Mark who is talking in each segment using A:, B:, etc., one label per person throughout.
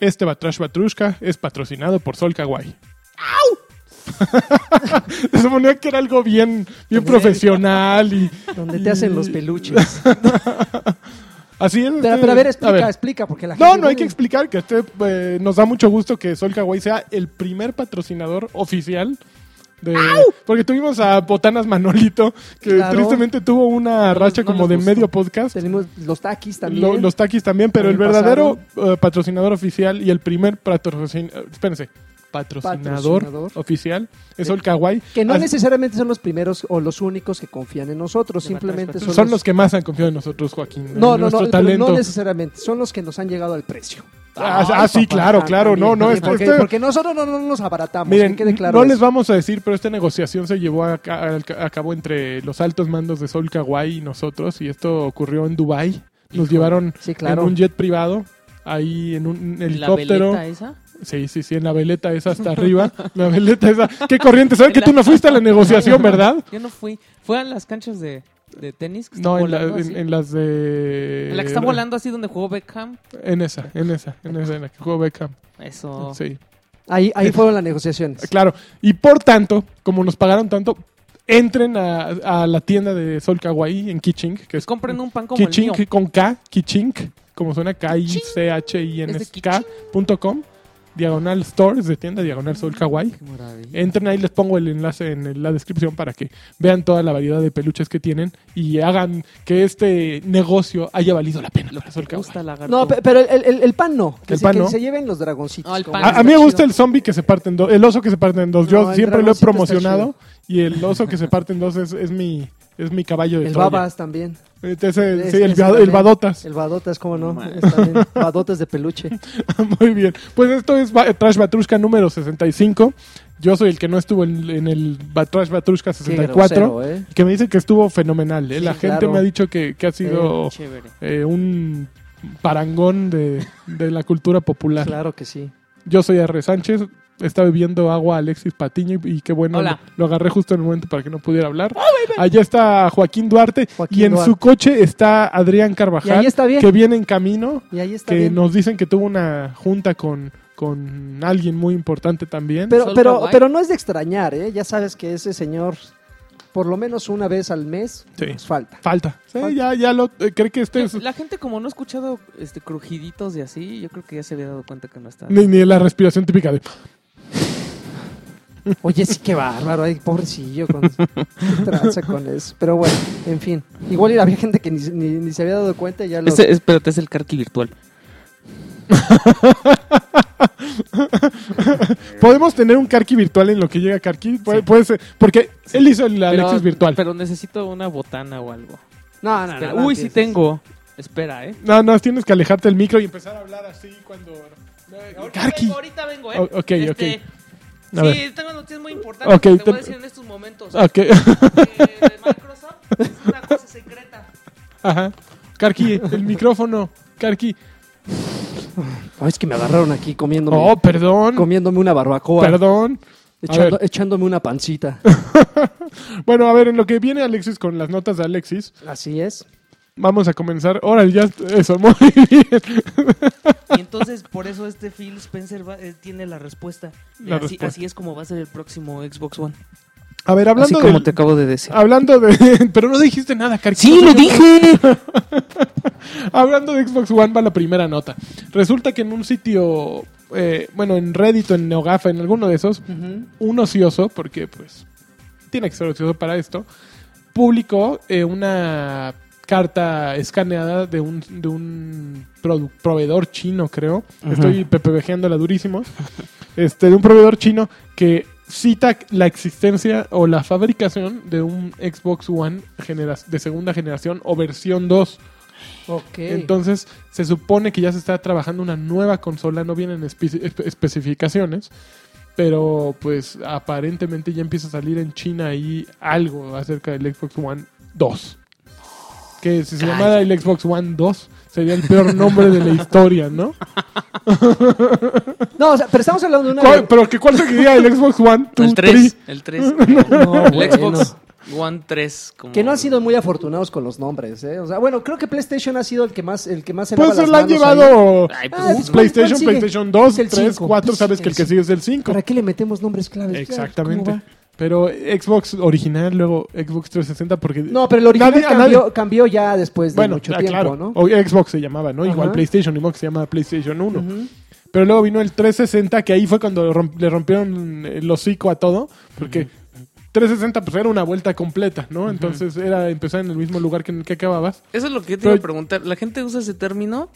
A: Este Batrash Batrushka es patrocinado por Sol Kawaii. ¡Au! Se suponía que era algo bien, bien profesional y
B: Donde te hacen
A: Mm.
B: los peluches.
A: así es.
B: Pero,
A: este,
B: pero a ver,
A: a
B: explica, explica, porque la gente...
A: No, no hay que explicar que este, eh, nos da mucho gusto que Sol Kawaii sea el primer patrocinador oficial. De, porque tuvimos a Botanas Manolito, que
B: Claro.
A: tristemente tuvo una racha
B: no
A: como
B: les
A: de
B: gustó.
A: medio podcast.
B: Tenemos los taquis también.
A: Lo- los taquis también, pero el
B: También
A: verdadero eh, patrocinador oficial y el primer patrocin- eh, espérense, patrocinador,
B: Patrocinador.
A: oficial es Sol Kawaii.
B: Que no
A: As-
B: necesariamente son los primeros o los únicos que confían en nosotros, simplemente son,
A: son, los que más han confiado en nosotros, Joaquín. en
B: No, no,
A: nuestro
B: no, pero
A: talento.
B: no necesariamente, son los que nos han llegado al precio.
A: ah, ah, sí, claro,
B: Ah,
A: claro.
B: también,
A: no, no,
B: también,
A: esto-
B: porque,
A: este-
B: porque nosotros no, no nos abaratamos,
A: miren,
B: que quede claro
A: no
B: eso.
A: les vamos a decir, pero esta negociación se llevó a, ca- al- a cabo entre los altos mandos de Sol Kawaii y nosotros, y esto ocurrió en Dubai. Nos llevaron
B: Sí, claro.
A: en un jet privado, ahí en un
C: ¿La
A: helicóptero.
C: veleta esa?
A: Sí, sí, sí, en la veleta esa hasta arriba. La veleta esa. Qué corriente. ¿Sabes que tú no fuiste a la negociación, verdad?
C: Yo no fui. Fue a las canchas de, de tenis. Que
A: No,
C: están
A: en, la-
C: volando
A: en-
C: así.
A: en eh, las de.
C: En la que está volando así donde jugó Beckham.
A: En esa, en esa, en esa, en la que jugó Beckham.
C: Eso.
A: Sí.
B: Ahí,
A: Eh,
B: ahí fueron las negociaciones.
A: Claro. Y por tanto, como nos pagaron tanto, entren a, a la tienda de Sol Kawaii en Kiching, que es
C: Pues Compren un pan como el mío.
A: Kiching con K, Kiching, como suena K-I-C-H-I-N-K,
C: Es
A: punto com, diagonal stores de tienda, diagonal Sol Kawaii.
C: Qué maravilla.
A: Entren ahí, les pongo el enlace en el- la descripción para que vean toda la variedad de peluches que tienen y hagan que este negocio haya valido la pena.
C: Lo
A: para
C: que
A: Sol
C: te gusta,
A: Kawaii.
C: lagarto.
B: No, pe- pero el, el- el pan no. Que,
A: El
B: se,
A: pan
B: que
A: no. Ah,
B: se lleven los dragoncitos.
C: No, el
B: como-
C: pan
A: a, a mí me gusta el zombie que se parte en dos, el oso que se parte en dos.
B: No,
A: Yo
B: el
A: siempre lo he
B: dragoncito está
A: promocionado y el oso que se parte en dos es, es mi es mi caballo de
B: El
A: Troya.
B: babas también.
A: Este es el,
B: Es-
A: sí, el,
B: ese
A: va- el
B: también.
A: badotas.
B: El badotas, cómo no.
C: Man.
B: Es también badotas de peluche.
A: Muy bien. Pues esto es Ba- Trash Batrushka número 65. Yo soy el que no estuvo en, en el Ba- Trash Batrushka
B: Qué
A: 64.
B: grosero, ¿eh?
A: que me dice que estuvo fenomenal. ¿eh?
B: Sí,
A: la gente
B: claro.
A: me ha dicho que, que ha sido
C: Chévere.
A: eh, un parangón de, de la cultura popular.
B: Claro que sí.
A: Yo soy R. Sánchez, está bebiendo agua Alexis Patiño y, y qué bueno,
C: Hola.
A: lo agarré justo en el momento para que no pudiera hablar. Allá está Joaquín Duarte
B: Ah, Joaquín
A: y en
B: Duarte.
A: su coche está Adrián
B: Y ahí
A: Carvajal,
B: está bien.
A: que viene en camino,
B: Y ahí está
A: que
B: bien.
A: nos dicen que tuvo una junta con, con alguien muy importante también.
B: Pero,
C: Sol
B: pero,
C: Kawaii.
B: pero no es de extrañar, ¿eh? Ya sabes que ese señor, por lo menos una vez al mes,
A: Sí.
B: nos falta.
A: Falta. Sí,
B: Falta.
A: ya, ya lo... eh, cree que este es...
C: La gente como no ha escuchado este crujiditos y así, yo creo que ya se había dado cuenta que no está.
A: Ni, ni la respiración típica de...
B: Oye, sí, qué bárbaro, ay, pobrecillo. Con, qué traza con eso. Pero bueno, en fin. Igual y había gente que ni, ni- ni se había dado cuenta y ya lo.
C: Este, espérate, es el carqui virtual.
A: Podemos tener un Karki virtual en lo que llega Karki. Puede, puede ser. Porque él hizo el Alexis virtual.
C: Pero necesito una botana o algo.
B: No, no,
C: Espera.
B: no, no
C: Uy, sí
B: empieces.
C: tengo. Espera, ¿eh?
A: No, no, tienes que alejarte del micro y empezar a hablar así cuando. Karki.
C: vengo, ahorita vengo, ¿eh?
A: O- ok,
C: Este,
A: A ver.
C: Sí, tengo noticias muy importantes
A: Ok,
C: que te
A: te-
C: voy a decir en estos momentos.
A: Ok.
C: Eh, de Microsoft es una cosa secreta.
A: Ajá. Karki, el micrófono. Karki.
B: Ay, es que me agarraron aquí comiéndome,
A: Oh, perdón.
B: comiéndome una barbacoa.
A: Perdón.
B: echando-
A: A ver.
B: echándome una pancita.
A: Bueno, a ver, en lo que viene Alexis con las notas de Alexis,
B: Así es.
A: vamos a comenzar. Órale, ya. Eso, muy bien.
C: Y entonces, por eso este Phil Spencer va- eh, tiene la respuesta.
A: La
C: así,
A: respuesta.
C: así es como va a ser el próximo Xbox One.
A: A ver, hablando
C: así como
A: del- Ah,
C: te acabo de decir.
A: Hablando de. Pero no dijiste nada, Karki.
C: ¡Sí, lo dije!
A: Hablando de Xbox One va la primera nota. Resulta que en un sitio, eh, bueno, en Reddit o en Neogafa, en alguno de esos, un ocioso, porque pues tiene que ser ocioso para esto, publicó eh, una carta escaneada de un, de un produ- proveedor chino, creo. Estoy pepevejeándola durísimo. Este, de un proveedor chino que cita la existencia o la fabricación de un Xbox One genera- de segunda generación o versión 2.
B: Ok.
A: Entonces, se supone que ya se está trabajando una nueva consola, no vienen espe- espe- especificaciones, pero pues aparentemente ya empieza a salir en China ahí algo acerca del Xbox One 2. Que si se llamara el Xbox One 2, sería el peor nombre de la historia, ¿no?
B: No, o sea, pero estamos hablando de una.
A: ¿Cuál- pero que ¿cuál sería el Xbox One? Two,
D: El 3. El 3.
B: No,
D: El
B: bueno.
D: Xbox One 3. como-
B: Que no han sido muy afortunados con los nombres, ¿eh? O sea, bueno, creo que PlayStation ha sido el que más, el que más se
A: Pues
B: lava
A: se
B: las
A: la han
B: manos ahí.
A: llevado
D: Ay, pues,
B: Ah,
A: uh,
B: ¿cuál- cuál
A: PlayStation,
B: sigue?
A: PlayStation 2,
B: Es el
A: 3,
B: cinco.
A: 4. Sabes que el que sigue es el 5.
B: ¿Para qué le metemos nombres claves? Ya,
A: Exactamente.
B: Pues, ¿cómo va?
A: Pero Xbox original, luego Xbox 360, porque.
B: No, pero el original
A: Nadie- a nadie-
B: cambió, cambió ya después de
A: Bueno,
B: mucho
A: ah,
B: tiempo,
A: claro.
B: ¿no?
A: O Xbox se llamaba, ¿no? Igual
B: Ajá.
A: PlayStation, ni modo que se llamaba PlayStation 1.
B: Ujú.
A: Pero luego vino el 360, que ahí fue cuando romp- le rompieron el hocico a todo, porque 360 pues era una vuelta completa, ¿no? Entonces era empezar en el mismo lugar que en el que acababas.
D: Eso es lo que yo te iba a
A: Pero-
D: preguntar. La gente usa ese término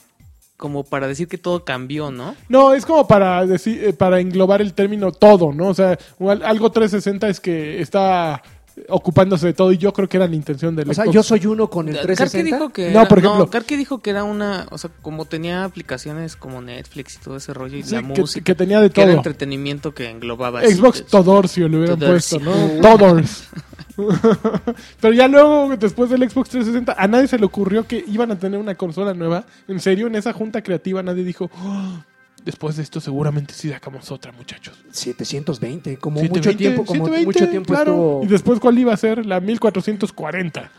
D: como para decir que todo cambió, ¿no?
A: No, es como para decir, eh, para englobar el término todo, ¿no? O sea, o al- algo 360 es que está ocupándose de todo y yo creo que era la intención del
B: O sea,
A: Xbox.
B: yo soy uno con el
D: Karki
B: 360.
D: dijo que
A: No,
D: era,
A: por ejemplo-
D: no, Karki dijo que era una, o sea, como tenía aplicaciones como Netflix y todo ese rollo y
A: Sí,
D: la
A: que- que,
D: música, que,
A: tenía de
D: era
A: todo.
D: entretenimiento que englobaba así,
A: Xbox
D: pues.
A: Todorcio le hubieran
D: Todorcio.
A: puesto, ¿no? Todors. Pero ya luego, después del Xbox 360, a nadie se le ocurrió que iban a tener una consola nueva. En serio, en esa junta creativa nadie dijo, "Oh, después de esto seguramente sí sacamos otra, muchachos.
B: 720, como
A: 720,
B: mucho tiempo, como
A: 720,
B: mucho tiempo
A: claro.
B: estuvo-
A: Y después, ¿cuál iba a ser? La 1440.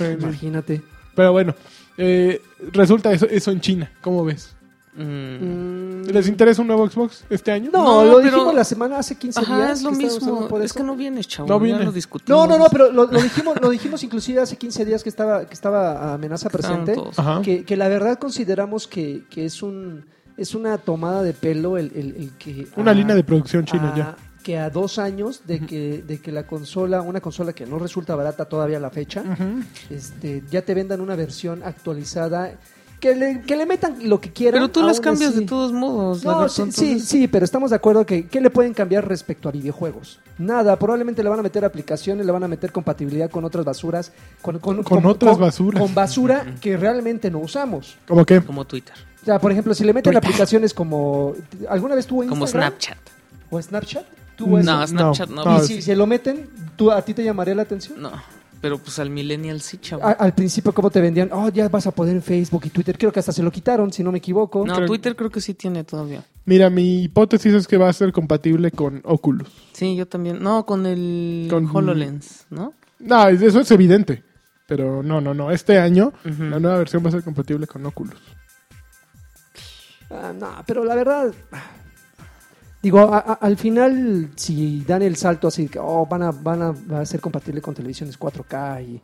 A: Eh,
B: Imagínate.
A: Pero bueno, eh, resulta eso, eso en China, ¿cómo ves?
D: Mm.
B: Mm,
A: ¿Les interesa un nuevo Xbox este año?
B: No,
D: No,
B: lo
D: pero-
B: dijimos la semana hace 15 días.
D: Ajá, es lo
B: que estábamos hablando
D: mismo.
B: por
D: Es
B: eso.
D: que no vienes, chavo.
A: No
D: No pues.
A: viene.
D: lo
B: No,
D: discutimos.
B: no, no, pero lo, lo dijimos, lo dijimos inclusive hace 15 días que estaba, que estaba amenaza
D: Estaban
B: presente.
D: todos.
A: Ajá.
B: Que, que la verdad consideramos que, que es un es una tomada de pelo el, el- el que
A: Una
B: a-
A: línea de producción china
B: a-
A: ya.
B: que a dos años de que, de que la consola, una consola que no resulta barata todavía a la fecha,
A: Ah.
B: este, ya te vendan una versión actualizada, que le, que le metan lo que quieran.
D: Pero tú las
B: aún
D: cambias
B: así.
D: de todos modos. la
B: No,
D: verdad,
B: sí, sí,
D: entonces-
B: sí, pero estamos de acuerdo que ¿qué le pueden cambiar respecto a videojuegos? Nada, probablemente le van a meter aplicaciones, le van a meter compatibilidad con otras basuras. Con, con-
A: Con otras basuras.
B: Con basura que realmente no usamos.
A: ¿Cómo que?
D: Como Twitter.
B: O sea, por ejemplo, si le meten
A: Twitter.
B: aplicaciones como... ¿Alguna vez tuvo Instagram?
D: Como Snapchat.
B: ¿O Snapchat? ¿Tuvo eso?
D: No, Snapchat no.
A: No,
B: Y
A: es-
B: si se lo meten, ¿tú, ¿a ti te llamaría la atención?
D: No. Pero pues al Millennial sí, chavo.
B: A- al principio, ¿cómo te vendían? Oh, ya vas a poder en Facebook y Twitter. Creo que hasta se lo quitaron, si no me equivoco.
D: No,
A: creo-
D: Twitter creo que sí tiene todavía.
A: Mira, mi hipótesis es que va a ser compatible con Oculus.
D: Sí, yo también. No, con el
A: Con-
D: HoloLens, ¿no?
A: No, es- eso es evidente. Pero no, no, no. Este año
D: Ujú.
A: la nueva versión va a ser compatible con Oculus.
B: Ah, no, pero la verdad. Digo, a- a- al final, si dan el salto así, que oh, van, a, van a, va a ser compatible con televisiones 4K y,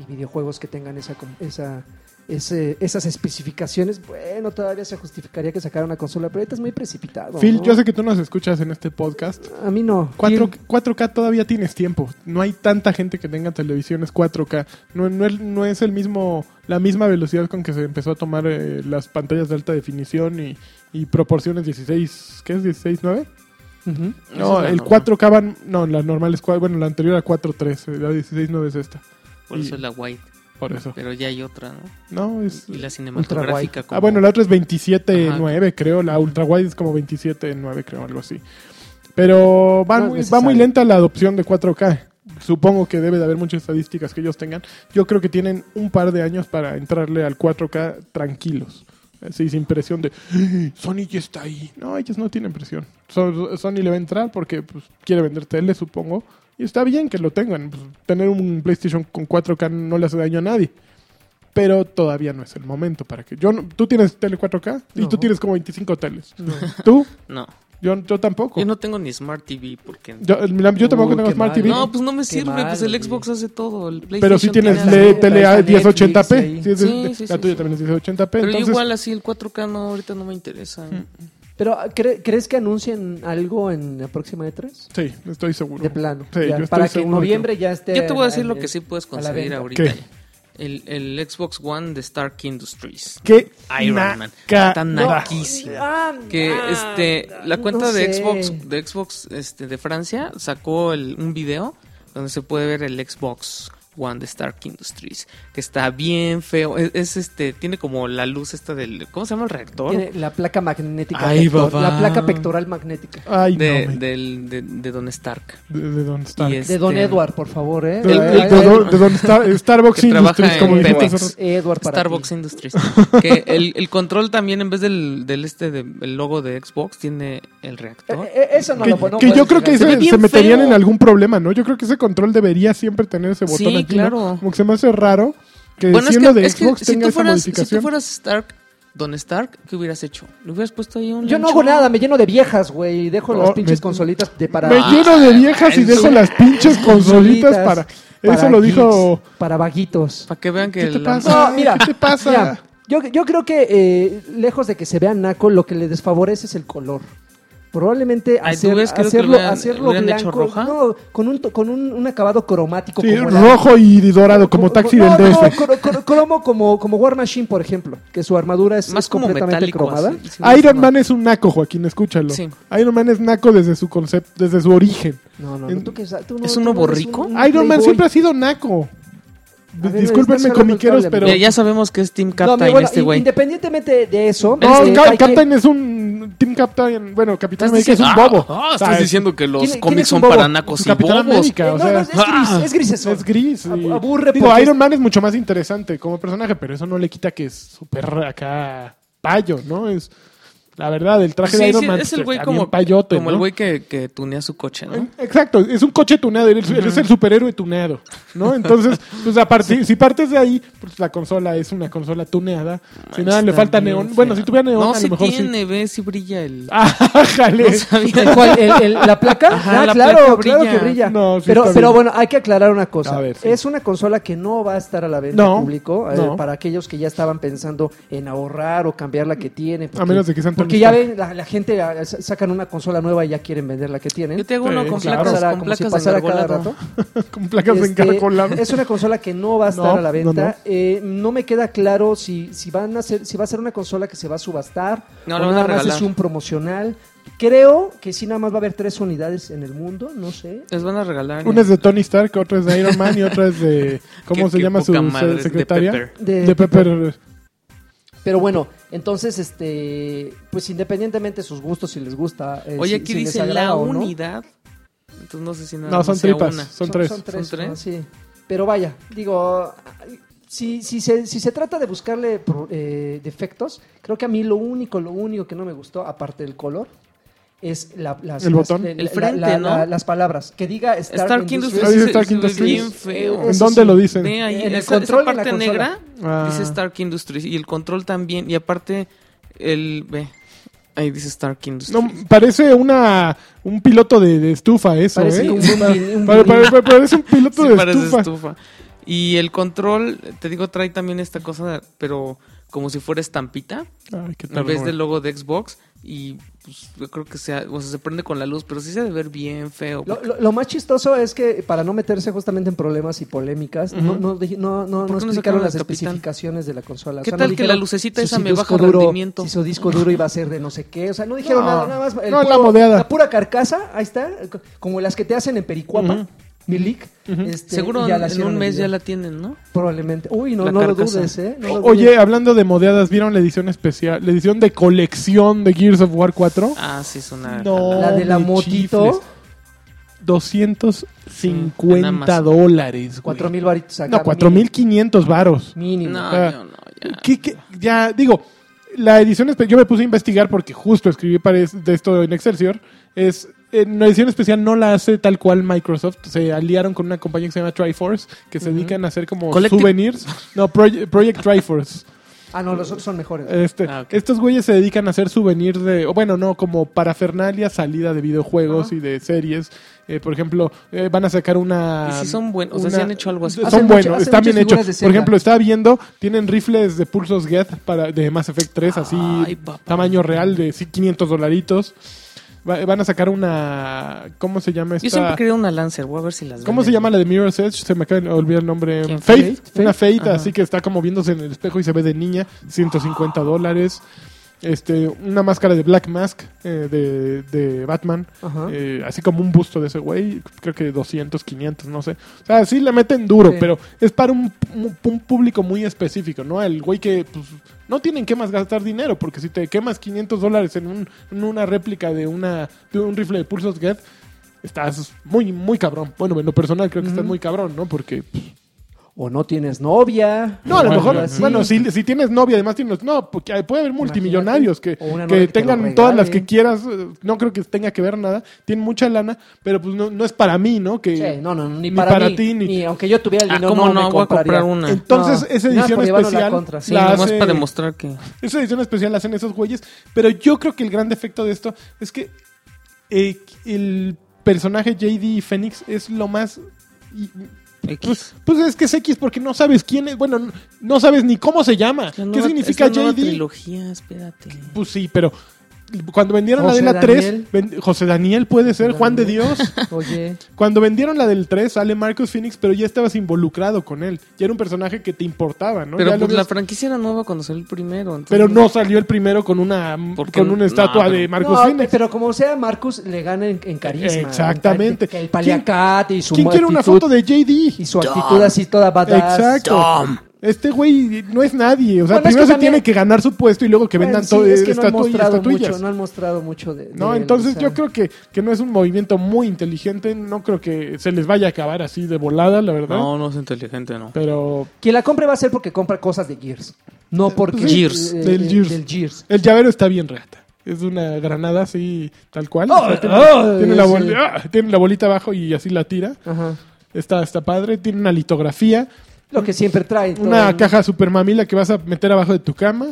B: y videojuegos que tengan esa, com- esa, ese- esas especificaciones, bueno, todavía se justificaría que sacara una consola, pero ahorita es muy precipitado.
A: Phil,
B: ¿no?
A: yo sé que tú nos escuchas en este podcast.
B: A mí no.
A: 4,
B: Phil,
A: 4K todavía tienes tiempo. No hay tanta gente que tenga televisiones 4K. No, no, es- no es el mismo, la misma velocidad con que se empezó a tomar eh, las pantallas de alta definición y, y proporciones 16, ¿qué es? 16, 9?
B: ujú.
A: No,
D: Esa es la
A: el
D: normal.
A: 4K van, no, la normal es, cua- bueno, la anterior era 4.3, eh, la 16, 9 es esta.
D: Por
A: Y-
D: eso es la white.
A: Por eso.
D: Pero ya hay otra, ¿no?
A: No, es...
D: Y la cinematográfica.
A: Ah, bueno, la otra es 27.9,
D: Ajá.
A: creo. La ultra wide es como 27.9, creo, algo así. Pero va,
B: No es
A: muy, va
B: necesario.
A: muy lenta la adopción de 4K. Supongo que debe de haber muchas estadísticas que ellos tengan. Yo creo que tienen un par de años para entrarle al 4K tranquilos. Así, sin presión de "Ah, Sony ya está ahí. No, ellos no tienen presión. So- Sony le va a entrar porque pues, quiere vender tele, supongo. Y está bien que lo tengan. Pues, tener un PlayStation con 4K no le hace daño a nadie pero todavía no es el momento para que yo no- tú tienes tele 4K y
B: No.
A: tú tienes como 25 teles.
B: No.
A: Tú,
D: No,
A: yo, yo tampoco.
D: yo
A: Yo,
D: no tengo ni Smart TV porque...
A: mira, yo tampoco
B: Uy,
A: tengo
B: qué
A: Smart
B: mal.
A: TV,
D: No, pues no me
B: Qué
D: sirve,
B: mal,
D: pues el
B: güey.
D: Xbox hace todo, el PlayStation...
A: pero sí tienes
D: tiene
B: la-
A: le-
D: hasta-
A: tele
B: la-
A: a
B: la
A: 1080p.
B: Netflix
A: Sí, es de-
D: ahí. Sí, sí,
A: la
D: sí,
A: tuya
D: sí.
A: también es 1080p.
D: Pero
A: entonces,
D: yo igual así el 4K no, ahorita no me interesa.
B: Mm. Pero ¿cre- ¿crees que anuncien algo en la próxima E3?
A: Sí, estoy seguro.
B: De plano.
A: Sí,
B: Ya,
A: yo estoy
B: para que en
A: seguro
B: noviembre ya esté.
D: Yo te voy a decir
B: en-
D: lo que sí puedes
B: a la
D: conseguir
B: venta.
D: ahorita.
A: ¿Qué?
D: ya. El, el Xbox One de Stark Industries.
A: Que
D: Iron Man.
A: naca-
D: Está naquísimo.
B: Ah,
D: Que
B: ah,
D: este la
B: no
D: cuenta de
B: sé.
D: Xbox de Xbox este de Francia sacó el- un video donde se puede ver el Xbox One de Stark Industries, que está bien feo. Es, es, este, tiene como la luz esta del, ¿cómo se llama el reactor?
B: Tiene la placa magnética.
D: Ay,
B: pector-
D: papá.
B: la placa pectoral magnética.
A: Ay,
D: de,
A: no. me-
D: del- de, de Don Stark.
A: de, de Don Stark.
D: y
A: De,
D: es-
B: De Don
D: Este-
B: Edward, por favor, ¿eh?
D: el-
A: de-
D: el-
A: de
B: Edward-
A: Don- de Don Star- Starbucks
D: Que trabaja
A: Industries, como
D: en
A: dijimos hace
D: Pemex.
A: rato.
B: Edward para ti.
D: Starbucks Industries. que el, el control también, en vez del, del este de- el logo de Xbox, tiene el reactor.
B: Eh, eh, eso no
A: Que,
B: lo no
A: que
B: puedes
A: yo creo que
B: negar.
A: se,
D: ve bien
A: se meterían
D: feo.
A: en algún problema, ¿no? Yo creo que ese control debería siempre tener ese botón
D: Sí,
A: aquí, ¿no?
D: claro.
A: Como que se me hace raro que
D: Bueno, es
A: eh, siendo
D: que,
A: de
D: es que
A: Xbox
D: si,
A: tenga
D: tú
A: esa
D: fueras, si tú
A: modificación.
D: furas Stark, Don Stark, ¿qué hubieras hecho? ¿Le hubieras puesto ahí un
B: Yo no
D: lencho?
B: hago nada, me lleno de viejas, güey. y Dejo
A: No,
B: las pinches
A: me-
B: consolitas de para.
A: Me lleno de viejas y
D: en
A: dejo
D: su-
A: las pinches consolitas
B: consolitas
A: para...
B: para
A: Eso lo
B: geeks,
A: dijo...
B: Para vaguitos.
D: Para que vean que
A: ¿Qué te
D: la-
A: pasa?
B: No, mira.
A: ¿Qué te pasa?
B: Mira, yo, yo creo que eh, lejos de que se vea naco, lo que le desfavorece es el color. Probablemente
D: Ay, ¿tú
B: hacer-
D: ves? Creo que lo
B: hacerlo,
D: hubieran-
B: hacerlo
D: lo hubieran
B: blanco,
D: hecho roja.
B: no, con un, to- con un, un acabado cromático.
A: Sí,
B: como la-
A: rojo y dorado, como
B: co-
A: taxi
B: no,
A: del
B: no,
A: DF.
B: cro- cro- cromo como, como War Machine, por ejemplo, que su armadura es,
D: más
B: es
D: como
B: completamente
D: metálico.
B: cromada.
D: así. Sí, no es
A: Iron
D: una-
A: Man es un naco, Joaquín, escúchalo.
D: Sí.
A: Iron Man es naco desde su concepto, desde su origen.
B: No, no, no,
A: En-
B: tú que sa- tú no-
D: ¿Es
B: tú
D: un
B: no
D: nuevo
B: eres
D: rico?
B: un- un
A: Iron Man
B: playboy.
A: siempre ha sido naco.
B: A ver,
A: Discúlpenme,
B: estás
A: comiqueros,
B: hablando del
A: pero...
D: Ya, ya sabemos que es Team
B: No,
D: Captain
B: mi- bueno,
D: este
B: in-
D: güey.
B: Independientemente de eso,
A: No,
B: este,
A: Cap-
B: hay que-
A: Captain es un... Team Captain, bueno, Capitán
D: Estás
A: América es un
D: diciendo-
A: bobo.
D: Ah, ah,
A: O
D: estás
A: sea,
D: diciendo que los
B: ¿quién- quién
D: cómics
B: es un
D: son
B: bobo?
D: para nacos y
A: Capitán
D: bobos.
A: América,
B: Eh,
A: o
B: no, no,
A: sea...
B: es gris, es gris eso.
A: Es gris. y-
B: Ab- aburre
A: Digo,
B: porque
A: Iron Man es mucho más interesante como personaje, pero eso no le quita que es súper acá payo, ¿no? Es la verdad, el traje de
D: Sí,
A: Iron
D: sí,
A: Man pues,
D: es el
A: está
D: güey
A: bien
D: como,
A: payote,
D: como el
A: ¿no?
D: güey que, que tunea su coche, ¿no?
A: Exacto, es un coche tunado, eres, eres el superhéroe tunado, ¿no? Entonces, pues a partir, si partes de ahí, pues la consola es una consola tuneada, si nada le
D: Está
A: falta
D: bien
A: neón,
D: fea.
A: bueno, si tuviera neón
D: No,
A: a
D: si
A: lo mejor sí.
D: tiene, ve si brilla el...
A: Ah, jale.
D: no sabía.
B: ¿El cual? ¿El- el- ¿La placa?
D: Ajá,
B: Ah,
D: la
B: claro,
D: placa
B: claro que
D: brilla.
B: brilla.
A: No, sí
B: pero,
A: está
B: pero
A: bien.
B: bueno, hay que aclarar una cosa.
A: A ver, sí.
B: Es una consola que no va a estar a la venta
A: No,
B: al público eh,
A: no.
B: para aquellos que ya estaban pensando en ahorrar o cambiar la que tienen. porque-
A: menos de que sean
B: Porque ya
A: Tony
B: ven, la, la gente ah, sa- sacan una consola nueva y ya quieren vender la que tienen.
D: Yo te hago uno
A: Sí,
D: con
A: claro.
D: placas,
B: Pasará
D: con
B: como si
D: placas de
B: pasara cada
D: engargolado.
B: rato.
A: con placas de
B: Este,
A: encarcolado.
B: es una consola que no va a estar
A: No,
B: a la
A: no,
B: venta. Eh,
A: no.
B: No, me queda claro si, si van a ser, si va a ser una consola que se va a subastar
D: No,
B: o
D: la van a
B: nada más
D: regalar.
B: es un promocional. Creo que sí nada más va a haber tres unidades en el mundo, no sé.
D: Les van a regalar.
A: Una es de Tony Stark, otra es de Iron Man y otra es de ¿cómo
D: Qué-
A: se
D: qué
A: llama su
D: poca
A: se-
D: madre es de
A: secretaria?
D: Pepper.
B: De-
A: de Pepper.
B: Pero bueno, entonces este pues independientemente de sus gustos si les gusta eh,
D: Oye,
B: si-
D: aquí
B: si les
D: dice la
B: agrada o no.
D: unidad. Entonces no sé si nada
A: No,
D: más
A: son
D: sea
A: tripas,
D: una.
A: son, tres.
B: tres,
D: ¿Son tres?
B: ¿no? Sí. Pero vaya, digo, si, si, se, si se trata de buscarle pro- eh, defectos, creo que a mí lo único, lo único que no me gustó, aparte del color, es la, las,
A: El
B: las-
A: botón.
B: la-
D: El
B: la-
D: frente,
B: la-
D: ¿no?
B: la- las palabras. Que diga Stark,
D: Stark
A: Ah,
D: Industries.
A: dice
D: se-
A: Stark
D: se ve
A: Industries.
D: Bien feo.
A: ¿En
B: Eso
A: dónde
B: sí.
A: lo dicen?
D: Ve ahí,
B: En el
D: esa, esa
B: control, en la
D: parte
B: consola.
D: negra
A: Ah.
D: dice Stark Industries y el control también. Y aparte, el. Ve, ahí dice Stark Industries.
A: No, parece una un piloto de, de estufa eso,
B: Parece
A: ¿eh?
B: un
A: Sí,
B: bullying, un
A: pare- pare-
B: bullying.
A: pare- parece un piloto
D: Sí,
A: de
D: parece
A: estufa.
D: estufa. Y el control, te digo, trae también esta cosa, pero como si fuera estampita.
A: Ay, qué
D: en vez
A: ternura.
D: del logo de Xbox. Y pues, yo creo que sea, o sea, se prende con la luz, pero sí se ha de ver bien feo.
B: Lo, lo- lo más chistoso es que para no meterse justamente en problemas y polémicas, no, no, dij- no, no, no
D: ¿Por qué no
B: explicaron
D: sacaron
B: las
D: al Capitán?
B: especificaciones de la consola. O
D: ¿Qué
B: sea, no
D: tal que la
B: dijeron
D: lucecita
B: si
D: esa
B: su
D: me
B: disco
D: baja
B: duro-
D: rendimiento?
B: Si su disco duro iba a ser de no sé qué. O sea, no dijeron
A: No.
B: nada, nada más. el
A: No, la modeada.
B: pura carcasa, ahí está. Como las que te hacen en Pericuapa, Milik. este,
D: Seguro
B: ya la
D: en
B: hicieron
D: un
B: en
D: mes ya
B: video.
D: la tienen, ¿no?
B: Probablemente. Uy, no,
D: La
B: no lo
D: carcasa.
B: dudes, ¿eh? No lo
A: O- Oye,
B: dudes.
A: hablando de modeadas, ¿vieron la edición especial? La edición de colección de Gears of War 4?
D: Ah, sí, es una.
A: No.
B: la de la
A: mi
B: motito,
A: chifles. 250
D: Amazon.
A: dólares. güey.
B: cuatro mil varitos acá.
A: No, 4500 varos.
B: Mínimo.
D: No,
A: Ah.
D: yo no, ya.
A: ¿Qué- qué? Ya, digo, la edición espe- yo me puse a investigar porque justo escribí para es- de esto en Excelsior. Es, en la edición especial no la hace tal cual Microsoft. Se aliaron con una compañía que se llama Triforce, que se dedican a hacer como
D: Collective-
A: souvenirs. No, Proye- Project Triforce.
B: Ah, no, los otros son mejores.
A: Este,
D: Ah, ok.
A: Estos güeyes se dedican a hacer souvenir de, o bueno, no, como parafernalia, salida de videojuegos y de series. Eh, por ejemplo, eh, van a sacar una...
D: Y si son buenos, o sea,
A: una-
D: si han hecho algo así.
A: Son
B: Hacen
A: buenos,
B: mucho- hacen
A: están
B: muchas
A: bien
B: figuras de
A: hechos. Por
B: Zelda.
A: ejemplo, estaba viendo, tienen rifles de pulsos Geth para, de Mass Effect 3, así,
D: Ay, papá.
A: tamaño real de sí, 500 dolaritos. Va- van a sacar una... ¿Cómo se llama esta?
D: Yo siempre quería una Lancer, voy a ver si las
A: ¿Cómo se
D: venden.
A: llama la de Mirror's Edge? Se me acaba de olvidar el nombre.
D: ¿Quién?
A: Faith,
B: Faith,
A: Una Faith,
D: Ajá.
A: así que está como viéndose en el espejo y se ve de niña. 150 dólares. este, una máscara de Black Mask eh, de, de Batman,
B: Ajá.
A: eh, así como un busto de ese güey, creo que 200, 500, no sé. O sea, sí le meten duro,
B: Sí.
A: pero es para un, un- un público muy específico, ¿no? El güey que pues, no tienen que más gastar dinero, porque si te quemas 500 dólares en, un- en una réplica de, una, de un rifle de Pulsos Get, estás muy, muy cabrón. Bueno, en lo personal creo que estás muy cabrón, ¿no? Porque... pues,
B: O no tienes novia.
A: no, a lo
B: o
A: mejor.
B: algo así.
A: Bueno, si, si tienes novia, además tienes. No, porque hay- puede haber multimillonarios que,
B: O una novia
A: que
B: que te
A: tengan
B: lo
A: todas las
B: regale.
A: que quieras. eh, No creo que tenga que ver nada. Tienen mucha lana, pero pues no, no es para mí, ¿no? Que,
B: Sí, no, no,
A: ni
B: ni, para,
A: para
B: mí,
A: ti, ni-
B: ni aunque yo tuviera el
D: Ah,
B: dinero,
D: ¿cómo
B: no,
D: no?
B: me
D: Voy a
B: compraría.
D: comprar una.
A: Entonces,
B: No,
A: esa
B: nada más
A: edición
B: por llevarlo a la
A: especial.
B: contra, sí,
A: la
D: nomás
A: hace-
D: para demostrar que.
A: Esa edición especial la hacen esos güeyes. Pero yo creo que el gran defecto de esto es que eh, el personaje JD Phoenix es lo más. y-
D: X.
A: Pues, pues es que es X porque no sabes quién es. Bueno, no- no sabes ni cómo se llama.
D: La
A: ¿Qué
D: nueva-
A: significa
D: es la nueva
A: JD?
D: trilogía, espérate.
A: Pues sí, pero cuando vendieron
B: José
A: la de la
B: Daniel.
A: 3, ven- José Daniel puede ser,
B: Daniel.
A: Juan de Dios.
B: Oye,
A: Cuando vendieron la del 3, sale Marcus Phoenix, pero ya estabas involucrado con él. Ya era un personaje que te importaba, ¿no?
D: Pero
A: Ya lo
D: pues, la
A: habías-
D: franquicia era nueva cuando salió el primero. entonces-
A: pero no salió el primero con una,
D: ¿Por qué
A: con
D: no?
A: una estatua
D: No, pero-
A: de Marcus
B: no,
A: Phoenix.
B: pero como sea, Marcus le gana en, en carisma.
A: Exactamente.
B: en- que el paliacate y su
A: ¿Quién quiere una
B: actitud-
A: foto de
B: Y
A: JD?
B: su actitud así toda badass.
A: Exacto. Este güey no es nadie. O sea,
B: Bueno,
A: primero
B: es que
A: se
B: también-
A: tiene que ganar su puesto y luego que
B: Bueno,
A: vendan
B: sí,
A: todo
B: es que no han
A: estatu-
B: mostrado
A: estatuillas.
B: mucho, no han mostrado mucho de,
A: No,
B: de él,
A: entonces
B: o sea.
A: yo creo que, que no es un movimiento muy inteligente, no creo que se les vaya a acabar así de volada, la verdad.
D: No, no es inteligente, no.
A: Pero
B: Quien la compre va a ser porque compra cosas de Gears. No porque...
A: sí,
D: Gears.
A: del Gears.
B: Del Gears.
A: el llavero está bien reata. Es una granada así, tal cual.
B: Oh,
A: O sea, tiene,
B: oh,
A: tiene la
B: sí.
A: bol- ah, tiene la bolita abajo y así la tira.
B: Ajá.
A: Está, está padre, tiene una litografía,
B: Lo que siempre trae. todo
A: una
B: el-
A: caja super mamila que vas a meter abajo de tu cama.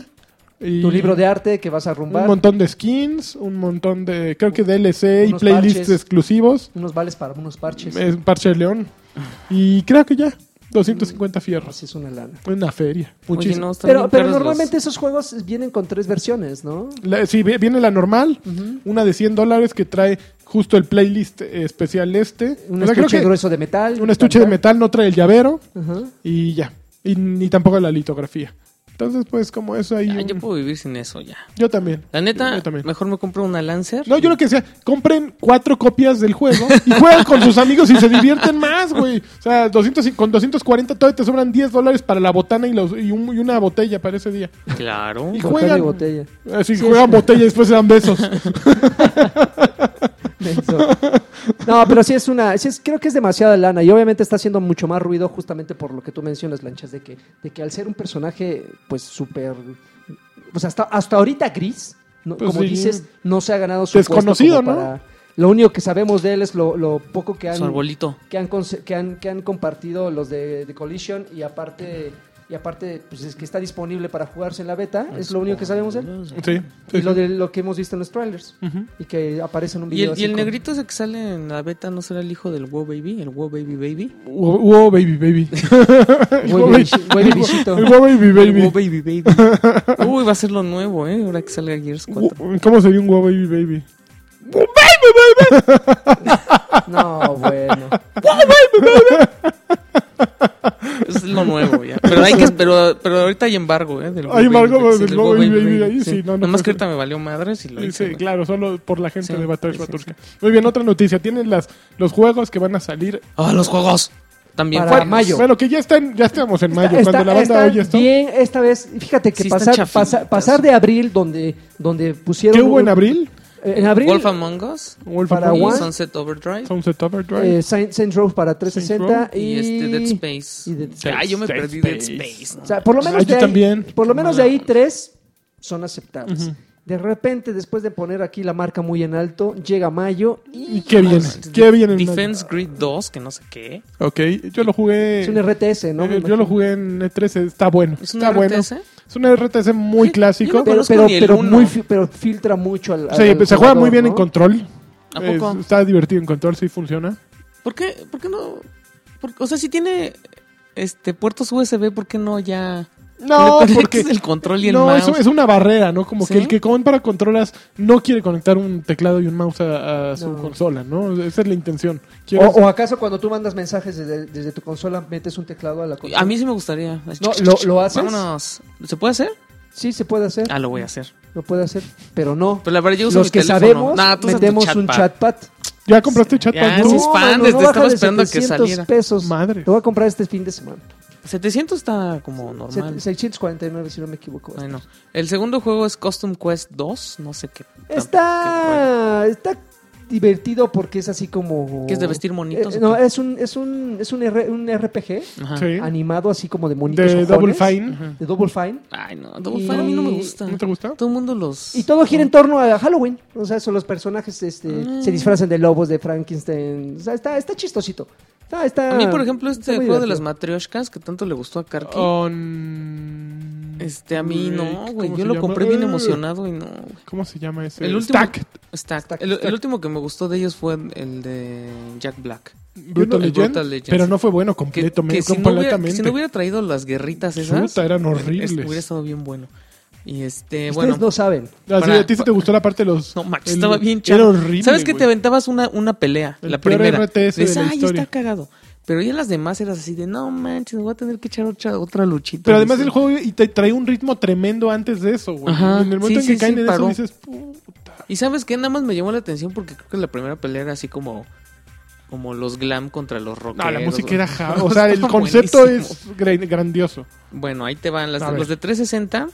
A: Y
B: Tu libro de arte que vas a
A: Un
B: rumbar.
A: montón de skins, un montón de, creo que DLC y
B: Unos
A: playlists
B: parches.
A: exclusivos.
B: Unos vales para unos parches.
A: Es un parche de león. Y creo que ya, 250 fierros.
B: Así es una lana.
A: Una feria.
D: Oye,
A: Muchísimo.
D: no, están
B: Pero,
D: bien
B: pero
D: caros los- Ah,
B: normalmente esos juegos vienen con tres versiones, ¿no?
A: La- sí, vi- viene la normal, una de 100 dólares que trae justo el playlist eh, especial este.
B: Un
A: O sea, creo
B: estuche
A: que
B: grueso de metal.
A: un estuche de metal no trae el llavero
B: Ajá.
A: y ya. Y ni tampoco la litografía. Entonces, pues, como eso ahí.
D: Ya,
A: un-
D: yo
A: yo,
D: puedo vivir sin eso ya.
A: también.
D: La neta,
A: Yo también.
D: mejor me compro una Lancer.
A: No, yo lo que decía, compren cuatro copias del juego y juegan con sus amigos y se divierten más, güey. O sea, 200 y- con 240 todavía te sobran 10 dólares para la botana y, los- y un- y una botella para ese día.
D: Claro.
A: Y
B: Botella y
A: juegan.
B: botella.
A: Así
B: Sí,
A: Ah, juegan
B: es-
A: botella y después se dan besos.
B: Menso. No, pero sí es una, sí es- creo que es demasiada lana y obviamente está haciendo mucho más ruido justamente por lo que tú mencionas, Lanchas, de que, de que al ser un personaje pues súper, pues hasta, hasta ahorita gris, ¿no?
A: Pues
B: como
A: sí.
B: dices, no se ha ganado su puesto
A: Desconocido,
B: como
A: ¿no?
B: lo único que sabemos de él es lo, lo poco que han,
D: Su arbolito.
B: que han, conse- que han, que han compartido los de, de Collision y aparte, y aparte pues es que está disponible para jugarse en la beta, es lo único que sabemos de él.
A: Sí.
B: Y lo, de, lo que hemos visto en los trailers
A: Ujú.
B: y que aparece en un
D: Y
B: video.
D: el,
B: así
D: y el
B: con-
D: negrito ese que sale en la beta no será el hijo del Wow Baby, el Wow Baby Baby.
A: Wow, wow, baby, baby.
B: Güey, bichi- güey, bichito.
A: El wow, baby,
D: El Wow
A: baby.
D: Baby Baby. Uy, va a ser lo nuevo, ¿eh? Ahora que salga Gears 4.
A: Wo- ¿Cómo sería un wow, baby, baby?
B: No, bueno.
D: Es lo nuevo ya. Pero, hay que, pero, pero ahorita hay embargo, ¿eh? Del Wow
A: Hay embargo
D: Baby,
A: del
D: del
A: Wow
D: Wow
A: Baby, Baby, ahí sí, no, no
D: Nomás que
A: puede
D: ahorita me valió madres y lo
A: Sí,
D: hice. güey.
A: claro, solo por la gente
D: Sí,
A: de Batalla
D: sí, sí,
A: Turca. Muy bien, otra noticia. Tienen las, los juegos que van a salir.
D: ¡Ah, los juegos! También.
B: Para
D: juegos.
B: mayo.
A: Bueno, que ya están, ya estamos en mayo.
B: Está-
A: Cuando la
B: está
A: banda oye esto.
B: Bien, esta vez, fíjate que
D: Sí, están
B: pasar,
D: chafitas.
B: pasa- pasar de abril, donde, donde pusieron.
A: ¿Qué hubo en
B: un-
A: abril?
B: eh, En abril,
D: Wolf Among Us.
A: Wolf
B: Para
A: Among
D: Y
A: Us,
B: One.
D: Sunset Overdrive.
A: Sunset Overdrive.
B: eh, Saint- Saints Row para 360
D: Y,
B: y,
D: este Dead Space.
B: y Dead Space.
D: Ah, yo me
A: Dead
D: perdí
A: Space.
D: Dead Space. ¿no?
B: O sea, por lo menos,
A: Ah, yo
B: de ahí,
A: también.
B: Por lo menos de ahí tres son aceptables.
A: Ujú.
B: De repente, después de poner aquí la marca muy en alto, llega mayo y
A: ¿Y qué viene? ¿Qué viene en
D: Defense Grid 2, que no sé qué.
A: mayo? Ok, yo lo jugué.
B: es un RTS, ¿no?
A: eh,
B: Me
A: yo
B: imagino.
A: lo jugué en E13. Está bueno.
D: ¿Es un
A: está bueno.
D: RTS?
A: Es un RTS muy
D: Sí,
A: clásico.
D: yo no
B: Pero,
D: conozco
B: pero,
D: ni el
B: pero
D: uno.
B: muy fi- pero filtra mucho al.
A: Sí,
B: al
A: pues, se juega
B: jugador,
A: muy bien
B: ¿no?
A: en control.
D: ¿A
A: Es-
D: poco?
A: está divertido en control, sí funciona.
D: ¿Por qué, por qué no? por- o sea, si tiene este puertos USB, ¿por qué no ya?
A: No,
D: le conectas
A: porque-
D: el control y el
A: no,
D: mouse.
A: eso es una barrera, ¿no? Como
D: ¿Sí?
A: que el que compra controlas no quiere conectar un teclado y un mouse a, a su
B: No.
A: consola, ¿no? Esa es la intención.
B: O,
A: Quieres-
B: o acaso cuando tú mandas mensajes desde, desde tu consola metes un teclado a la consola?
D: A mí sí me gustaría.
B: No, ¿lo- lo haces?
D: Vámonos. ¿Se puede hacer?
B: Sí, se puede hacer.
D: Ah, lo voy a hacer.
B: Lo puede hacer, pero no.
D: Pero la verdad, yo uso
B: Los
D: mi
B: que
D: teléfono.
B: sabemos,
D: Nah, tú usas tu
B: metemos un
D: chatpad.
B: chatpad.
A: ¿Ya compraste chat
D: Ya,
A: para tú?
D: sí. fan, desde-
B: baja
D: estaba
B: de
D: esperando que
B: 700
D: saliera.
B: pesos.
A: Madre.
B: Lo voy a comprar este fin de semana.
D: 700 está como normal.
B: Se- 649, si no me equivoco.
D: Bueno, el segundo juego es Custom Quest 2, no sé qué. qué juego.
B: Está, está divertido porque es así como...
D: ¿Qué es de vestir monitos
B: Eh,
D: o
B: no,
D: qué?
B: es un, es un, es un, R- un RPG
D: Ajá.
A: Sí.
B: animado así como de monitos
A: De
B: ojones.
A: Double Fine.
D: Ajá.
B: De Double Fine.
D: Ay, no, Double
B: Y-
D: Fine a mí no me gusta.
A: ¿No te gusta?
D: Todo el mundo los.
B: Y todo gira en torno a Halloween. O sea, son los personajes este,
D: Mm.
B: se disfrazan de lobos, de Frankenstein. O sea, está, está chistosito. Está, está,
D: A mí, por ejemplo, este
B: está muy
D: juego de las
B: divertido.
D: matrioshkas que tanto le gustó a Karki.
A: On-
D: Este, a mí no,
A: Oh, ¿Cómo
D: güey.
A: se
D: Yo lo
A: llama?
D: compré bien
A: Eh,
D: emocionado y no, güey.
A: ¿Cómo se llama ese?
D: El último-
A: Stack.
D: Stack.
B: Stack,
D: el, el
B: stack.
D: último que me gustó de ellos fue el de Jack Black.
A: Brutal,
D: El
A: Legend,
D: Brutal Legend,
A: Pero
D: sí.
A: no fue bueno
D: Que,
A: completamente.
D: que si no hubiera, que
A: completamente.
D: si no hubiera traído las guerritas esas,
A: Puta, eran
D: es-
A: horribles.
D: hubiera estado bien bueno. Y este,
B: Ustedes
D: bueno.
B: no saben.
A: Así,
D: Para-
A: a ti Ah, sí te gustó la parte de los.
D: No, Max,
A: el-
D: estaba bien
A: Era
D: chido.
A: horrible.
D: ¿Sabes que te
A: güey.
D: aventabas una, una pelea?
A: El
D: la
A: peor
D: primera.
A: RTS de
D: Dices,
A: la
D: ay,
A: historia".
D: está cagado. Pero ya las demás eras así de, no manches, voy a tener que echar otra, otra luchita.
A: Pero además
D: Dices,
A: el juego y te trae un ritmo tremendo antes de eso, güey.
D: Ajá.
A: En el momento en
D: Sí,
A: que
D: sí,
A: caen
D: sí,
A: en
D: paró.
A: eso dices, puta.
D: Y sabes qué, nada más me llamó la atención porque creo que la primera pelea era así como como los glam contra los rockeros.
A: No, la música
D: güey.
A: era ja- O sea, el
D: Estaba
A: concepto
D: buenísimo.
A: es gra- grandioso.
D: Bueno, ahí te van las,
A: A ver.
D: los de 360,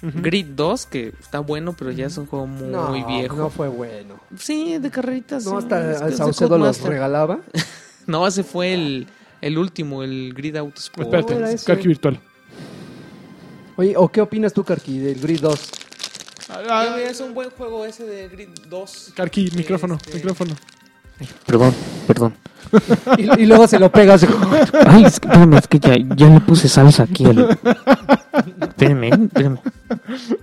A: Ujú.
D: Grid 2, que está bueno, pero ya es un juego muy viejo.
B: no fue bueno.
D: Sí, de carreritas.
B: No,
D: sí,
B: hasta
D: es que
B: al
D: es de
B: Saucedo los
D: Codemaster.
B: regalaba.
D: No, ese fue el, el último, el Grid Autosport.
A: Espérate,
B: era
A: es
B: ese?
A: Karki virtual.
B: Oye, ¿o qué opinas tú, Karki, del Grid 2?
D: Ah,
A: Ah.
D: Ya, mira, Es un buen juego ese de Grid 2.
A: Karki, micrófono,
D: Este-
A: micrófono.
E: Perdón, perdón.
B: Y, y luego se lo pegas.
E: Ay, es que, espérame, es que ya, ya le puse salsa aquí. al- Espérame, espérame.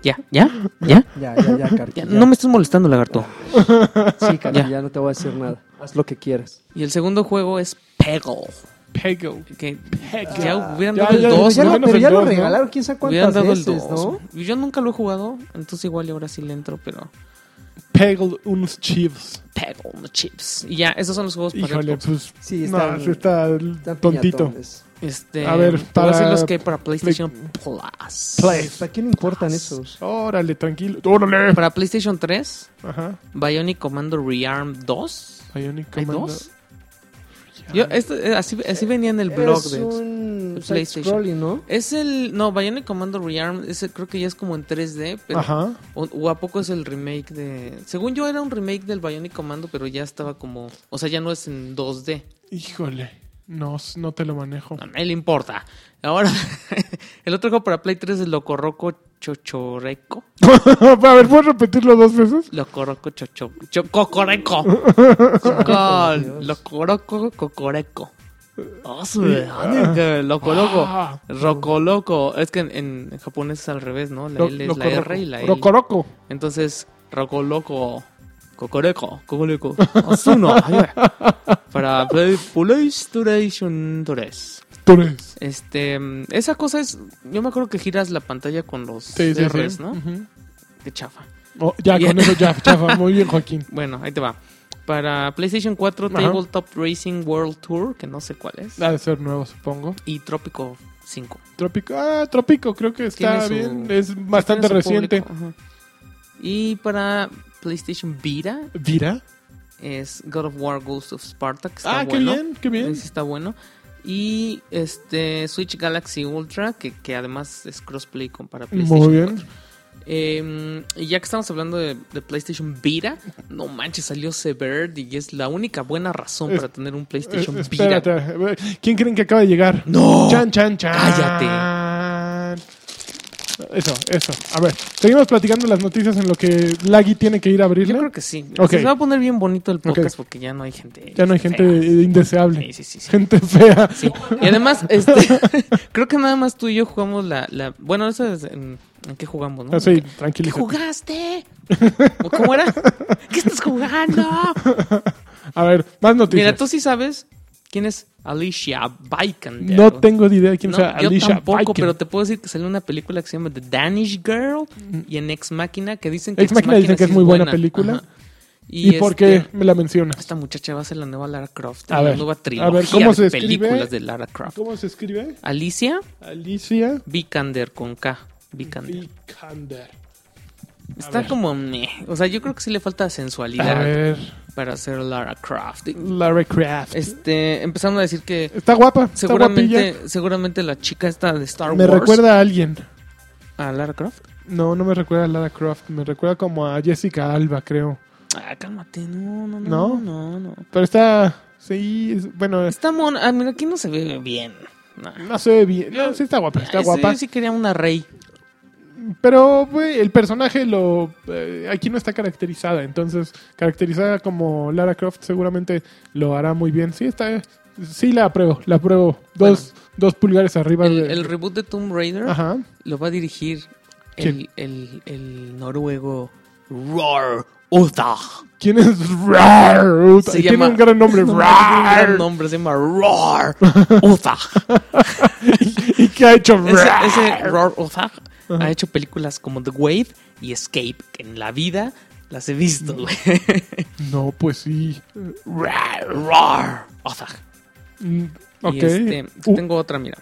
D: Ya, ya,
E: ¿Ya?
B: ya, ya, ya, Karki.
D: ya.
B: Ya.
D: No me estás molestando, lagarto.
B: Sí, Karki,
D: Ya.
B: ya. no te voy a decir nada. Haz lo que quieras.
D: Y el segundo juego es Peggle.
A: Peggle.
D: Que
A: Peggle.
D: ya hubieran
A: Ya,
D: dado Pues el
A: ya,
B: Pero
D: 2,
B: ya,
A: no
B: lo-
A: menos
B: pero
A: el
B: ya lo
A: dos, ¿no?
B: regalaron quién sabe
D: Hubieran
B: cuántas
D: dado el
B: veces,
D: 2.
B: ¿no?
D: Yo nunca lo he jugado, entonces igual y ahora sí le entro, pero
A: Peggle uns Chiefs.
D: Peggle no chips. Y ya, esos son los juegos para
A: Híjole,
D: Xbox.
A: pues.
B: Sí,
A: no,
B: están-
A: sí está
B: Están
A: tontito.
B: piñatones.
D: Este,
A: A ver,
D: te voy a decir
A: para-
D: los que hay para PlayStation Plus.
A: Play.
B: ¿A quién le importan esos?
A: Órale, tranquilo. Órale.
D: Para PlayStation 3,
A: Ajá.
D: Bionic Commando Rearm 2.
A: Bionic
D: ¿Hay
A: Commando.
D: dos? Yo, esto, eh, así, así venía en el blog
B: Es
D: de
B: un
D: de PlayStation.
B: side-scrolling, ¿no?
D: Es el. No, Bionic Commando Rearm. ese creo que ya es como en 3D. Pero,
A: Ajá.
D: O, o a poco es el remake de. Según yo era un remake del Bionic Commando, pero ya estaba como. O sea, ya no es en 2D.
A: Híjole. No, no te lo manejo.
D: A mí le importa. Ahora, el otro juego para Play 3 es Loco Roco Chochoreco.
A: a ver, ¿puedes repetirlo dos veces?
D: Loco Roco Chocho. Cho- Cocoreco. Con Loco Roco Cocoreco. Oh, su madre, Loco Loco.
A: Ah,
D: Roco Loco. Es que en, en japonés es al revés, ¿no? La
A: lo-
D: L es
A: loco,
D: la R y la L.
A: Rocoroco.
D: Entonces, Roco Loco. Cocoreco, Cocoreco, Asuno, para Play- PlayStation 3.
A: Tú eres.
D: Este, mm, esa cosa es, yo me acuerdo que giras la pantalla con los
A: Sí, sí,
D: R's,
A: sí.
D: ¿no?
A: Ujú.
D: Qué chafa.
A: Oh, ya,
D: Bien.
A: con eso ya, chafa. Muy bien, Joaquín.
D: Bueno, ahí te va. Para PlayStation 4,
A: Ajá. Ah.
D: Tabletop Racing World Tour, que no sé cuál es,
A: Ha de ser nuevo, supongo.
D: y Trópico 5.
A: Trópico. Ah, Trópico, creo que está
D: Tiene su-
A: bien. Es bastante
D: Tiene su
A: reciente.
D: público, ajá. Y para PlayStation Vita
A: ¿Vira?
D: es God of War Ghost of Sparta, que está
A: Ah, qué
D: bueno.
A: bien, qué bien.
D: Ese está bueno. Y este Switch Galaxy Ultra, que, que además es crossplay con para PlayStation
A: Muy bien.
D: 4. Eh, y ya que estamos hablando de, de PlayStation Vita, no manches, salió Severed y es la única buena razón
A: Es-
D: para tener un PlayStation
A: Eh,
D: Vita.
A: espérate. a ver, ¿Quién creen que acaba de llegar?
D: ¡No!
A: Chan, chan, chan. Eso, eso. A ver, seguimos platicando las noticias en lo que Laggy tiene que ir a abrirle.
D: Yo creo que sí.
A: Ok.
D: Se va a poner bien bonito el podcast
A: Ok.
D: porque ya no hay gente.
A: Ya no hay gente
D: fea.
A: eh, indeseable.
D: Sí, sí, sí, sí.
A: Gente fea. Ah,
D: Sí. Y además, este, creo que nada más tú y yo jugamos la. la- bueno, eso es. En, ¿en qué jugamos, no?
A: Ah, sí,
D: ¿Qué
A: tranquilízate.
D: jugaste? ¿O ¿Cómo era? ¿Qué estás jugando?
A: A ver, más noticias.
D: Mira, tú sí sabes quién es Alicia Vikander.
A: No tengo ni idea de quién
D: No,
A: sea
D: yo
A: Alicia
D: tampoco,
A: Vikander.
D: pero te puedo decir que salió una película que se llama The Danish Girl y en Ex Máquina que dicen que
A: Mm. Ex Machina dicen que
D: sí
A: es muy buena película.
D: Ajá.
A: ¿Y, por qué
D: este,
A: me la mencionas?
D: Esta muchacha va a ser la nueva Lara Croft,
A: A
D: la
A: ver,
D: nueva
A: a
D: trilogía
A: ver, ¿cómo
D: de
A: se escribe?
D: películas de Lara Croft.
A: ¿Cómo se escribe?
D: Alicia
A: Alicia
D: Vikander con K. Vikander.
A: Vikander.
D: Está
A: ver.
D: como meh. O sea, yo creo que sí le falta sensualidad
A: A ver,
D: para hacer Lara Croft.
A: Lara Craft.
D: Este, empezando a decir que
A: Está guapa, está guapilla.
D: seguramente, seguramente la chica esta de Star
A: Me
D: Wars.
A: recuerda a alguien.
D: a Lara Croft.
A: No, no me recuerda a Lara Croft. Me recuerda como a Jessica Alba, creo.
D: Ah, cálmate, no, no,
A: ¿No?
D: no, no, no.
A: Pero está. Sí, es- bueno,
D: Está mona. Ah, mira, aquí no se ve bien. Nah.
A: no se ve bien. No, sí está guapa, está
D: Ah, sí,
A: guapa.
D: Yo sí quería una rey.
A: Pero güey, el personaje lo eh, aquí no está caracterizada, entonces caracterizada como Lara Croft seguramente lo hará muy bien. Sí está, sí la apruebo, la apruebo. Dos, dos pulgares arriba
D: El,
A: de.
D: el reboot de Tomb Raider
A: Ajá.
D: lo va a dirigir
A: ¿Quién?
D: el, el, el noruego Roar Uta.
A: ¿Quién es Rar? Uta?
D: Se
A: Tiene
D: llama-
A: un gran nombre.
D: No,
A: Rar.
D: tiene un gran nombre, se llama Roar Uta.
A: ¿Y qué ha hecho
D: Ese,
A: Rar?
D: ese Roar Uta ha hecho películas como The Wave y Escape, que en la vida las he visto. güey.
A: No, pues sí.
D: Roar, Roar Uta.
A: Mm, Ok.
D: Y este,
A: Uh,
D: tengo otra, mira.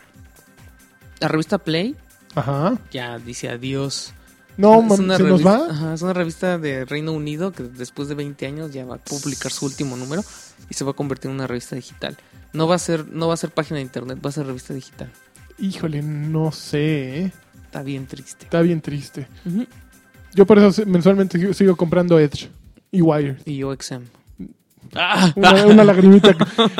D: La revista Play
A: Ajá.
D: ya dice adiós.
A: No,
D: Es
A: mam,
D: una
A: se nos
D: revista-
A: va.
D: ajá, es una revista de Reino Unido que después de 20 años ya va a publicar su último número y se va a convertir en una revista digital. No va a ser, no va a ser página de internet, va a ser revista digital.
A: Híjole, no sé. ¿eh?
D: Está bien triste.
A: Está bien triste.
D: Ujú.
A: Yo por eso si- mensualmente sigo- sigo comprando Edge y Wired.
D: Y yo exam. Ah,
A: Una, una lagrimita.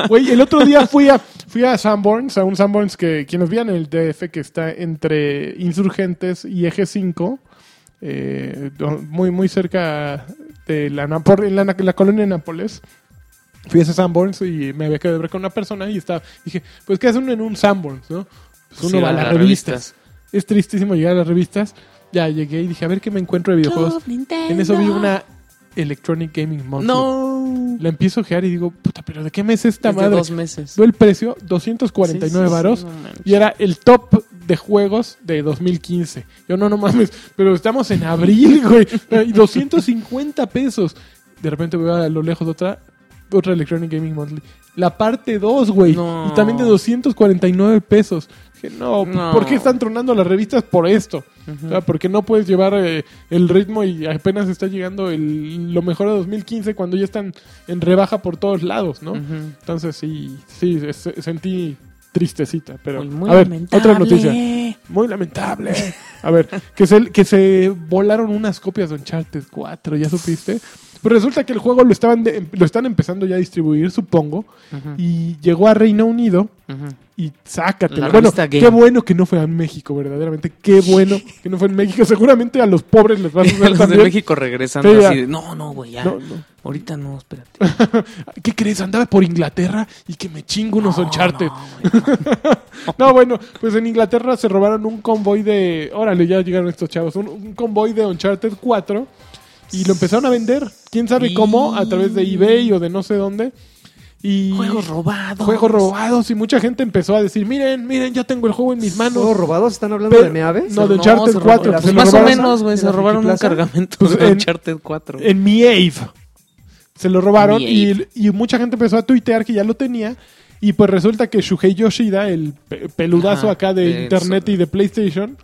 A: Güey, el otro día fui a, fui a Sanborns, a un Sanborns que quienes vean el DF que está entre Insurgentes y Eje 5, eh, do- muy, muy cerca de la, Napo- en la, na- la colonia de Nápoles. Fui a ese Sanborns y me había quedado de ver con una persona y estaba, dije, pues ¿qué hace uno en un Sanborns, no? Pues uno
D: sí,
A: va a
D: las
A: las revistas. Es tristísimo llegar a las revistas. Ya llegué y dije, a ver qué me encuentro de videojuegos. En eso vi una Electronic Gaming Monthly.
D: No.
A: La empiezo a ojear y digo, puta, pero ¿de qué mes es esta
D: Es de
A: madre?
D: dos meses.
A: Veo el precio, 249
D: Sí, sí, sí,
A: varos.
D: no pues manches.
A: y era el top de juegos de 2015. Yo no, no mames, pero estamos en abril, güey. Y 250 pesos. De repente veo a lo lejos otra, otra Electronic Gaming Monthly. La parte 2, güey.
D: No.
A: Y también de 249 pesos. Dije, no,
D: No.
A: ¿por qué están tronando las revistas por esto? O sea, porque no puedes llevar eh, el ritmo y apenas está llegando el, lo mejor de 2015 cuando ya están en rebaja por todos lados, ¿no?
D: Ujú.
A: Entonces sí, sí, se- sentí tristecita, pero
D: Pues Muy- muy
A: a ver,
D: lamentable.
A: otra noticia. Muy lamentable. A ver, que se, que se volaron unas copias de Uncharted 4, ¿ya supiste? Pero resulta que el juego lo estaban de- lo están empezando ya a distribuir, supongo, y llegó a Reino Unido
D: Ujú.
A: y sácate.
D: La
A: Bueno,
D: revista Game.
A: qué bueno que no fue a México, verdaderamente. Qué bueno que no fue en México. Seguramente a los pobres les va a suceder
D: Los de
A: también.
D: México regresando
A: Sí, ya.
D: así de, no, no, güey, ya.
A: No, no.
D: Ahorita no, espérate.
A: ¿Qué crees? Andaba por Inglaterra y que me chingo unos
D: No,
A: Uncharted.
D: no, güey, no.
A: No, bueno, pues en Inglaterra se robaron un convoy de. Órale, ya llegaron estos chavos. Un, un convoy de Uncharted 4 y lo empezaron a vender. Quién sabe cómo, a través de eBay o de no sé dónde. Y
D: Juegos robados.
A: Juegos robados. Y mucha gente empezó a decir: Miren, miren, ya tengo el juego en mis manos.
B: ¿Todos robados? ¿Están hablando
A: Pero-
B: de Meave?
A: No, de
D: No,
A: Uncharted
D: se robaron.
A: 4.
B: Pues
A: se lo
D: Más o
A: robaron
D: menos, güey,
B: en
D: se
B: la
D: robaron un
B: Frikiplaza.
D: cargamento
A: Pues,
D: de
A: en-
D: Uncharted 4.
A: En mi Ave. Se lo robaron
D: Mi
A: y, y mucha gente empezó a tuitear que ya lo tenía. Y pues resulta que Shuhei Yoshida, el pe- peludazo
D: Ajá,
A: acá de
D: de-
A: internet y de PlayStation,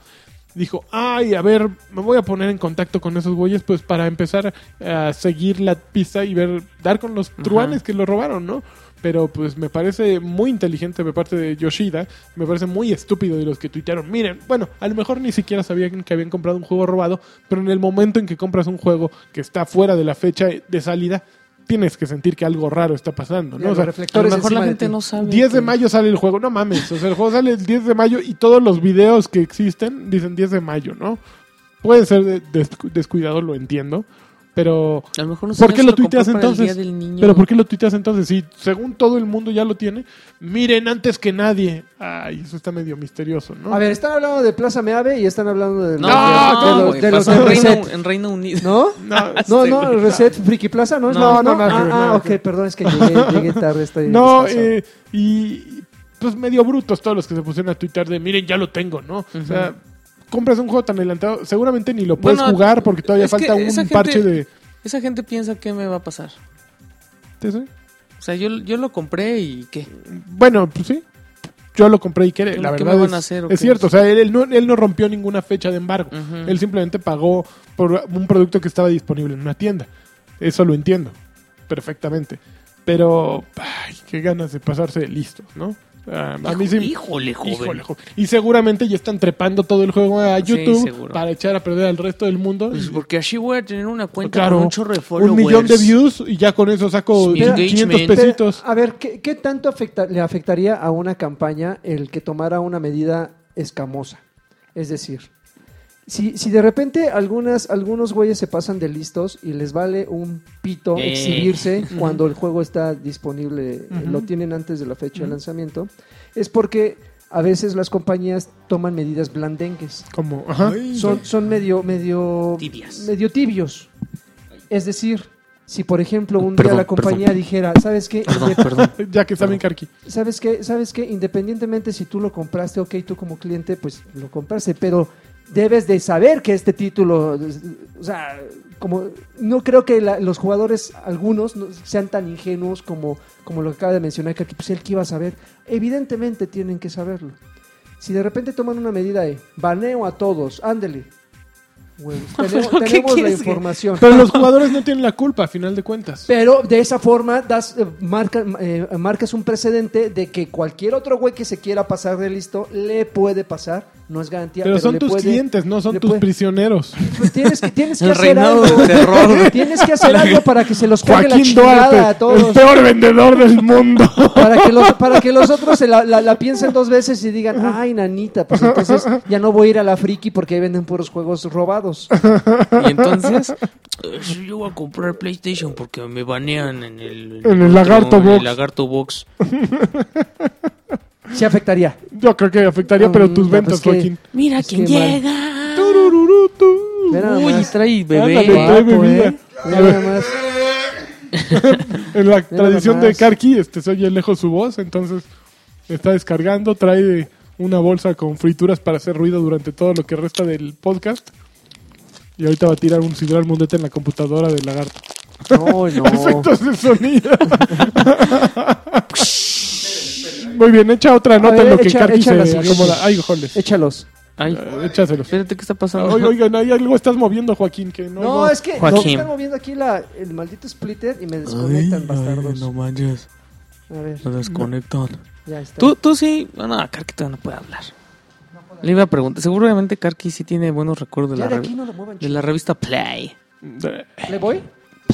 A: dijo, ay, a ver, me voy a poner en contacto con esos güeyes pues para empezar a seguir la pista y ver, dar con los truanes que lo robaron, ¿no? Pero pues me parece muy inteligente de parte de Yoshida, me parece muy estúpido de los que tuitearon, miren, bueno, a lo mejor ni siquiera sabían que habían comprado un juego robado, pero en el momento en que compras un juego que está fuera de la fecha de salida, tienes que sentir que algo raro está pasando, ¿no?
B: Los
A: O sea,
D: a lo
B: reflectores
D: mejor
B: encima
D: la
B: de
D: gente
B: ti.
D: no sabe.
A: 10 de
D: que-
A: mayo sale el juego, no mames. O sea, el juego sale el 10 de mayo y todos los videos que existen dicen 10 de mayo, ¿no? Puede ser de- descu- descuidado, lo entiendo. Pero,
D: A lo mejor no
A: ¿Por
D: sé,
A: qué
D: se
A: lo
D: compró
A: tuiteas
D: para el
A: entonces?
D: Día del niño.
A: ¿pero ¿por qué lo tuiteas entonces? Si según todo el mundo ya lo tiene, miren antes que nadie. Ay, eso está medio misterioso, ¿no?
B: A ver, están hablando de Plaza Meave y están hablando de
D: No,
B: los de,
D: no,
B: los-
D: güey,
B: de los
D: pasó
B: de
D: en, Reino,
B: Reset.
D: en Reino Unido.
B: ¿No?
A: No,
B: No, no, Reset Friki Plaza, ¿no? es
D: No,
B: la-
A: no, no,
B: ah,
A: no,
B: ah,
A: no.
B: ok, perdón, es que llegué, llegué tarde. Estoy
A: No,
B: descansado.
A: eh, y pues medio brutos todos los que se pusieron a tuitear de miren, ya lo tengo, ¿no? O sea, compras un juego tan adelantado, seguramente ni lo puedes
D: Bueno,
A: jugar porque todavía
D: es que
A: falta un
D: esa gente-
A: parche de...
D: Esa gente piensa qué me va a pasar.
A: ¿Sí, sí?
D: O sea, yo, yo lo compré y qué.
A: Bueno, pues sí. Yo lo compré y que la
D: ¿Qué me
A: verdad
D: van
A: es,
D: a hacer o
A: es
D: qué?
A: cierto. O sea, él, él no, él no rompió ninguna fecha de embargo.
D: Ujú.
A: Él simplemente pagó por un producto que estaba disponible en una tienda. Eso lo entiendo perfectamente. Pero, ay, qué ganas de pasarse de listos, ¿no? Ah, a mí sí,
D: Híjole, joven.
A: Híjole, joven. Y seguramente ya están trepando todo el juego a
D: Sí,
A: YouTube
D: seguro.
A: para echar a perder al resto del mundo.
D: Pues
A: Y- pues,
D: porque así voy a tener una cuenta
A: claro,
D: con un chorro de followers.
A: un millón de views y ya con eso saco
D: Mi
A: 500
D: engagement.
B: Pero,
A: pesitos.
B: a ver, ¿qué, qué tanto afecta- le afectaría a una campaña el que tomara una medida escamosa? Es decir, si, si de repente algunas, algunos güeyes se pasan de listos y les vale un pito
D: Eh.
B: exhibirse cuando el juego está disponible, eh,
A: Ujú.
B: lo tienen antes de la fecha de lanzamiento, es porque a veces las compañías toman medidas blandengues
A: Como, ajá.
B: son, son medio, medio,
D: Tibias.
B: medio tibios. Es decir, si por ejemplo un
E: Perdón,
B: día la compañía
E: perdón.
B: dijera, ¿sabes qué?
E: Perdón,
B: Indep-
E: perdón.
A: Ya que saben, Karki.
B: ¿Sabes qué? ¿Sabes qué? Independientemente si tú lo compraste, ok, tú como cliente, pues lo compraste, pero debes de saber que este título, o sea, como no creo que la- los jugadores algunos no sean tan ingenuos como, como lo que acaba de mencionar, que aquí, pues él que iba a saber, evidentemente tienen que saberlo. Si de repente toman una medida de baneo a todos, ándele. Güey, tenemos
D: ¿Qué
B: tenemos la
D: quieres que-
B: información.
A: Pero los jugadores no tienen la culpa, a final de cuentas.
B: Pero de esa forma das, eh, marca- eh, marcas un precedente de que cualquier otro güey que se quiera pasar de listo le puede pasar. No es garantía.
A: Pero son
B: le
A: tus
B: puede-
A: clientes, no son
B: le
A: tus
B: puede-
A: prisioneros.
B: Pues Tienes que, tienes que
D: El
B: hacer
D: reinado
B: algo.
D: del terror.
B: Tienes que hacer algo para que se los cargue la
A: Joaquín
B: chingada a
A: Duarte, el
B: todos.
A: peor vendedor del mundo.
B: Para que, los, para que los otros se la, la- la piensen dos veces y digan, ay, nanita, pues entonces ya no voy a ir a la friki porque ahí venden puros juegos robados.
D: Y entonces, eh, yo voy a comprar PlayStation porque me banean en el,
A: En el lagarto
D: en el
A: box.
D: lagarto box.
B: Sí afectaría.
A: Yo creo que afectaría, pero tus
B: Mm,
A: ventas,
B: pues que-
A: Joaquín.
D: Mira
B: Es
D: quién
B: que mal.
D: llega.
A: Turururu, tu.
B: Ve nada
D: Uy,
B: más.
D: trae
A: Ándale,
D: bebé.
A: trae
B: Guapo,
A: bebida.
B: ¿eh? Ve nada más.
A: En la tradición de
B: más.
A: Karki, este se oye lejos su voz, entonces está descargando, trae una bolsa con frituras para hacer ruido durante todo lo que resta del podcast. Y ahorita va a tirar un sidral mundete en la computadora del lagarto.
B: No, no.
A: Efectos de sonido. Muy bien, echa otra nota
B: ver,
A: en lo que
B: echa-
A: Karki
B: echa la
A: se
B: siguiente.
A: acomoda. Ay, joles.
B: Échalos.
D: Ay,
A: Eh, Échaselos.
D: espérate, ¿qué está pasando?
A: Oigan, oigan, ahí algo estás moviendo, Joaquín, que no.
B: No, es que
E: Joaquín.
B: nos están moviendo aquí la, el maldito splitter y me desconectan, bastardos.
E: manches,
B: A ver,
E: desconectan.
B: ya está.
D: Pues, Tú, tú sí. No, no, Karki todavía no puede hablar. Le iba a preguntar. Seguramente Karki sí tiene buenos recuerdos de
B: ya
D: la,
B: de
D: revi-
B: aquí no lo muevan,
D: de la revista Play.
B: ch- ¿Le voy?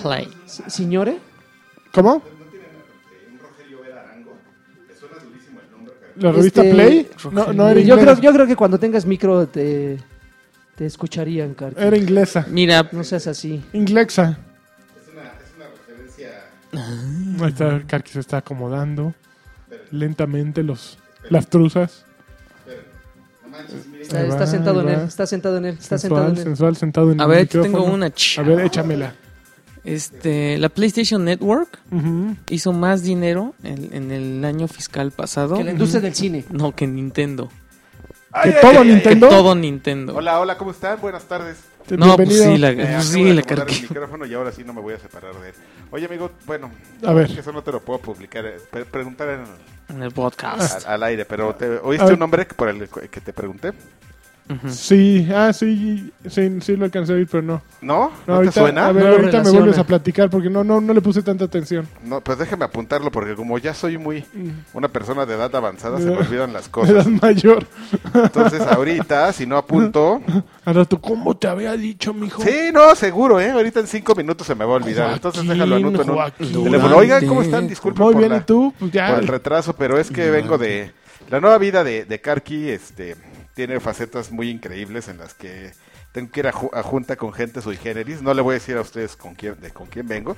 D: Play.
B: Se- ¿Señore?
A: ¿Cómo? ¿La revista
B: Este,
A: Play? No, no era
B: yo,
A: inglesa.
B: creo, yo creo que cuando tengas micro te, te escucharían, Carqui.
A: Era inglesa.
D: Mira,
B: No seas así.
A: Inglexa. Es una,
B: Ah.
A: referencia. Ahí está, Karki se está acomodando. Lentamente los, las truzas.
B: Está,
A: Ahí
B: está
A: va,
B: sentado
A: ahí
B: en él,
A: va.
B: está sentado en él, está
A: Sensual,
B: sentado en él.
A: sensual, sentado en
D: a
A: el
D: ver, aquí tengo
A: micrófono.
D: una
A: A
D: chava.
A: ver, échamela.
D: Este, la PlayStation Network
A: Ujú.
D: hizo más dinero en, en el año fiscal pasado.
B: Que la industria del cine.
D: No, que Nintendo.
A: Que todo Nintendo.
D: Todo Nintendo.
F: Hola, hola, ¿cómo están? Buenas tardes.
D: No, pues
A: Bienvenido.
D: sí, la,
F: Eh,
D: pues
F: acabo
D: sí,
F: de
D: la
F: acomodar
D: cargué.
F: el micrófono y ahora sí no me voy a separar de él. Oye, amigo, bueno,
A: A ver.
F: que eso no te lo puedo publicar, eh, pre- preguntar en-
D: en el podcast.
F: al, al aire, pero te-
A: A
F: ¿oíste
A: ver.
F: un nombre que- por el que te pregunté?
A: Sí, ah, sí, sí, sí lo alcancé a oír, pero no.
F: ¿No?
A: No,
F: ¿No,
A: ahorita,
F: te suena?
A: A ver,
B: No lo
A: ahorita me
B: relaciona.
A: vuelves a platicar porque no, no, no le puse tanta atención.
F: No, pues déjame apuntarlo porque como ya soy muy una persona de edad avanzada, se
A: Mm. De
F: me
A: edad-
F: olvidan las
A: Edad
F: cosas.
A: mayor.
F: Entonces ahorita, si no apunto...
A: Al rato, ¿cómo te había dicho, mijo?
F: Sí, no, seguro, ¿eh? Ahorita en cinco minutos se me va a olvidar. Entonces
A: Joaquín,
F: déjalo anoto en un
A: Joaquín.
F: teléfono. Oigan, ¿cómo están? Disculpen
A: Muy
F: por
A: bien,
F: la-
A: ¿y tú? Pues ya.
F: por el retraso, pero es que vengo de la nueva vida de, de Karki, este tiene facetas muy increíbles en las que tengo que ir a, ju- a junta con gente sui generis. No le voy a decir a ustedes con quién de con quién vengo.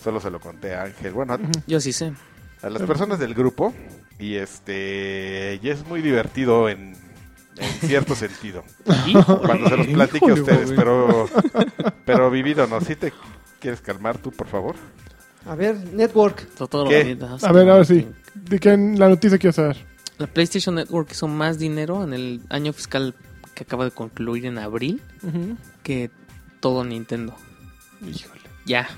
F: Solo se lo conté a Ángel, bueno, a,
D: Yo sí sé.
F: a las personas del grupo y este y es muy divertido en, en cierto sentido. Cuando se los platique a
A: Híjole,
F: ustedes,
A: güey.
F: pero pero vivido no, si te quieres calmar tú, por favor.
B: A ver, Network.
D: Totoro,
F: ¿Qué?
D: ahorita.
A: A ver, ahora sí. ¿De qué la noticia quiero saber?
D: La PlayStation Network hizo más dinero en el año fiscal que acaba de concluir en abril que todo Nintendo.
A: Híjole.
D: Ya.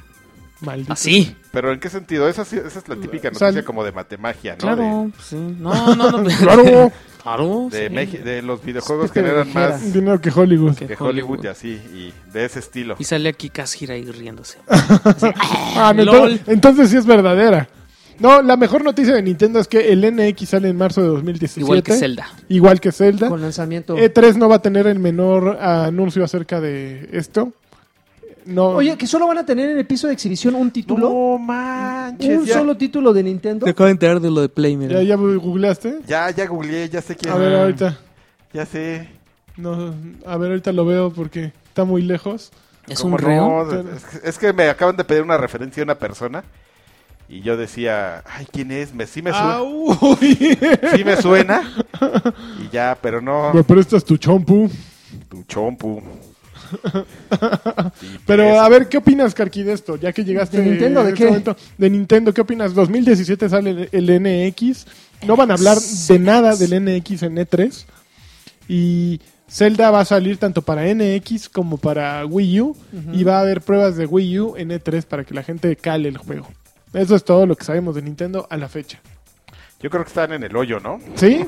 A: Maldito.
D: Así.
A: pues,
F: Pero ¿en qué sentido? Esa, sí- esa es la típica noticia
A: Mm, Sal-
F: como de matemagia, ¿no?
D: Claro, pues sí. No, no, no.
A: Claro.
D: Claro.
F: De, de
D: sí.
F: Meji- de los videojuegos
B: Espérate,
F: generan
B: dijera.
F: más
A: Dinero que Hollywood.
D: Que
F: que Hollywood y así, y de ese estilo.
D: Y sale aquí Kazira ahí riéndose.
A: Ah, no,
D: LOL.
A: entonces, entonces sí es verdadera. No, la mejor noticia de Nintendo es que el NX sale en marzo de 2017.
D: Igual que Zelda.
A: Igual que Zelda.
B: Con lanzamiento.
A: E3 no va a tener el menor anuncio acerca de esto. No.
B: Oye, que solo van a tener en el piso de exhibición un título.
F: No manches.
B: un
F: ya,
B: solo título de Nintendo.
D: Te acabo de enterar de lo de Play, mira.
A: ¿Ya, ya googleaste?
F: ya, ya googleé, ya sé quién.
A: A ver, ahorita.
F: Ya sé.
A: No, a ver, ahorita lo veo porque está muy lejos.
D: Es
F: ¿Cómo
D: un reo.
F: no? Es que- es que me acaban de pedir una referencia de una persona. Y yo decía, ay, ¿quién es? Me, sí, me su-
A: Ah, uy.
F: sí me suena. Y ya, pero no.
A: Me prestas tu chompu.
F: Tu chompu. Y
A: Pero
F: eso.
A: a ver, ¿qué opinas, Carqui, de esto? Ya que llegaste.
B: ¿De Nintendo?
A: en
B: ¿De
A: este
B: qué?
A: de Nintendo, ¿qué opinas? 2017 sale el el NX. No van a hablar de nada del NX en E3. Y Zelda va a salir tanto para NX como para Wii U. Y va a haber pruebas de Wii U en E3 para que la gente cale el juego. Eso es todo lo que sabemos de Nintendo a la fecha.
F: Yo creo que están en el hoyo, ¿no?
A: ¿Sí?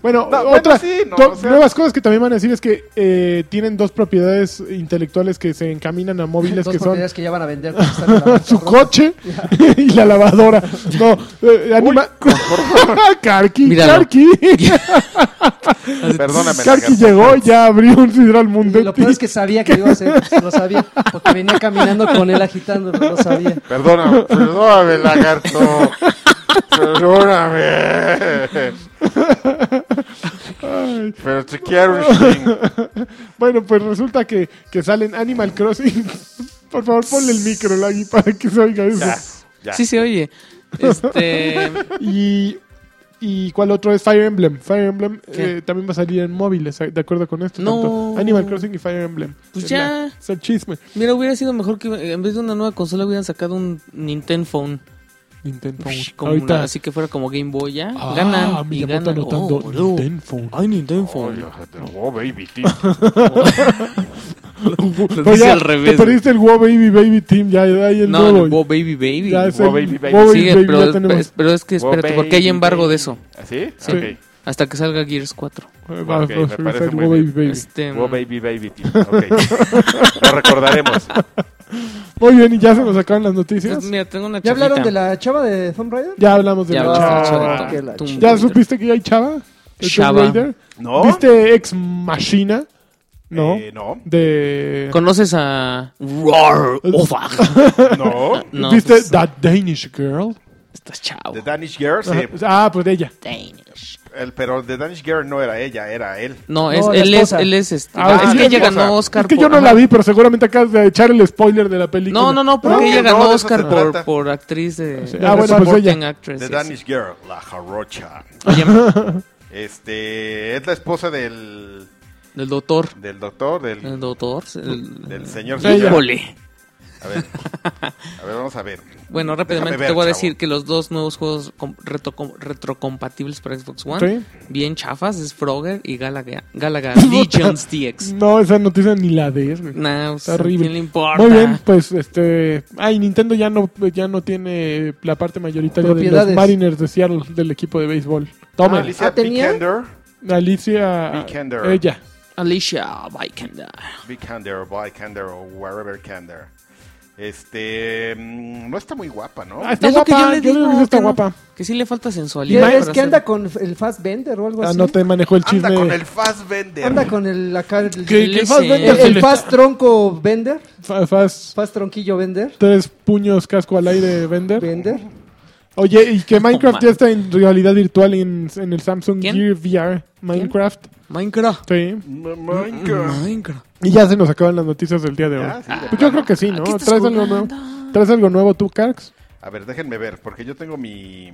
A: Bueno,
F: No,
A: otras
F: bueno, sí, no,
A: to-
F: o sea-
A: nuevas cosas que también van a decir es que eh, tienen dos propiedades intelectuales que se encaminan a móviles
B: Dos
A: que son
B: propiedades que ya van a vender. porque están en la bancarrota.
A: su coche y la lavadora. No, eh, anima... Carqui,
D: Míralo.
A: Carqui.
F: Perdóname.
A: Carqui
F: lagarto.
A: llegó y ya abrió un sidro al mundo.
B: Y lo peor es que sabía que lo iba a hacer. Lo sabía. Porque venía caminando con él agitando. pero Lo sabía.
F: Perdóname, perdóname, lagarto. Perdóname. Pero te quiero un chingo.
A: Bueno, pues resulta que, que salen Animal Crossing. Por favor, ponle el micro, Lagui, para que se oiga eso.
F: Ya, ya.
D: Sí se oye. Este.
A: Y, y cuál otro es Fire Emblem. Fire Emblem
D: ¿Qué?
A: eh, también va a salir en móviles, de acuerdo con esto.
D: No.
A: tanto Animal Crossing y Fire Emblem.
D: Pues
A: Es
D: ya.
A: la- Es el chisme.
D: Mira, hubiera sido mejor que eh, en vez de una nueva consola hubieran sacado un Nintendo Phone.
A: Nintendo.
D: Como
A: Ahorita.
D: una- así que fuera como Game Boy ya.
A: Ah,
D: ganan y
A: Miyamoto
D: ganan.
A: anotando
D: Oh, boludo.
A: Nintendo Phone.
D: Ay, Nintendo
F: Oh,
D: Phone.
F: lagarto. Oh, baby, tío.
D: Lo
A: Pero
D: pues dice
A: ya,
D: al revés.
A: Te perdiste el Wow Baby Baby Team, ya ya hay el
D: No, el
A: nuevo.
D: Bo Baby Baby.
A: ya es
F: Wow
A: el
F: Baby Baby.
A: Wow
D: Sigue,
A: Baby,
D: pero,
A: ya tenemos.
D: es- pero es que
F: Oh,
D: espérate,
F: baby,
D: porque hay embargo de eso.
F: baby. ¿Ah, sí?
D: Sí.
F: Ok.
D: Hasta que salga Gears 4.
A: Eh, va,
F: Ok,
A: va,
F: me
A: va,
F: parece
A: va, el
F: muy
A: Wow
F: bien.
A: Baby Baby.
D: Este,
F: Oh, baby, baby, tío. Ok. Lo recordaremos.
A: Muy bien, y ya se nos acaban las noticias.
D: pues, mira, tengo una
B: ¿Ya hablaron
D: chafita.
B: de la chava de Tomb Raider?
A: Ya hablamos de
D: Ya
A: la
D: hablamos de la
A: chava.
D: chava de
B: que
D: Tom-
B: la
D: Tomb
A: ¿Ya
D: Raider.
A: supiste que ya hay chava? ¿De
D: Chava.
A: Tomb Raider?
F: ¿No?
A: ¿Viste Ex Machina? No.
F: Eh, no.
A: De...
D: ¿Conoces a Roar Ofag?
F: No.
D: No,
A: ¿Viste
D: pues,
A: That Danish Girl?
D: estás chavo.
F: The Danish Girl, sí.
A: Ah, pues de ella.
D: Danish.
F: El- pero The Danish Girl no era ella, era él.
D: No,
B: No,
D: es,
B: la
D: él es,
B: esposa.
D: él es, este,
A: Ah,
D: es
A: sí,
D: que
A: la
D: ella
F: esposa.
D: ganó Oscar
A: es que yo
D: por-
A: no la
D: ajá.
A: vi, pero seguramente acabas de echar el spoiler de la película.
D: No, no, no, porque
F: No,
D: ella
F: no,
D: ganó
F: de eso
D: Oscar
F: se
D: por,
F: trata.
D: por actriz de
A: Ah, bueno, pues
D: supporting
A: ella.
D: actress,
F: The
D: sí,
F: Danish Girl, la jarocha.
D: sí. Ella-
F: Este, es la esposa del,
D: del doctor.
F: del doctor,
D: El
F: del,
D: doctor. El,
F: del señor.
A: Ella.
F: señor.
D: Híjole.
F: A ver, a ver, vamos a ver.
D: Bueno, rápidamente
F: Déjame ver,
D: te voy a
F: chavo.
D: decir que los dos nuevos juegos com- retocom- retrocompatibles para Xbox One,
A: Sí.
D: bien chafas, es Frogger y Galaga, Galaga Legions DX.
A: No, esa noticia ni la des, güey.
D: Nah, pues,
A: Está horrible.
D: ¿quién le importa?
A: Muy bien, pues este. Ay, Nintendo ya no, ya no tiene la parte mayoritaria de los
B: Propiedades.
A: Mariners de Seattle del equipo de béisbol. Toma,
F: Alicia
B: Ah, ¿tenía?
F: Vikander,
A: Alicia. ah,
F: Vikander.
A: Ella.
D: Alicia Vikander.
F: Vikander, Vikander, o wherever Kander. Este, mm, no está muy guapa, ¿no?
A: Ah, está
D: Es lo que yo
A: guapa.
D: le
A: Yo,
D: digo,
A: digo que está
D: que no.
A: guapa.
D: Que sí le falta sensualidad.
B: Ya es
D: para
B: que
D: hacer-
B: anda con el Fast Bender o algo
A: Ah,
B: así.
A: no te manejó el chisme.
F: Anda con el Fassbender.
B: Anda con el acá el,
A: ¿Qué,
D: El
A: qué
D: ese.
A: fast vender
B: el-
A: se
B: el
A: le-
B: Fast Tronco Bender,
A: fa- fast-
B: Fast Tronquillo Bender,
A: Tres puños casco al aire vender.
B: Bender.
A: Oye, y que Minecraft
D: man.
A: ya está en realidad virtual en, en el Samsung
D: ¿Quién?
A: Gear VR. Minecraft.
D: Minecraft.
A: Sí.
F: M- Minecraft.
D: Minecraft.
A: Y ya se nos acaban las noticias del día de hoy.
F: Ah, sí, de
A: Pues yo creo que sí, ¿no?
D: ¿Qué estás
A: ¿Traes algo, nuevo?
D: jugando?
A: ¿Traes algo nuevo tú, Carx?
F: A ver, déjenme ver, porque yo tengo mi...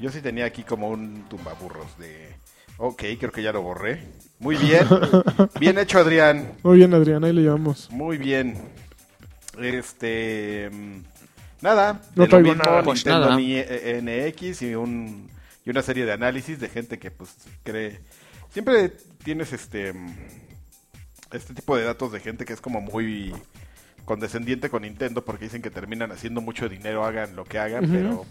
F: Yo sí tenía aquí como un tumbaburros de... Ok, creo que ya lo borré. Muy bien. bien hecho, Adrián.
A: Muy bien, Adrián, ahí le llevamos.
F: Muy bien. Este... mm, Nada.
A: No
F: de lo
A: traigo
F: mismo,
A: nada.
D: Pues
F: Nintendo
D: nada.
F: Ni- eh, NX y, un, y una serie de análisis de gente que pues cree... Siempre tienes este... mm, Este tipo de datos de gente que es como muy... condescendiente con Nintendo porque dicen que terminan haciendo mucho dinero, hagan lo que hagan,
A: Ujú.
F: pero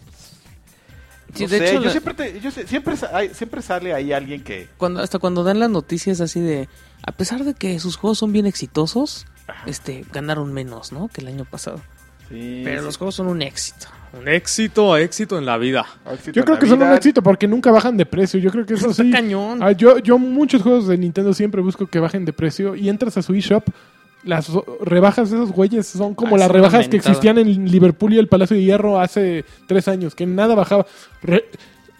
D: Sí,
F: no
D: de
F: sé,
D: hecho,
F: yo
D: la-
F: siempre, te- yo sé- siempre, sa- hay- siempre sale ahí alguien que...
D: cuando, hasta cuando dan las noticias así de, a pesar de que sus juegos son bien exitosos, este, ganaron menos, ¿no? Que el año pasado.
F: Sí,
D: Pero los juegos son un éxito.
G: Un éxito, éxito en la vida.
F: éxito
A: Yo
F: en
A: creo
F: la
A: que son un
F: vida.
A: éxito porque nunca bajan de precio. Yo creo que eso
D: Está
A: sí.
D: cañón.
A: Ah, yo, yo muchos juegos de Nintendo siempre busco que bajen de precio y entras a su eShop. Las o- rebajas de esos güeyes son como
D: Ah,
A: las
D: son
A: rebajas que
D: lamentada.
A: existían en Liverpool y el Palacio de Hierro hace tres años, que nada bajaba. Re-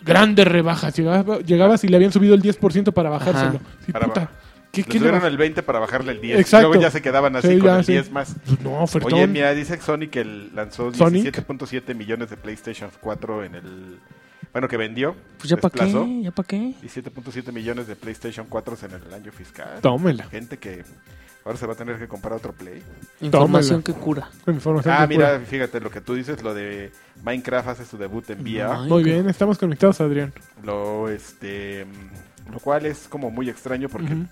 A: grandes rebajas. Llegabas, llegabas y le habían subido el 10% para bajárselo. Sí,
F: Para
A: puta.
F: ba-
A: ¿Qué-
F: Les
A: qué le
F: dieron
A: baj-
F: el 20 para bajarle el 10.
A: Exacto.
F: Luego ya se quedaban así
A: Sí,
F: con
A: ya,
F: el
A: sí.
F: 10 más.
A: No, ofertón.
F: Oye, mira, dice Sony que el- lanzó
A: Sonic.
F: 17.7 millones de PlayStation 4 en el... Bueno, que vendió.
D: Pues ya para
F: desplazó,
D: qué, ya para qué.
F: 17.7 millones de PlayStation 4 en el año fiscal.
A: Tómela.
F: Gente que ahora se va a tener que comprar otro Play.
D: Información que cura.
A: Con información
F: Ah,
A: de
F: mira,
A: pura.
F: fíjate lo que tú dices, lo de Minecraft hace su debut en VR.
D: Ay,
A: Muy
D: qué-
A: bien, estamos conectados, Adrián.
F: Lo, este, mm, lo cual es como muy extraño porque
A: Ujú.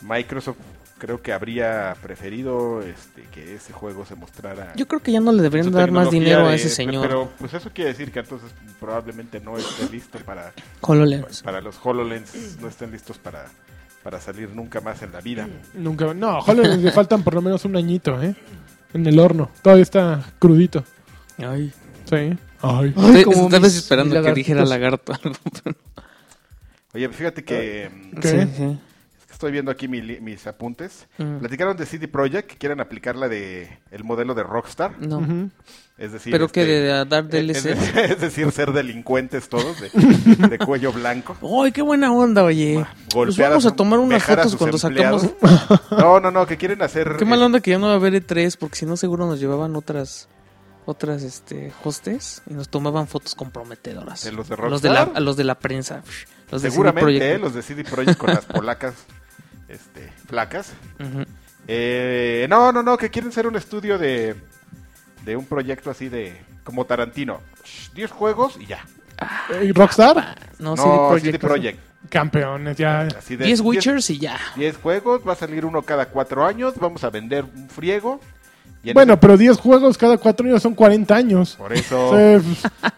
F: Microsoft creo que habría preferido este, que ese juego se mostrara.
D: Yo creo que ya no le deberían
F: su
D: dar más
F: tecnología
D: dinero a
F: de-
D: ese señor.
F: Pero pues eso quiere decir que entonces probablemente no esté listo para,
D: HoloLens.
F: para los HoloLens, no estén listos para, para salir nunca más en la vida.
A: Nunca. No, joder, le faltan por lo menos un añito, ¿eh? En el horno. Todavía está crudito.
D: Ay.
A: Sí. Ay.
B: Ay,
D: Estoy-
B: como
D: estaba
B: mis-
D: esperando
B: mis
D: que dijera
B: lagartos.
D: lagarto.
F: Oye, fíjate que... mm,
A: ¿Qué?
D: Sí, sí.
F: Es que Estoy viendo aquí mi li- mis apuntes.
D: Mm.
F: Platicaron de CD Projekt que quieren aplicar la de el modelo de Rockstar,
D: No.
A: Ujú.
F: es decir,
D: Mm. Pero
F: este, eh,
D: que de, de dar
F: es,
D: DLC.
F: de- es decir, ser delincuentes todos de, de cuello blanco.
D: ¡Ay, qué buena onda, oye! Pues
F: Golpear
D: vamos
F: su-
D: a tomar unas
F: dejar a
D: fotos
F: sus
D: cuando
F: empleados.
D: sacamos.
F: No, no, no, que quieren hacer
D: Qué
F: eh,
D: mala onda que ya no va a haber E3, porque si no, seguro nos llevaban otras otras este hostes y nos tomaban fotos comprometedoras.
F: ¿De los de
D: los de la,
F: Rockstar?
D: a los de la prensa. psh, Los de CD
F: seguramente eh,
D: Projekt.
F: los de CD Projekt con las polacas este flacas.
D: Ujú.
F: Eh, no, no, no, que quieren ser un estudio de de un proyecto así de como Tarantino. Shh, 10 juegos y ya.
A: Eh, Rockstar,
D: No,
F: No,
D: CD Projekt.
F: CD Projekt.
A: campeones, ya.
F: Así de
D: 10
F: Witcher
D: Witchers y ya.
F: 10 juegos, va a salir uno cada 4 años, vamos a vender un friego. y en
A: Bueno,
F: ese-
A: pero 10 juegos cada 4 años son 40 años.
F: por eso,
A: Se,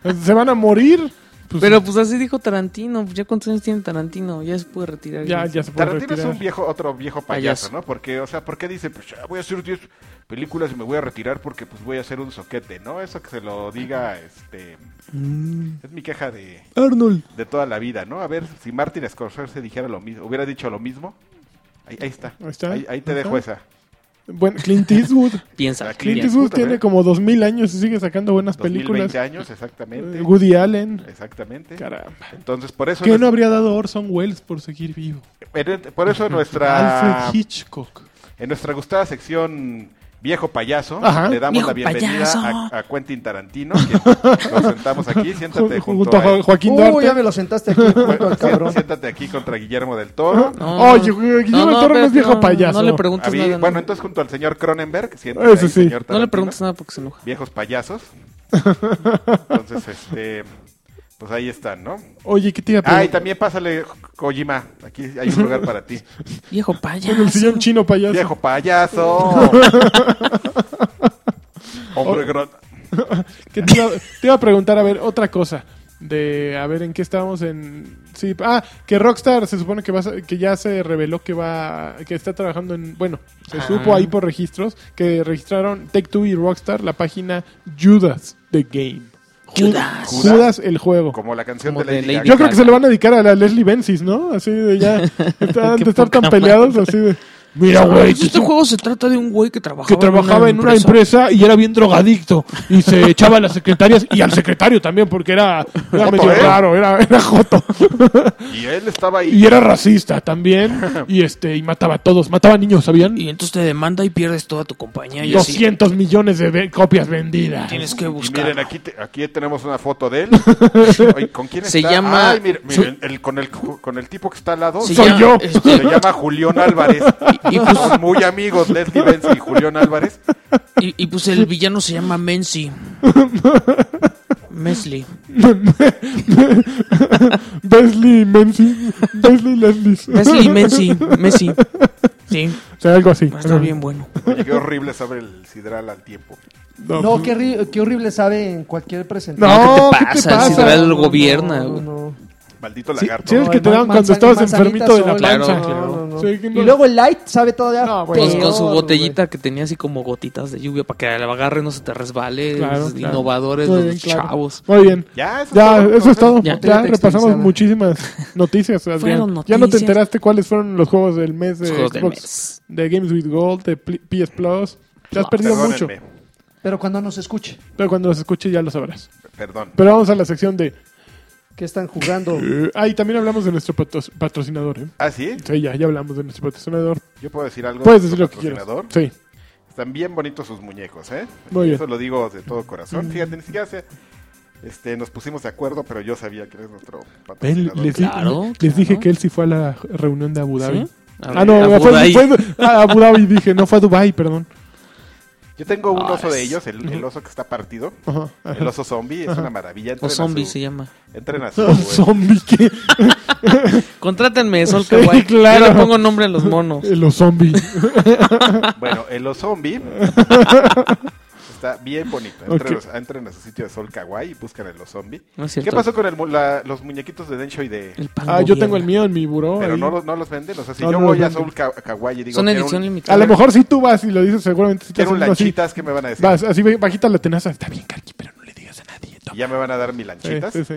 A: pues, se van a morir. Pues,
D: Pero pues así dijo Tarantino. pues, ¿Ya cuántos años tiene Tarantino? Ya se puede retirar.
A: ya, ya se puede
F: Tarantino es
A: retirar. Ah,
F: un viejo, otro viejo payaso,
D: Payaso.
F: ¿no? Porque, o sea, ¿por qué dice, pues ya voy a hacer 10 películas y me voy a retirar porque pues voy a hacer un soquete, ¿no? Eso que se lo diga, este...
A: Mm.
F: Es mi queja de,
A: Arnold.
F: de toda la vida, ¿no? A ver, si Martin Scorsese dijera lo mismo, hubiera dicho lo mismo. Ahí, ahí está.
A: Ahí está.
F: Ahí, ahí te
A: Ahí
F: dejo
A: está.
F: esa.
A: Bueno, Clint Eastwood.
D: Piensa.
A: Clint Eastwood
D: piensa.
F: Eastwood,
A: tiene
F: ¿verdad?
A: como 2000 años y sigue sacando buenas
F: 2020
A: películas.
F: años,
A: Eh,
F: exactamente.
A: Woody Allen.
F: Exactamente.
A: Caramba.
F: Entonces, por eso...
A: ¿Qué
F: nos-
A: no habría dado Orson Welles por seguir vivo?
F: En- Por eso nuestra
A: Alfred Hitchcock.
F: en nuestra gustada sección Viejo Payaso
A: Ajá.
F: le damos
D: Viejo
F: la bienvenida
D: payaso.
F: a, a Quentin Tarantino. que nos sentamos aquí, siéntate
A: Ju-
F: junto,
A: Junto a Jo-
F: a,
A: Joaquín
B: Uy,
A: Duarte.
B: ya me lo sentaste aquí junto al
F: bueno,
B: cabrón.
F: siéntate aquí contra Guillermo del Toro.
D: No,
A: Oye,
D: no.
A: güey,
D: No,
A: Guillermo
D: no,
A: Toro no es
D: espérate,
A: viejo
D: no,
A: payaso.
D: No le preguntes
F: A mí-
D: nada. no.
F: Ah, bueno, entonces junto al señor Cronenberg, siéntate
A: Eso
F: ahí,
A: sí.
F: señor
D: no le
F: Tarantino,
D: preguntes nada porque se enoja.
F: Viejos payasos. Entonces, este, pues ahí están, ¿no?
A: Oye, ¿qué te iba a
F: Ah, y
A: preguntar?
F: también pásale Kojima, aquí hay un lugar para ti.
D: Viejo
A: En el
D: payaso.
A: sillón chino payaso.
F: Viejo payaso. Hombre gran-
A: Que te, iba, te iba a preguntar, a ver, otra cosa. De, a ver, ¿en qué estábamos en...? Sí, ah, que Rockstar se supone que, va, a sa- que ya se reveló que va... Que está trabajando en... Bueno, se supo ahí por registros que registraron Take-Two y Rockstar la página Judas The Game. Ju-
D: Judas.
A: Judas el juego.
F: Como la canción
D: Como
F: de
D: de
F: Lady,
D: Lady
F: Gaga.
A: Yo creo que se le van a dedicar a la Leslie Benzies, ¿no? Así de ya... está-
D: Qué
A: de estar tan
D: poca
A: peleados, así de... Mira, güey,
D: Pues este juego se trata de un güey que trabajaba,
A: que trabajaba en una empresa y era bien drogadicto y se echaba a las secretarias y al secretario también porque era, era
F: Joto,
A: medio
F: ¿eh?
A: raro, era, era joto
F: Y él estaba ahí.
A: y era racista también y este y mataba a todos, mataba a niños, ¿sabían?
D: Y entonces te demanda y pierdes toda tu compañía. Y así
A: 200 millones de ve- copias vendidas.
D: tienes que
F: Y
D: buscar.
F: miren, aquí, te- aquí tenemos una foto de él. Ay, ¿Con quién
D: Se
F: está?
D: llama-
F: Ay, miren, miren, el, con, el, con el tipo que está al lado.
D: Se
F: Se,
A: soy
D: llama-
A: yo.
D: este,
F: llama Julián Álvarez.
D: y, pues
F: Son muy amigos Leslie Benz y Julián Álvarez.
D: y- y pues el villano se llama Menzi. Mesli.
A: Leslie Menzies, Leslie Leslie.
D: Mesli, Menzi, Messi. Sí,
A: O sea, algo así.
D: va a estar bien bueno.
F: Oye, qué horrible sabe el sidral al tiempo.
A: No,
B: No,
A: pues-
B: qué, horri- qué horrible sabe en cualquier presentación.
A: No,
D: ¿qué te
A: ¿qué te
D: pasa? Si te
A: pasa?
D: ve- gobierna, güey.
F: Maldito
A: Sí,
F: lagarto.
A: sí, es que te
B: man-
A: dan cuando
B: manzani-
A: estabas enfermito de la
B: manzanitas
A: panza.
B: solas.
D: Claro,
B: No, no, no.
A: Sí, que no-
B: Y luego el light sabe todavía
A: No, bueno.
D: Pues
B: peor,
D: con su
B: güey.
D: botellita que tenía así como gotitas de lluvia para que la agarre no se te resbale.
A: Claro,
D: es
A: claro.
D: Innovadores
A: Muy
D: los
A: bien, claro.
D: chavos.
A: Muy bien.
F: Ya, eso
A: Ya,
F: es todo.
A: eso es todo.
D: Ya.
A: Ya,
B: Botella
A: repasamos
B: texturizada.
A: muchísimas noticias, Adrián.
D: Fueron
A: Ya no te
D: noticias.
A: enteraste cuáles fueron los juegos del mes de
D: Los juegos del
A: Xbox, de, Games with Gold, de Pl- PS Plus. Te has
D: Plus.
A: perdido mucho,
F: Perdónenme,
B: Pero cuando nos escuche,
A: pero cuando los escuches ya lo sabrás.
F: Perdón.
A: Pero vamos a la sección de...
B: que están jugando.
A: eh, ah, y también hablamos de nuestro patro- patrocinador. ¿eh?
F: ¿Ah, sí?
A: Sí, ya, ya hablamos de nuestro patrocinador.
F: Yo puedo decir algo.
A: Puedes
F: de
A: decir
F: nuestro
A: lo que quieras.
F: patrocinador?
A: Sí.
F: Están bien bonitos sus muñecos, ¿eh?
A: Muy Mm.
F: Eso lo digo de todo corazón. Fíjate, ni siquiera se- este, nos pusimos de acuerdo, pero yo sabía que eres nuestro
A: Ven,
F: patrocinador.
A: les, di-
D: Claro,
A: les
D: claro.
A: dije que él sí fue a la reunión de Abu Dhabi.
D: ¿Sí? A
A: Ah,
D: ver,
A: no,
D: a
A: fue,
D: Budai.
A: fue a Abu Dhabi, dije, no fue a Dubai, perdón.
F: Yo tengo un
D: Ah,
F: oso de
D: es-
F: ellos, el, el oso que está partido.
A: Ajá, ajá.
F: El oso zombie es una
D: O
F: maravilla. Entren a
D: zombie
F: su-
D: se llama.
F: Entren a su. eh,
A: Un zombie que
D: Contrátenme, Sol
A: Sí,
D: Kawaii.
A: claro.
D: Yo le pongo nombre a los monos.
A: los zombies.
F: Bueno, el oso zombie está bien bonito. Entren, a- entren a su sitio de Sol Kawaii y buscan el oso zombie.
D: No es cierto.
F: ¿Qué pasó con el mu- la- los muñequitos de Densho y de.?
D: El pan
A: Ah, yo
D: gobierna.
A: tengo el mío en mi buró.
F: Pero
A: ahí.
F: no los, no los venden. O sea, si
A: No,
F: yo
A: no
F: voy
A: los
F: a Soul
A: venden.
F: Ka- Kawaii y digo.
D: Son
F: quiero
D: edición
F: un-
D: limitada.
A: A lo mejor si tú vas y lo dices, seguramente si te
F: Quiero
A: hacen
F: un
A: uno así.
F: lanchitas, ¿qué me van a decir?
A: Vas así bajita la tenaza. Está bien, Karki, pero no le digas a nadie. toma.
F: Y ya me van a dar mi
A: Sí,
F: lanchitas.
A: sí, sí.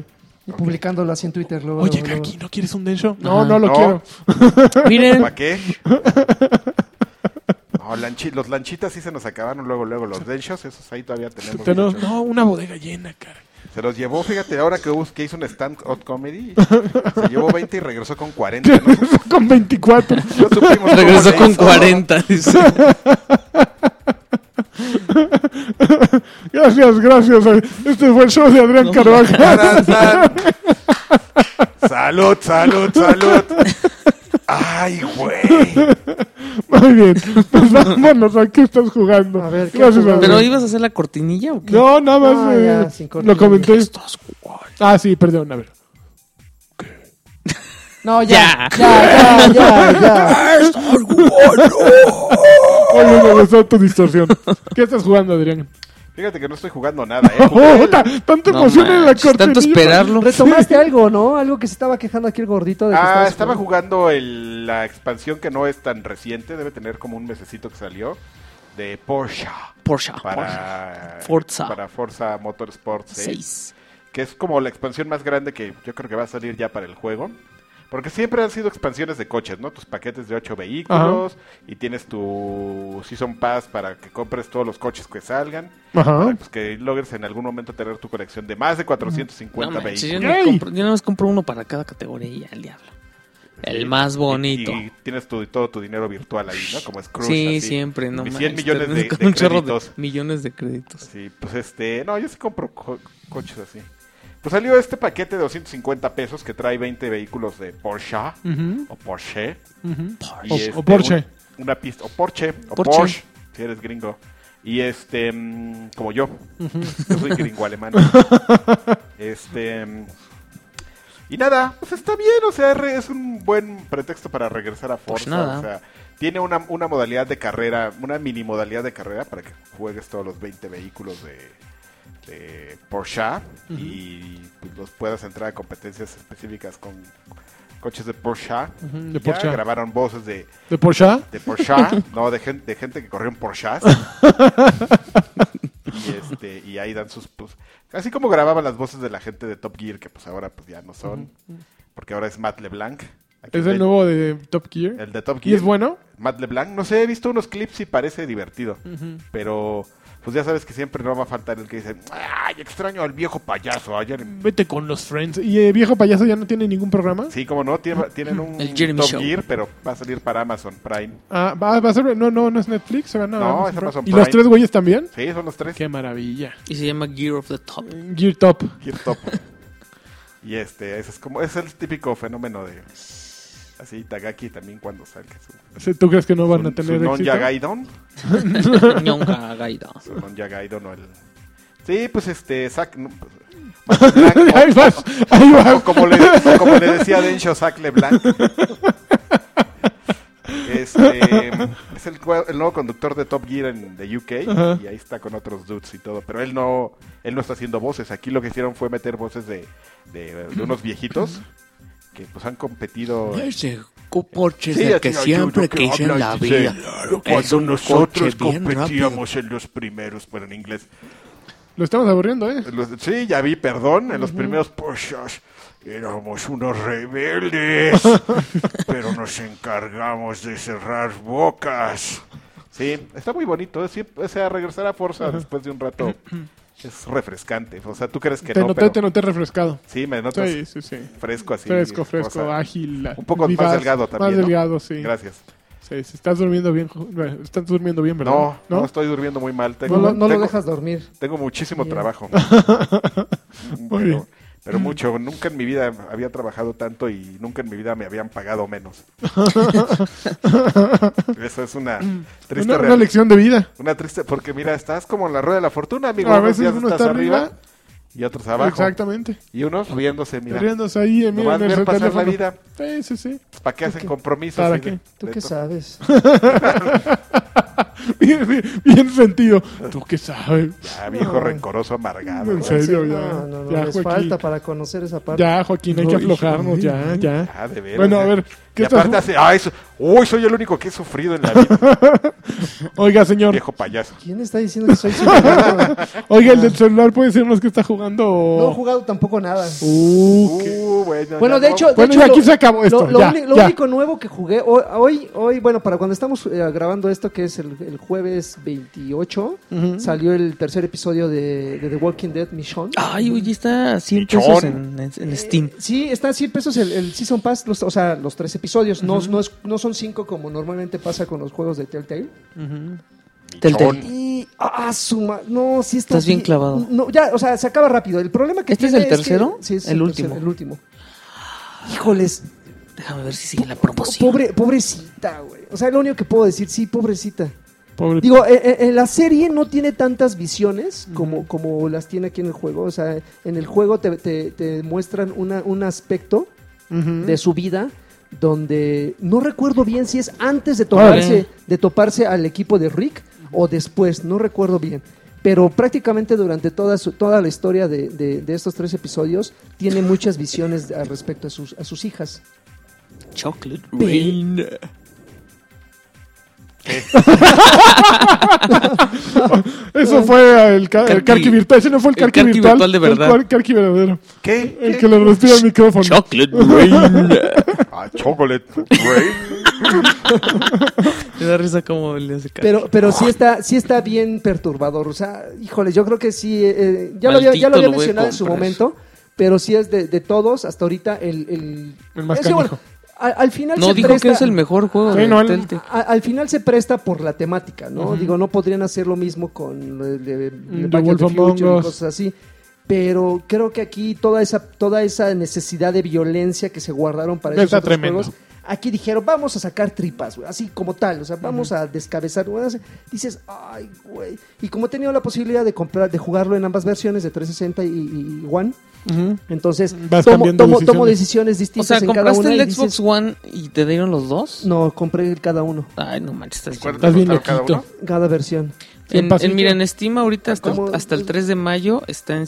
B: Y publicándolo así en Twitter. Luego,
A: Oye,
B: luego, luego.
A: Karki, ¿no quieres un densho? No,
D: Ajá.
A: no lo
F: No.
A: quiero.
D: Miren,
F: ¿Para qué? No, lanchi- los lanchitas sí se nos acabaron luego, luego. Los denchos, esos ahí todavía tenemos.
A: Te- no,
F: muchos.
A: no, una bodega llena, cara.
F: Se los llevó, fíjate, ahora que, hubo- que hizo un stand-up comedy, se llevó 20 y regresó con 40. ¿no?
A: Con 24.
F: No supimos cómo
D: regresó
F: le
D: con
F: hizo.
D: 40. dice.
A: Gracias, gracias. Este fue el show de Adrián Carvajal.
F: Tan, tan. Salud, salud, salud. Ay, güey.
A: Muy bien. Pues vámonos, ¿a qué estás jugando?
B: A ver, ¿qué
A: gracias,
B: jugaste?
A: Adrián.
D: ¿Pero ibas a hacer la cortinilla o qué?
A: No, nada más.
B: No,
A: eh,
B: ya, sin corte.
A: lo comenté. Ah, sí, perdón, a ver.
B: No, ya. Ya, ya, ya, ya.
A: Oye, me gustó tu distorsión. ¿Qué estás jugando, Adrián?
F: Fíjate que no estoy jugando nada, ¿eh?
A: Oh,
F: Jugué el-
A: ta- tanta
D: No
A: emoción en la
D: manches,
A: corte.
D: tanto esperarlo.
B: Retomaste algo, ¿no? Algo que se estaba quejando aquí el gordito. De que
F: Ah,
B: estabas
F: estaba jugando el- la expansión que no es tan reciente, debe tener como un mesecito que salió, de Porsche
D: Porsche.
F: para
D: Forza.
F: para Forza Motorsport 6,
D: 6.
F: que es como la expansión más grande que yo creo que va a salir ya para el juego. Porque siempre han sido expansiones de coches, ¿no? Tus paquetes de ocho vehículos y tienes tu Season Pass para que compres todos los coches que salgan. Para,
A: Ajá.
F: pues, que logres en algún momento tener tu colección de más de 450
D: No manches,
F: vehículos.
D: yo,
A: vehículos.
D: no
A: ¡Ey!
D: compro, yo nada más compro uno para cada categoría y ya, el diablo. El más bonito.
F: Y, y tienes tu, todo tu dinero virtual ahí, ¿no? Como Scrooge.
D: sí,
F: así.
D: siempre, no
F: Y
D: más.
F: 100 millones de,
D: Con
F: de
D: un chorro de
F: créditos.
D: millones de créditos.
F: Sí, pues este... No, yo sí compro co- coches así. Pues salió este paquete de 250 pesos que trae 20 vehículos de Porsche
D: Mm.
A: Ujú,
F: o Porsche.
A: ujú.
F: y
A: O-
F: este,
A: o Porsche.
F: un- una pista. O Porsche. O
D: Porsche.
F: Porsche. Si eres gringo. Y este... mm, Como yo. Yo soy gringo alemán. este... mm, Y nada, pues está bien, o sea, re- es un buen pretexto para regresar a
D: Pues
F: Forza.
D: nada.
F: O sea, tiene una, una modalidad de carrera, una mini modalidad de carrera para que juegues todos los 20 vehículos de, de Porsche y pues, los puedas entrar a competencias específicas con coches de Porsche.
A: Ujú, de
F: Ya
A: Porsche.
F: grabaron voces de,
A: ¿De Porsche?
F: de Porsche, no, de, gen- de gente que corrió en Porsche. y, este, y ahí dan sus... pues, así como grababan las voces de la gente de Top Gear, que pues ahora pues ya no son, porque ahora es Matt LeBlanc. Aquí
A: ¿Es
F: ve-
A: el nuevo de Top Gear?
F: El de Top Gear.
A: ¿Y es bueno?
F: Matt LeBlanc, no sé, he visto unos clips y parece divertido, pero... Pues ya sabes que siempre no va a faltar el que dice, ay, extraño al viejo payaso, ayer en
A: Vete con los Friends. ¿Y eh, Viejo Payaso ya no tiene ningún programa?
F: Sí, como no, tiene- tienen un
D: El Jeremy
F: Top
D: Show.
F: Gear, pero va a salir para Amazon Prime.
A: Ah, va, va a ser... No, no, no es Netflix. Se van a
F: No,
A: Amazon
F: es
A: Prime.
F: Amazon
A: ¿Y los
F: Prime.
A: tres güeyes también?
F: Sí, son los tres.
A: Qué maravilla.
D: Y se llama Gear of the Top.
A: Gear Top.
F: Gear Top. y este, ese es como, es el típico fenómeno de así Tagaki también cuando salga su,
A: Sí, ¿Tú crees que no van a
F: su- su
A: tener
F: non
A: éxito?
F: Yagaidon,
D: Ñonga Gaida.
F: su non Yagaidon o el Sí, pues este, Zack no, pues,
A: ahí vas, ahí
F: o
A: vas.
F: como le, o como le decía Densho Zack LeBlanc. Este, es el, cua- el nuevo conductor de Top Gear en de UK
A: Ajá.
F: y ahí está con otros dudes y todo, pero él no él no está haciendo voces. Aquí lo que hicieron fue meter voces de, de- de unos viejitos que pues han competido.
H: Ese co- coche es
F: Pues. Sí,
H: el
F: así,
H: que
F: "Ay, yo
H: siempre
F: creo que
H: quise en la
F: hablas", dice,
H: vida. Es
F: Cuando
H: un coche
F: nosotros
H: bien rápido.
F: competíamos en los primeros, pero en inglés.
A: Lo estamos aburriendo, ¿eh?
F: Los- sí, ya vi, perdón, en los primeros Porsches éramos unos rebeldes, pero nos encargamos de cerrar bocas. Sí, está muy bonito, es, o sea, regresar a Forza después de un rato es refrescante. O sea, tú crees que
A: Te
F: no,
A: noté,
F: pero
A: te noté refrescado.
F: sí, me notas
A: Sí, sí, sí.
F: fresco así.
A: fresco, fresco,
F: cosa.
A: ágil.
F: Un poco más
A: vivaz,
F: delgado también,
A: Más
F: ¿no?
A: delgado, sí.
F: Gracias.
A: Sí, sí, estás durmiendo bien, jo- bueno, estás durmiendo bien, ¿verdad?
F: No, no, estoy durmiendo muy mal. Tengo,
B: No, lo- no lo
F: tengo-
B: dejas dormir.
F: Tengo muchísimo
B: Bien.
F: trabajo.
A: Muy bien.
F: pero, pero mucho. Nunca en mi vida había trabajado tanto y nunca en mi vida me habían pagado menos. Eso es una triste
A: Una, una
F: realidad.
A: lección de vida.
F: Una triste, porque mira, estás como en la rueda de la fortuna, amigo.
A: A
F: Unos
A: veces
F: días
A: uno
F: estás
A: está arriba,
F: y otros abajo.
A: Exactamente.
F: Y unos riéndose, mira.
A: Riéndose ahí, eh,
F: Nomás
A: miren el
F: ver pasar
A: teléfono.
F: la vida.
A: Sí, sí, sí.
F: ¿Para qué hacen compromisos?
A: ¿Para
F: Y de-
A: qué?
B: ¿Tú
F: de
B: qué
F: to-
B: sabes?
A: bien, bien, bien sentido. ¿Tú qué sabes?
F: Ah, viejo
B: No.
F: rencoroso, amargado. ¿eh?
A: En serio,
B: Sí,
A: ya.
B: No, no, no,
A: Ya,
B: les
A: Joaquín.
B: falta para conocer esa parte.
A: Ya, Joaquín, hay que
B: Ay,
A: aflojarnos, ya, ya.
F: Ah, de veras.
A: Bueno, a ver, ¿qué
F: Y
A: estás-
F: aparte hace, ah, eso, uy, soy el único que he sufrido en la vida,
A: Oiga, señor.
F: viejo Ah. payaso.
B: ¿Quién está diciendo que soy superhéroe?
A: Oiga, el del celular puede ser los que está jugando.
B: No he jugado tampoco nada.
A: Uh, qué-
F: Uh, bueno,
B: Bueno,
F: ya
B: de
F: no-
B: hecho, de
A: Bueno,
B: hecho,
A: ya
B: lo-
A: aquí se acabó esto.
B: Lo, lo
A: ya,
B: uni- lo
A: ya.
B: único nuevo que jugué ho- hoy, hoy, bueno, para cuando estamos eh, grabando esto, que es el, el jueves 28, salió el tercer episodio de, de The Walking Dead Mission.
D: Ay, oye, está a 100
F: Michón.
D: pesos en, en- en Steam.
B: Sí, está a 100 pesos el, el Season Pass, los- o sea, los tres episodios. no, no, es- no son cinco como normalmente pasa con los juegos de Telltale.
D: Telltale.
B: Y. ¡Ah, suma! No, sí está
D: Estás bien clavado.
B: No, ya, o sea, se acaba rápido. El problema que
D: ¿Este es
B: tiene
D: el tercero?
B: que- sí, es
D: El
B: el,
D: último.
B: tercero, el último. Híjoles,
D: Déjame ver si sigue la promoción.
B: pobre, pobrecita, güey. O sea, lo único que puedo decir, sí, pobrecita.
A: Pobre
B: Digo, eh, eh, en la serie no tiene tantas visiones como, como las tiene aquí en el juego. O sea, en el juego te, te- te muestran una, un aspecto de su vida donde no recuerdo bien si es antes de toparse,
D: Órale.
B: de toparse al equipo de Rick o después, no recuerdo bien. Pero prácticamente durante toda, su- toda la historia de, de- de estos tres episodios tiene muchas visiones al respecto a sus, a sus hijas.
D: Chocolate
F: eh.
A: Eso fue el, ca- el
D: Carqui-
A: carqui virtual. Ese no fue el
D: el
A: carqui,
D: carqui
A: virtual.
D: virtual de verdad.
A: El cual- carqui verdadero.
F: ¿Qué?
A: El que le respira el micrófono.
H: Chocolate Rain.
F: Ah, chocolate rain.
D: Te da risa como le hace cara.
B: Pero, pero sí está, sí está bien perturbador. O sea, híjole, yo creo que sí. eh, ya, lo había, ya
D: Maldito
B: lo había
D: lo voy a
B: mencionado en su
D: comprar.
B: momento, pero sí es de, de todos hasta ahorita el, el,
A: El más
B: es que,
A: canijo.
B: al, al final
D: No,
B: se
D: dijo
B: presta-
D: que es el mejor juego
A: Sí,
D: de
A: no, el-
D: Telltale.
B: a- al final se presta por la temática, ¿no? Digo, no podrían hacer lo mismo con el de, de
A: Mm,
B: Back to
A: Wolf
B: the
A: Among
B: Future y
A: Us.
B: cosas así. Pero creo que aquí toda esa, toda esa necesidad de violencia que se guardaron para esos
A: Está
B: otros
A: tremendo.
B: juegos, aquí dijeron, vamos a sacar tripas, güey, así como tal, o sea, vamos a descabezar. güey, así. dices, ay, güey. Y como he tenido la posibilidad de comprar, de jugarlo en ambas versiones, de 360 y, y- y One,
A: Ujú.
B: entonces
A: Mm, Vas
B: tomo,
A: cambiando
B: tomo- tomo
A: decisiones.
B: decisiones
D: O
B: distintas
D: sea,
B: en cada una.
D: ¿compraste
B: y
D: el
B: dices,
D: Xbox One y te dieron los dos?
B: no, compré cada uno,
D: Ay, no manches, estás
F: ¿Cuánto
A: Estás bien
F: costaron cada
A: loquito.
F: uno?
B: cada versión.
A: En
D: En,
A: pasillo.
D: en- mira, en Steam ahorita hasta,
B: Como-
D: hasta el 3 de mayo está en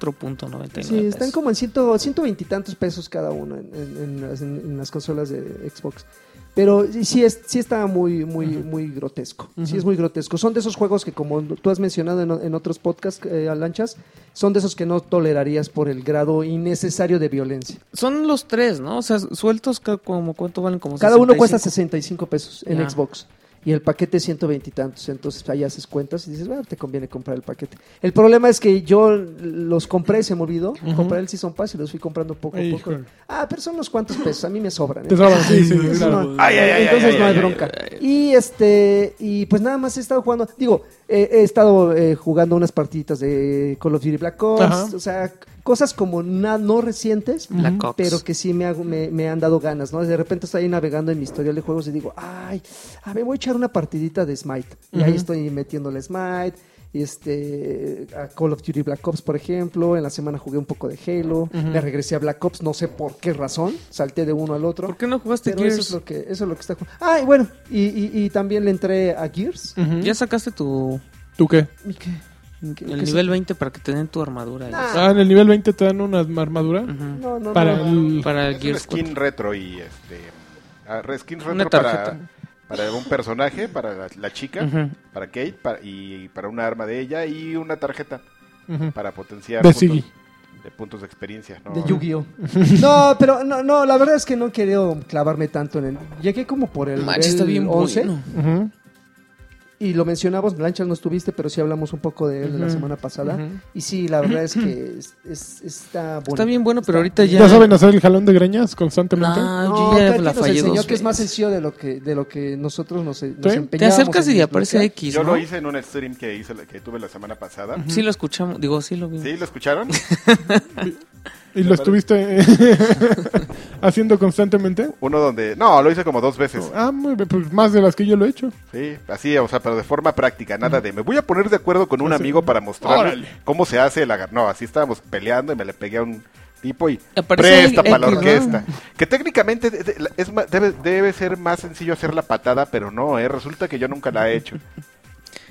D: 104.99.
B: Sí, están como en ciento, 120 y tantos pesos cada uno en, en- en las, en- en las consolas de Xbox. Pero sí- sí, es, sí está muy, muy, muy grotesco. Sí es muy grotesco. Son de esos juegos que, como tú has mencionado en, en otros podcasts, eh, Lanchas, son de esos que no tolerarías por el grado innecesario de violencia.
D: Son los tres, ¿no? O sea, sueltos ca- como cuánto valen como
B: Cada uno cuesta 65
D: 65.
B: pesos en
D: Ya.
B: Xbox. Y el paquete 120 y tantos. Entonces ahí haces cuentas y dices, "Ah, te conviene comprar el paquete. El problema es que yo los compré, se me olvidó. Compré el Season Pass y los fui comprando poco a
A: Ay,
B: poco.
A: híjole.
B: Ah, pero son unos cuantos pesos. A mí me sobran. ¿eh?
A: Te sobran, sí, sí,
B: Entonces,
A: claro.
B: no,
F: Ay, ay, ay,
B: entonces
F: ay,
B: no
F: ay,
B: hay
F: ay,
B: bronca. Y este, y pues nada más he estado jugando. Digo, eh, he estado eh, jugando unas partiditas de Call of Duty Black Ops.
A: Ajá.
B: O sea, cosas como na- no recientes,
D: Black Ops.
B: pero que sí me, hago- me, me han dado ganas, ¿no? De repente estoy ahí navegando en mi historial de juegos y digo, ay, a ver, voy a echar una partidita de Smite. Y ahí estoy metiéndole Smite. este, a Call of Duty Black Ops, por ejemplo. En la semana jugué un poco de Halo. Le regresé a Black Ops, no sé por qué razón. Salté de uno al otro.
D: ¿Por qué no jugaste
B: Pero eso es
D: Gears?
B: lo que, eso es lo que está jugando. Ah, y bueno, y, y- y también le entré a Gears.
A: Ujú.
D: ¿Ya sacaste tu
A: ¿Tú qué?
B: ¿Y qué? ¿Y qué-
D: el
B: qué se-
D: nivel 20 para que te den tu armadura?
B: Nah.
A: Ah, en el nivel 20 te dan una armadura
D: Ujú.
B: No, no,
A: para
B: no.
A: el...
D: Para el
F: Es un
D: Gears
F: skin
D: 4.
F: retro y este. ah, re- Skin
D: Una
F: retro para,
D: tarjeta.
F: para un personaje, para la, la chica,
D: Ujú.
F: para Kate para- y para un arma de ella y una tarjeta
A: Ujú.
F: para potenciar
A: Mm. De
F: puntos,
A: Siggy.
F: de puntos de experiencia. ¿no?
B: De Yu-Gi-Oh! No, pero no, no, la verdad es que no quiero clavarme tanto en el. Llegué como por el
D: Manches, está bien
B: nivel 11
D: bueno.
A: Ujú.
B: y lo mencionamos, Blanchard no estuviste, pero sí hablamos un poco de él la semana pasada. Y sí, la verdad es que es- es- está bueno.
D: Está bien bueno, pero
B: Está-
D: ahorita ya... Ah.
A: ¿Ya saben hacer el jalón de greñas constantemente?
D: Nah,
B: No,
D: yo ya
B: Karki
D: la
B: nos
D: fallé
B: enseñó
D: dos
B: que es más
D: veces.
B: sencillo de lo que, de lo que nosotros nos, nos
A: Sí.
D: Te
B: empeñamos.
D: acercas
B: en
D: y aparece
B: desbloquear.
D: X,
F: Yo
D: ¿no?
F: lo hice en un stream que hice la- que tuve la semana pasada.
D: Sí lo escuchamos, digo, sí lo vi.
F: ¿Sí? ¿Lo escucharon?
A: ¿Y lo estuviste haciendo constantemente?
F: Uno donde... No, lo hice como dos veces.
A: Ah, muy bien, pues más de las que yo lo he hecho.
F: Sí, así, o sea, pero de forma práctica, nada de... Me voy a poner de acuerdo con un amigo para mostrarle cómo se hace el agar... No, así estábamos peleando y me le pegué a un tipo y...
D: Aparece
F: Presta
D: el-
F: para la
D: el-
F: orquesta. Que técnicamente de- de- la- es ma- debe, debe ser más sencillo hacer la patada, pero no, ¿eh? Resulta que yo nunca la he hecho.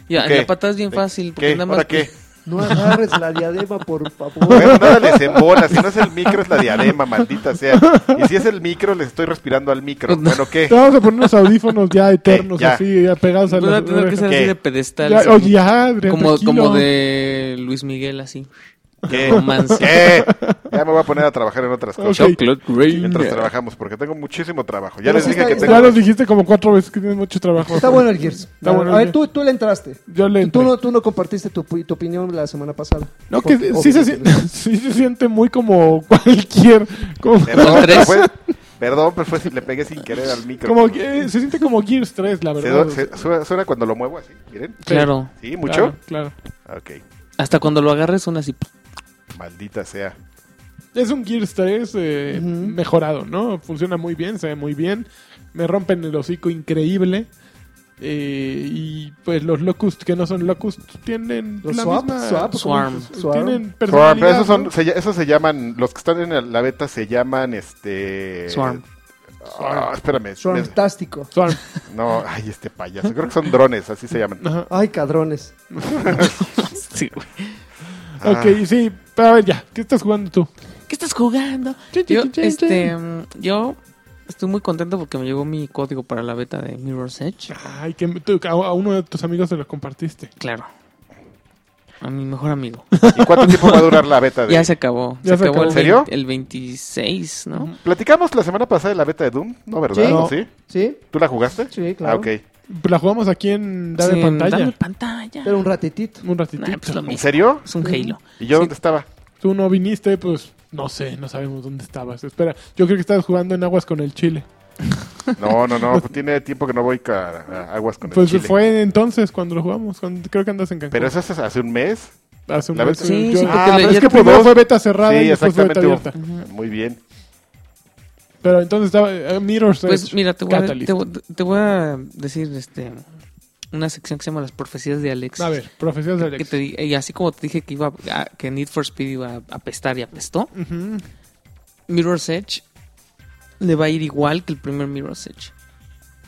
D: Ya,
F: ¿Qué?
D: la patada es bien fácil, porque
F: ¿Qué?
D: nada
F: ¿Ahora
D: más... pues,
F: qué?
B: No agarres la diadema, por favor.
F: Bueno, nada les embola. Si no es el micro, es la diadema, maldita sea. Y si es el micro, les estoy respirando al micro. Bueno, ¿qué?
A: Te vamos a poner unos audífonos ya eternos,
F: Eh. Ya.
A: así, ya pegados a
D: Van
A: la
D: pues, a tener que ser
F: ¿Qué?
D: así de pedestal.
A: Ya,
D: así,
A: oye, ya, Adrián,
D: como,
A: tranquilo.
D: como de Luis Miguel, así.
F: ¿Qué?
D: Romance.
F: ¿Qué? Ya me voy a poner a trabajar en otras cosas.
A: Ok.
F: Mientras trabajamos, porque tengo muchísimo trabajo. Ya
B: Pero
F: les
B: sí
F: dije
B: está-
F: que
B: está
A: Ya
F: tengo...
A: lo dijiste como cuatro veces que tienes mucho trabajo.
B: Está bueno el Gears.
A: Está bueno el
B: a ver,
A: Gears.
B: tú, tú le entraste.
A: Yo le
B: Tú
A: entré.
B: no, tú no compartiste tu, pu- tu opinión la semana pasada.
A: No,
B: Por-
A: que sí se, siente,
B: Pues, obviamente.
A: sí se siente muy como cualquier. Como,
F: Perdón,
D: Tres.
F: pero fue... Perdón, pero fue si le pegué sin querer al micro.
A: como que, eh, se siente como Gears 3, la
F: Se
A: verdad.
F: do- se- suena, suena cuando lo muevo así, miren.
D: Claro.
F: ¿Sí? ¿Mucho?
A: Claro, claro.
F: Ok,
D: Hasta cuando lo agarres son así.
F: maldita sea.
A: Es un Gears 3 eh,
B: Ujú.
A: mejorado, ¿no? Funciona muy bien, se ve muy bien. Me rompen el hocico increíble. Eh, y pues los Locust, que no son Locust, tienen
B: Los
A: la
B: Swap,
A: misma-
B: Swap, ¿cómo
D: Swarm.
B: dices? Swarm.
A: Tienen
F: Swarm, pero
A: personalidad.
F: esos, son,
A: ¿no?
F: se, ll- esos se llaman, los que están en la beta se llaman este.
D: Swarm.
F: Ah, espérame.
B: Swarm,
F: me-
B: fantástico.
A: Swarm.
F: no, ay, este payaso. Creo que son drones, así se llaman.
A: Ajá.
B: Ay, cadrones.
D: Sí, güey.
F: Ah.
A: Ok, sí, pero a ver ya, ¿qué estás jugando tú?
D: ¿Qué estás jugando?
A: Chin, chin,
D: Yo,
A: chin, chin,
D: este,
A: chin.
D: mm, yo estoy muy contento porque me llegó mi código para la beta de Mirror's Edge.
A: Ay, que tú- a, a uno de tus amigos se los compartiste.
D: Claro. A mi mejor amigo.
F: ¿Y cuánto tiempo va a durar la beta de.?
D: Ya se acabó.
A: Ya se acabó.
D: el
F: ¿En serio?
D: 20 el 26, ¿no?
F: Platicamos la semana pasada de la beta de Doom, ¿no, verdad?
B: Sí.
F: ¿No?
A: No.
F: ¿Sí?
B: ¿Sí?
F: ¿Tú la jugaste?
B: Sí, claro.
F: Ah, ok.
A: La jugamos aquí en Dame
D: Sí,
A: Pantalla.
D: Dame pantalla.
B: Pero un ratitito.
A: Un ratitito.
D: Nah, pues lo
F: ¿En
D: mismo.
F: serio?
D: Es un Halo.
F: ¿Y yo dónde estaba?
A: Tú no viniste, pues no sé, no sabemos dónde estabas. Espera, yo creo que estabas jugando en aguas con el Chile.
F: No, no, no. pues tiene tiempo que no voy a, a aguas con el
A: Pues
F: chile.
A: fue entonces cuando lo jugamos. cuando- creo que andas en Cancún.
F: Pero eso es hace un mes.
A: Hace un
F: la
A: mes,
F: vez-
D: Sí,
A: yo-
D: sí,
A: Ah,
D: porque le-
A: pero es
D: ya-
A: que primero
F: tuvo-
A: fue beta cerrada
F: sí,
A: y después fue beta
F: exactamente.
A: abierta.
F: hubo- Muy bien.
A: Pero entonces estaba eh, Mirror's
D: Pues
A: Edge
D: mira, te voy, a,
A: Catalyst.
D: te voy- te voy a decir este una sección que se llama Las profecías de Alex.
A: A ver, profesiones de
D: Que
A: Alex.
D: te di- y así como te dije que iba a- que Need for Speed iba a apestar y apestó,
A: Ujú.
D: Mirror's Edge le va a ir igual que el primer Mirror's Edge.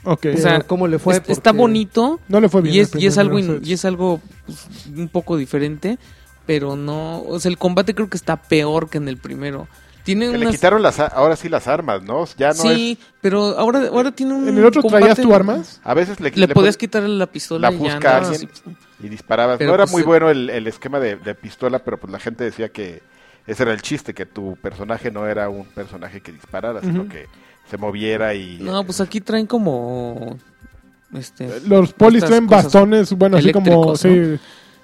A: Ok.
B: Pero,
D: O sea,
B: ¿cómo le fue?
D: Es- Está
B: Porque-
D: bonito
A: no le fue bien.
D: y
A: el
D: es, y
A: primer
D: es algo
A: Mirror's
D: in-
A: Edge.
D: y es algo pues, un poco diferente, pero no, o sea, el combate creo que está peor que en el primero. Tiene
F: Que le
D: unas-
F: quitaron las, a- ahora sí las armas, ¿no? Ya no es...
D: sí, pero ahora ahora tiene un
A: ¿En el otro traías
D: combate-
A: tu armas?
F: A veces le,
D: Le,
F: le
D: podías
F: pon-
D: quitar la pistola
F: la
D: y ya
F: fusca a
D: andabas
F: alguien.
D: así.
F: y disparabas.
D: Pero
F: no era
D: pues
F: muy
D: el-
F: bueno el, el esquema de, de pistola, pero pues la gente decía que ese era el chiste, que tu personaje no era un personaje que disparara, sino que se moviera y...
D: No, pues aquí traen como este
A: Los polis
D: Estas
A: traen
D: cosas
A: bastones, bueno, así como.
D: eléctricos,
A: Sí,
D: ¿no? y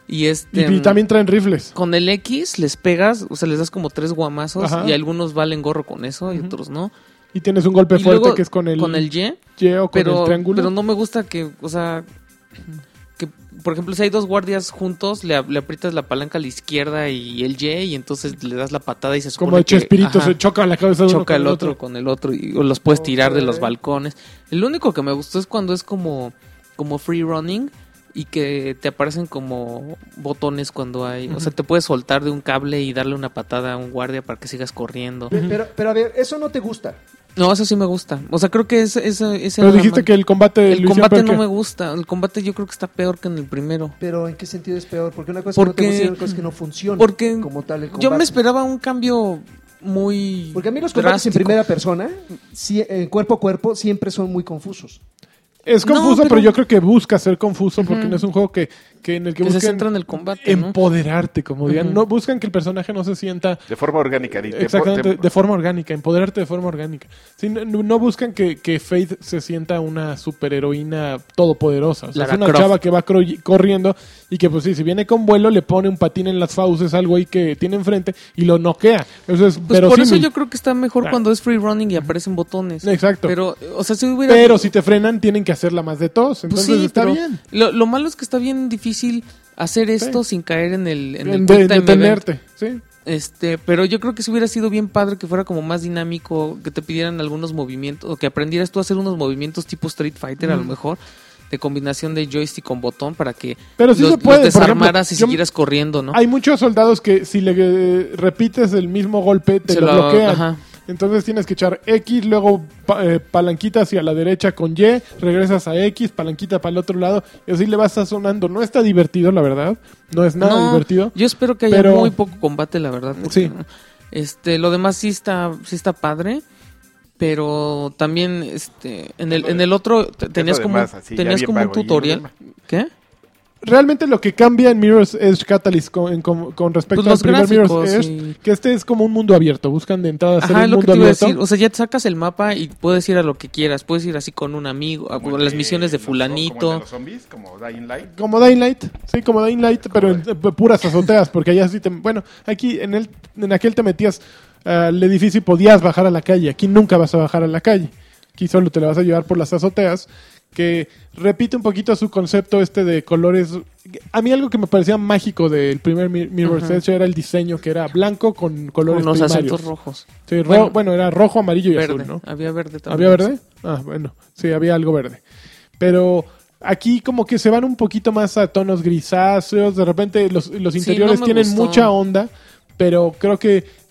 A: y,
D: este
A: y también traen rifles.
D: con el X les pegas, o sea, les das como tres guamazos
A: Ajá.
D: y algunos valen gorro con eso y otros no.
A: Y tienes un golpe
D: y
A: fuerte
D: luego
A: que es con el,
D: con el Y,
A: Y o con el
D: pero
A: triángulo.
D: pero no me gusta que, o sea, que por ejemplo, si hay dos guardias juntos, le, a- le aprietas la palanca a la izquierda y el Y y entonces le das la patada y se supone
A: como de
D: que-
A: Chespirito
D: ajá.
A: se choca la cabeza de uno
D: choca
A: con
D: el otro, con el otro y o los puedes tirar de los
B: Ok.
D: balcones. El único que me gustó es cuando es como, como free running y que te aparecen como botones cuando hay. O sea, te puedes soltar de un cable y darle una patada a un guardia para que sigas corriendo.
B: Pe- Pero, pero a ver, eso no te gusta.
D: No, eso sí me gusta. O sea, creo que es, esa esa
A: Pero
D: era la
A: dijiste
D: ma-
A: que el combate
D: el
A: lo hicieron
D: combate
A: peor
D: no
A: que-
D: me gusta. El combate yo creo que está peor que en el primero.
B: Pero ¿en qué sentido es peor? Porque una cosa es que
D: Porque-
B: no te gusta y otra cosa es que no funciona
D: porque
B: como tal el combate.
D: Yo me esperaba un cambio muy.
B: Porque a mí los combates en
D: drástico.
B: primera persona, sí, en cuerpo a cuerpo, siempre son muy confusos.
A: Es
D: No,
A: confuso, pero...
D: pero
A: yo creo que busca ser confuso porque no es un juego que, que en el que,
D: Que se
A: buscan
D: centra en el combate. ¿no?
A: empoderarte, como dirían.
D: Ujú.
A: No buscan que el personaje no se sienta
F: De forma orgánica. ni te-
A: exactamente
F: te-
A: de forma orgánica, empoderarte de forma orgánica. Sí, no, no buscan que, que Faith se sienta una superheroína todopoderosa. O sea, es
D: Lara
A: una
D: Croft.
A: chava que va croy- corriendo y que, pues sí, si viene con vuelo, le pone un patín en las fauces al güey que tiene enfrente y lo noquea. Eso es
D: Pues por eso
A: verosímil.
D: yo creo que está mejor
A: Ah.
D: cuando es free running y aparecen botones.
A: Exacto. Pero,
D: Pero, o sea, si hubiera.
A: si te frenan, tienen que hacerla más de todos.
D: Pues
A: Entonces
D: sí,
A: está
D: pero
A: bien.
D: Lo, lo malo es que está bien difícil hacer esto sin caer en el. En el
A: En de-
D: quick time event.
A: detenerte. Sí.
D: Este, pero yo creo que si hubiera sido bien padre que fuera como más dinámico, que te pidieran algunos movimientos, o que aprendieras tú a hacer unos movimientos tipo Street Fighter,
A: Mm.
D: a lo mejor, de combinación de joystick con botón para que
A: Pero sí
D: los,
A: se puede,
D: los
A: por ejemplo,
D: desarmaras y
A: yo-
D: siguieras corriendo, ¿no?
A: Hay muchos soldados que si le eh, repites el mismo golpe te
D: Se
A: lo,
D: lo-
A: bloquean.
D: ajá.
A: Entonces tienes que echar X, luego pa- eh, palanquita hacia la derecha con Y, regresas a X, palanquita para el otro lado y así le vas sazonando. No está divertido, la verdad. No es nada
D: No,
A: divertido.
D: Yo espero que haya
A: Pero-
D: muy poco combate, la verdad. porque,
A: Sí.
D: Este, lo demás sí está, sí está padre. Pero también, este, en el, en el otro te- tenías como,
F: demás, así, ya
D: tenías
F: bien
D: como un
F: vago, y lo
D: tutorial.
F: demás.
D: ¿Qué?
A: Realmente lo que cambia en Mirror's Edge Catalyst con, en- con- con respecto
D: Pues los
A: al primer Mirror's
D: gráficos
A: Edge,
D: y-
A: que este es como un mundo abierto. Buscan de entrada hacer
D: Ajá, es
A: un
D: lo que
A: mundo
D: te iba a
A: abierto.
D: decir. O sea, ya te sacas el mapa y puedes ir a lo que quieras. Puedes ir así con un amigo, a-
F: Como
D: con
F: el
D: Ah, las misiones de
F: los-
D: fulanito.
F: Como el de los zombies, como Dying Light.
A: Como Dying Light, sí, como Dying Light, pero en eh, puras azoteas, porque allá sí te... Bueno, aquí en, el, en aquel te metías al edificio y podías bajar a la calle, aquí nunca vas a bajar a la calle, aquí solo te la vas a llevar por las azoteas, que repite un poquito su concepto este de colores... A mí algo que me parecía mágico del primer Mir- Mirror's Edge era el diseño, que era blanco con colores
D: Con los
A: primarios.
D: acentos rojos.
A: Sí, ro- bueno,
D: Bueno.
A: era rojo, amarillo y
D: Verde.
A: azul, ¿no?
D: Había verde
A: ¿Había
D: también.
A: verde? Ah, bueno, sí, había algo verde. Pero aquí como que se van un poquito más a tonos grisáceos, de repente los, los
D: Sí,
A: interiores
D: no me
A: tienen
D: gustó.
A: mucha onda, pero creo que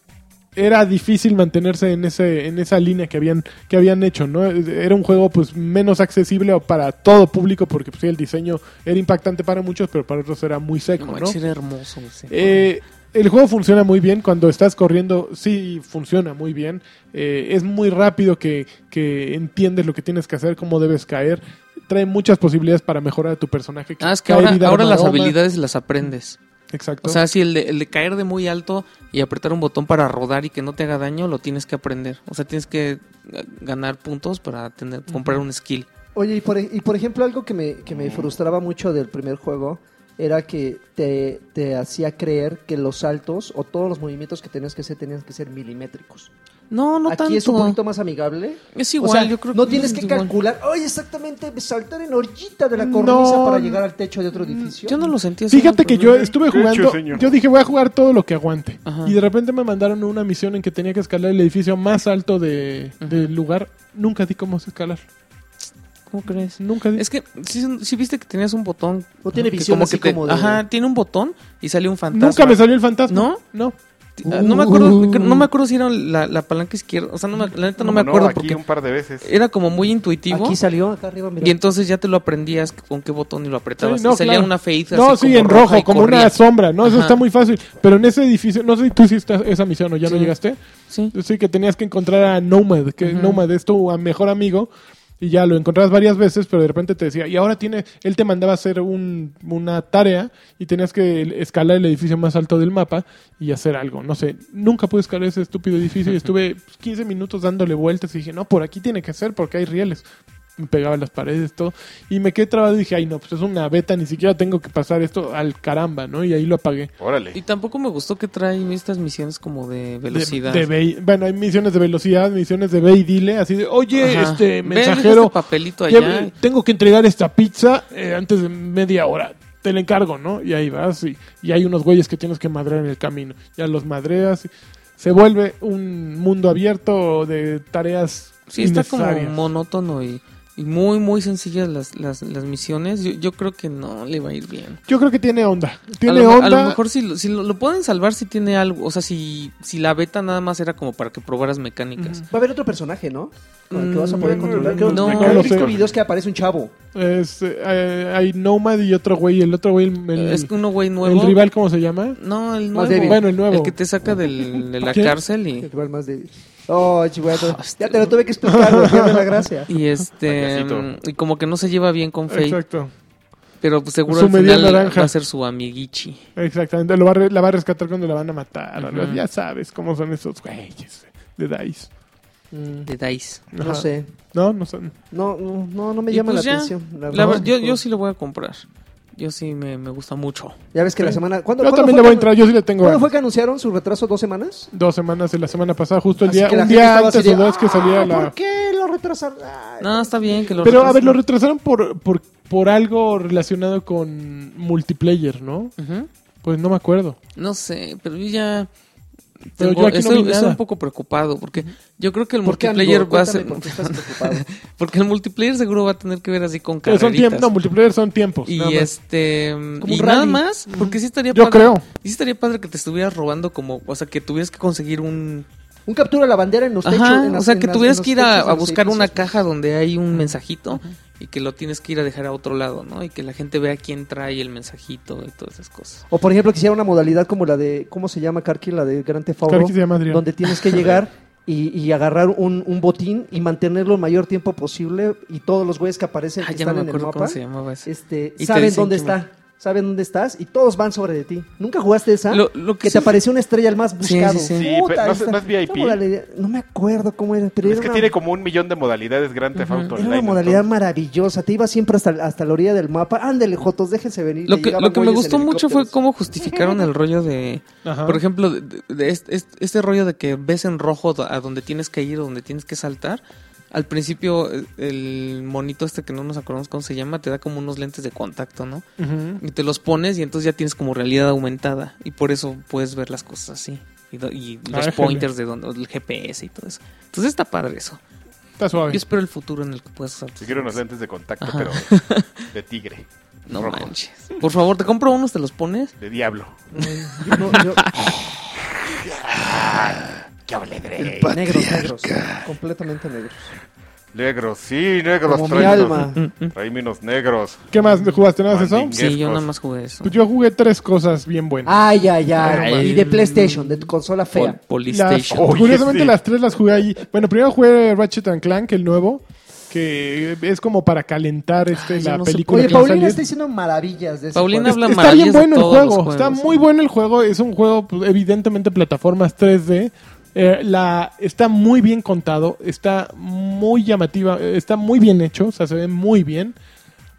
A: era difícil mantenerse en ese en esa línea que habían que habían hecho, ¿no? Era un juego pues menos accesible para todo público porque pues, sí, el diseño era impactante para muchos, pero para otros era muy
D: No,
A: seco, ¿no?
D: manches, era hermoso. ese.
A: Eh, el juego funciona muy bien cuando estás corriendo, sí funciona muy bien. Eh, es muy rápido que, que entiendes lo que tienes que hacer, cómo debes caer. Trae muchas posibilidades para mejorar a tu personaje.
D: Ah, es que
A: cae
D: ahora,
A: vida
D: ahora las
A: maroma.
D: habilidades las aprendes.
A: Exacto.
D: O sea, si el de, el de caer de muy alto y apretar un botón para rodar y que no te haga daño, lo tienes que aprender. O sea, tienes que eh, ganar puntos para tener, comprar un skill.
B: Oye, y por, e- y por ejemplo, algo que me, que me frustraba mucho del primer juego era que te, te hacía creer que los saltos o todos los movimientos que tenías que hacer tenían que ser milimétricos.
D: No, no
B: Aquí
D: tanto.
B: es un poquito más amigable.
D: Es
B: O
D: igual,
B: sea,
D: yo creo
B: no
D: que
B: tienes
D: es
B: que
D: igual.
B: calcular, oye, exactamente, saltar en orillita de la cornisa
A: No,
B: para llegar al techo de otro edificio.
D: Mm, Yo no lo sentí así.
A: Fíjate que yo
D: pero-
A: estuve
F: De hecho,
A: jugando,
F: señor.
A: yo dije voy a jugar todo lo que aguante.
D: Ajá.
A: Y de repente me mandaron una misión en que tenía que escalar el edificio más alto de, del lugar. Nunca di cómo escalar.
D: ¿Cómo crees?
A: Nunca di.
D: Es que si viste que tenías un botón.
B: No tiene
D: que
B: visión así como de-
D: Ajá, tiene un botón y salió un fantasma.
A: Nunca me salió el fantasma.
D: ¿No?
A: No.
D: Ti- ah, No me acuerdo,
B: Uh.
D: no me acuerdo si era la, la palanca izquierda. O sea, no me, la neta no, me acuerdo
F: aquí
D: porque
F: un par de veces.
D: era como muy intuitivo.
B: Aquí salió, acá arriba, mira.
D: Y entonces ya te lo aprendías con qué botón y lo apretabas.
A: Sí, no,
D: y salía
A: claro.
D: una face así
A: No, sí,
D: como
A: en
D: roja
A: rojo,
D: y
A: como
D: corría.
A: una sombra, ¿no? Eso
D: Ajá.
A: está muy fácil. Pero en ese edificio, no sé si tú hiciste esa misión o ya no
D: Sí.
A: llegaste.
D: Sí.
A: Sí, que tenías que encontrar a Nomad, que Nomad es tu a- mejor amigo. Y ya lo encontrabas varias veces, pero de repente te decía, y ahora tiene, él te mandaba a hacer un- una tarea y tenías que el- escalar el edificio más alto del mapa y hacer algo. No sé, nunca pude escalar ese estúpido edificio y estuve pues, 15 minutos dándole vueltas y dije, no, por aquí tiene que ser porque hay rieles. Me pegaba en las paredes, todo. Y me quedé trabado y dije, ay, no, pues es una beta, ni siquiera tengo que pasar esto al caramba, ¿no? Y ahí lo apagué.
F: Órale.
D: Y tampoco me gustó que traen estas misiones como de
A: De-
D: velocidad.
A: de ve- bueno, hay misiones de velocidad, misiones de ve y dile, así de, oye,
D: Ajá.
A: este
D: Ve, deja
A: mensajero,
D: este papelito
A: ya
D: allá.
A: me- tengo que entregar esta pizza eh, antes de media hora. Te la encargo, ¿no? Y ahí vas y, y hay unos güeyes que tienes que madrear en el camino. Ya los madreas. y se vuelve un mundo abierto de tareas
D: Sí, está como
A: innecesarias.
D: monótono y Y muy, muy sencillas las, las, las misiones. Yo, yo creo que no le va a ir bien.
A: Yo creo que tiene onda.
D: A
A: Tiene
D: lo,
A: onda.
D: a lo mejor si, lo, si lo, lo pueden salvar si tiene algo. O sea, si, si la beta nada más era como para que probaras mecánicas.
A: Mm.
B: Va a haber otro personaje, ¿no? Con el que vas a poder
D: Mm,
B: controlar.
D: no,
B: Creo-
A: no lo
B: creo que he visto
A: sé.
B: videos que aparece un chavo.
A: Es, eh, hay Nomad y otro güey. El otro güey, el, el-
D: es que uno güey
A: el
D: nuevo.
A: rival, ¿cómo se llama?
D: No, el
B: Más
D: nuevo.
B: débil.
A: Bueno, el nuevo.
D: que te saca del- de la
A: ¿Quién?
D: cárcel
B: El
D: y,
B: rival más de... Oh,
D: Ah,
B: chihuahua.
D: este
B: Ya te lo tuve que explicar, güey, pierde la gracia.
D: y este
F: Payasito.
D: y como que no se lleva bien con Faye,
A: Exacto.
D: pero pues seguro
A: Su
D: al
A: media
D: final
A: naranja.
D: va a ser su amiguichi.
A: Exactamente. Lo va a re- la va a rescatar cuando la van a matar. algo así.
D: Ujú.
A: Ya sabes cómo son esos güeyes de Dice.
B: Mm,
D: de Dice.
A: Ajá.
B: no sé.
A: No, no son.
B: No, no, no, no me
D: Y
B: llama
D: pues
B: la
D: ya,
B: atención. la
D: La
B: verdad.
D: ver- yo, yo sí lo voy a comprar. Yo sí me, me gusta mucho.
B: Ya ves que la semana... ¿cuándo,
A: Yo
B: cuándo
A: también
B: fue
A: le voy a
B: que-
A: entrar. Yo sí le tengo
B: ¿Cuándo
A: ganas.
B: fue que anunciaron su retraso? ¿Dos semanas?
A: dos semanas de la semana pasada, justo Pues el día,
B: Así que la
A: un
B: gente
A: día
B: estaba
A: antes
B: así de,
A: o dos que
B: "Ah,
A: salía la.
B: ¿Por qué lo retrasaron? Ah, Ay,
D: No, está bien que lo
A: Pero a ver,
D: retrasen.
A: lo retrasaron por, por, por algo relacionado con multiplayer, ¿no?
D: Ujú.
A: Pues no me acuerdo.
D: No sé, pero yo ya
A: Pero
D: tengo-
A: yo aquí no
D: estoy,
A: vi
D: estoy
A: nada.
D: un poco preocupado porque yo creo que el
B: ¿Por qué, amigo?
D: multiplayer va a
B: Cuéntame
D: ser
B: por qué estás preocupado.
D: porque el multiplayer seguro va a tener que ver así con
A: Pero son tiempos.
D: carreritas.
A: No, multiplayer son tiempos.
D: y
A: nada más.
D: este
B: Como
D: y
B: un
D: nada
B: rally.
D: más, porque sí estaría
A: Yo
D: padre-
A: creo.
D: Y sí estaría padre que te estuvieras robando como, o sea, que tuvieras que conseguir un...
B: Un captura la bandera en los techos.
D: Ajá,
B: en las-
D: o sea,
B: en
D: que
B: las- en
D: tuvieras
B: los
D: que ir a,
B: techos de
D: a
B: los
D: buscar una
B: edificios.
D: caja donde hay un mensajito y que lo tienes que ir a dejar a otro lado, ¿no? Y que la gente vea quién trae el mensajito y todas esas cosas.
B: O por ejemplo, que hiciera una modalidad como la de, ¿cómo se llama, Karki? La de Gran Theft Auto,
A: Karki se llama Adrián.
B: Donde tienes que llegar y, y agarrar un, un botín y mantenerlo el mayor tiempo posible y todos los güeyes que aparecen
D: Ah,
B: que
D: ya no
B: están
D: me
B: en el
D: acuerdo
B: mapa
D: cómo se llamaba eso.
B: este,
D: te
B: saben
D: dicen
B: dónde
D: quién va.
B: está. Saben dónde estás y todos van sobre de ti. ¿Nunca jugaste esa?
D: Lo- lo que
B: que
D: sí-
B: te apareció una estrella el más
D: Sí,
B: buscado.
D: sí, sí.
F: Sí, pero no es-
B: esa-
F: no es VIP.
B: esa modalidad- no me acuerdo cómo era, pero
F: Es
B: era
F: que
B: una-
F: tiene como un millón de modalidades Grand Theft
B: Era
F: Auto
B: una
F: Online,
B: modalidad
F: entonces.
B: maravillosa. Te iba siempre hasta, hasta la orilla del mapa. Ándele, Jotos, déjense venir.
D: Lo
B: Le
D: que,
B: llegaban
D: lo que me
B: güeyes en
D: gustó mucho fue
B: helicópteros.
D: cómo justificaron el rollo de...
A: Ajá.
D: Por ejemplo, de- de- de este, este- este rollo de que ves en rojo do- a donde tienes que ir o donde tienes que saltar. Al principio, eh, el monito este que no nos acordamos cómo se llama, te da como unos lentes de contacto, ¿no?
A: Ujú.
D: Y te los pones y entonces ya tienes como realidad aumentada. Y por eso puedes ver las cosas así. Y, do- y los
A: Ájale.
D: pointers de donde, el GPS y todo eso. Entonces está padre eso.
A: Está
D: Yo
A: suave.
D: espero el futuro en el que puedas usar. tus
F: Si quiero unos
D: lentes.
F: lentes de contacto,
D: Ajá.
F: pero de tigre,
D: No
F: rojo.
D: manches. Por favor, te compro unos, te los pones.
F: de diablo.
B: Yo no- yo- negros, negros. Completamente negros.
F: Negros, sí, negros.
B: Como mi
F: tráeme unos-
B: alma.
A: Mm,
F: tráeme unos negros.
A: ¿Qué más jugaste? ¿Nada más eso?
F: Mandinga.
D: Sí, yo
F: Guescos.
D: nada más jugué eso.
A: Pues yo jugué tres cosas bien buenas.
B: Ay, ay, ay.
D: Ay.
B: y de PlayStation, de tu consola
D: Pol-
B: fea.
A: Las- oh,
D: Polystation.
F: Oye,
A: curiosamente
F: sí.
A: las tres las jugué ahí. Bueno, primero jugué Ratchet and Clank, el nuevo, que es como para calentar este,
D: Ay, ya
A: la
D: no sé
A: película.
B: Oye,
A: que va a
B: Paulina
A: salir.
B: está diciendo maravillas de ese
D: Paulina
B: juego.
D: habla
A: Está
D: maravillas
A: bien
D: de
A: bueno el
D: todos los
A: juego, está
D: juegos.
A: muy bueno el juego, es un juego pues, evidentemente plataformas 3D. eh, la, está muy bien contado, está muy llamativa, eh, está muy bien hecho, o sea, se ve muy bien,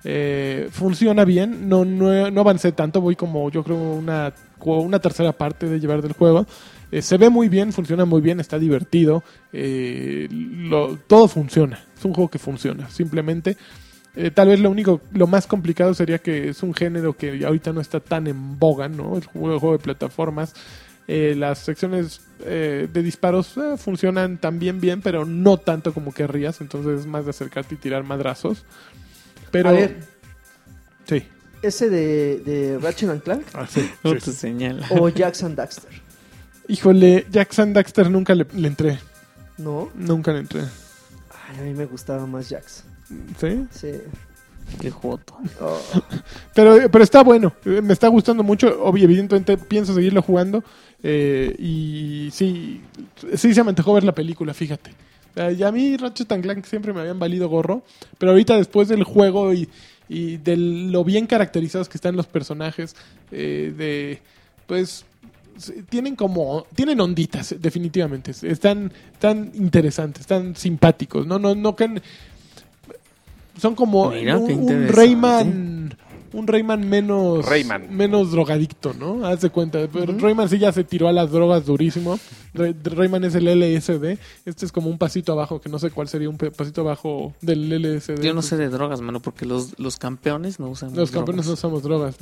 A: eh, funciona bien, no, no, no avancé tanto, voy como yo creo una, una tercera parte de llevar del juego. Eh, se ve muy bien, funciona muy bien, está divertido, eh, lo- todo funciona, es un juego que funciona, simplemente. Eh, tal vez lo único, lo más complicado sería que es un género que ahorita no está tan en boga, ¿no? El juego, el juego de plataformas. Eh, las secciones eh, de disparos eh, funcionan también bien, pero no tanto como querrías. Entonces es más de acercarte y tirar madrazos. Pero.
B: A ver,
A: Sí.
B: ese de, de Ratchet and Clank
A: Ah,
D: No te señala.
B: o Jackson Daxter.
A: Híjole, Jackson Daxter nunca le, le entré.
B: No,
A: Nunca le entré.
B: Ay, a mí me gustaba más Jax.
A: ¿Sí?
B: Sí.
D: Qué joto.
B: Oh.
A: Pero, pero está bueno, eh, me está gustando mucho, ob- evidentemente pienso seguirlo jugando eh, y sí, sí se me antojó ver la película, fíjate. Eh, Y a mí Ratchet and Clank siempre me habían valido gorro, pero ahorita después del juego y, y de lo bien caracterizados que están los personajes, eh, de pues s- tienen como tienen onditas eh, definitivamente Es- están tan interesantes están simpáticos no no no que son como
D: Mira,
A: un,
D: qué
A: un
D: interesante.
A: Rayman un Rayman menos
F: Rayman.
A: menos drogadicto no haz de cuenta pero Rayman sí ya se tiró a las drogas durísimo Ray- Rayman es el LSD este es como un pasito abajo que no sé cuál sería un pe- pasito abajo del LSD
D: Yo no sé de drogas, mano, porque los, los campeones no usan
A: Pues los campeones no
D: drogas.
A: usamos drogas.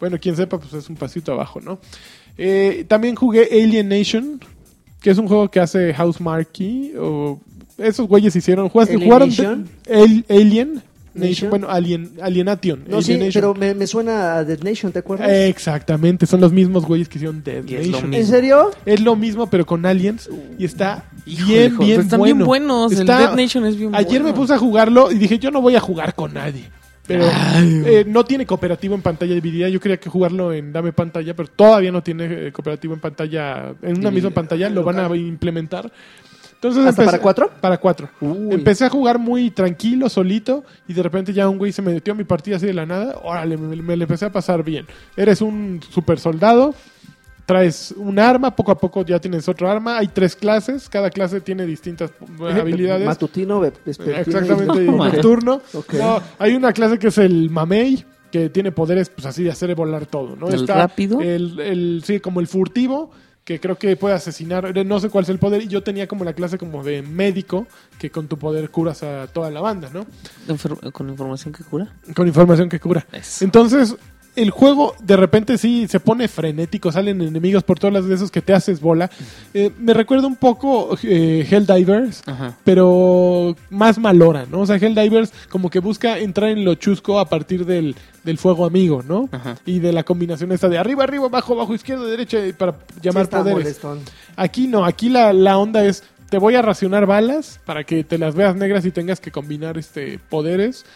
A: Bueno, quien sepa, pues es un pasito abajo, ¿no? Eh, también jugué Alienation, que es un juego que hace House Marquee o esos güeyes hicieron jugaste- jugaron
B: ¿Alienation?
A: el Alien Nation,
B: Nation.
A: bueno Alien Alienation
B: No, sí,
A: Alienation.
B: pero me, me suena a Dead Nation, ¿te acuerdas?
A: Eh, exactamente son los mismos güeyes que hicieron Dead
D: Y es lo
A: Nation
D: mismo.
B: ¿En serio?
A: es lo mismo pero con aliens y está
D: Híjole,
A: bien
D: hijo,
A: bien
D: están
A: bueno
D: bien buenos.
A: Está-
D: El Dead Nation es bien
A: Ayer me
D: bueno.
A: puse a jugarlo y dije, yo no voy a jugar con nadie. Pero eh, no tiene cooperativo en pantalla dividida. Yo quería que jugarlo en Dame Pantalla, pero todavía no tiene eh, cooperativo en pantalla, en una misma pantalla. Lo van a implementar. Entonces
B: ¿Hasta
A: empecé-
B: para cuatro?
A: Para cuatro.
B: Uy.
A: Empecé a jugar muy tranquilo, solito, y de repente ya un güey se me metió a mi partida así de la nada. Órale, me, me le empecé a pasar bien. Eres un super soldado, traes un arma, poco a poco ya tienes otro arma. Hay tres clases, cada clase tiene distintas eh, habilidades.
B: Matutino, ve- vespertino.
A: Exactamente,
B: y-
A: nocturno.
B: Ok.
A: No, hay una clase que es el mamey, que tiene poderes pues así de hacer volar todo, ¿no?
D: ¿El rápido?
A: El, el- sí, como el furtivo, que creo que puede asesinar, eh, no sé cuál es el poder, y yo tenía como la clase como de médico, que con tu poder curas a toda la banda, ¿no?
D: Enfer- con información que cura.
A: Con información que cura.
D: Eso.
A: Entonces, el juego de repente sí se pone frenético, salen enemigos por todas las de esos que te haces bola. Eh, me recuerda un poco eh, Helldivers,
D: Ajá.
A: pero más malora, ¿no? O sea, Helldivers como que busca entrar en lo chusco a partir del, del fuego amigo, ¿no?
B: Ah.
D: Ajá.
A: Y de la combinación esta de arriba, arriba, abajo, abajo, izquierda, derecha, y para llamar
B: Sí, está
A: poderes.
B: molestón.
A: Aquí no, aquí la, la onda es te voy a racionar balas para que te las veas negras y tengas que combinar este poderes.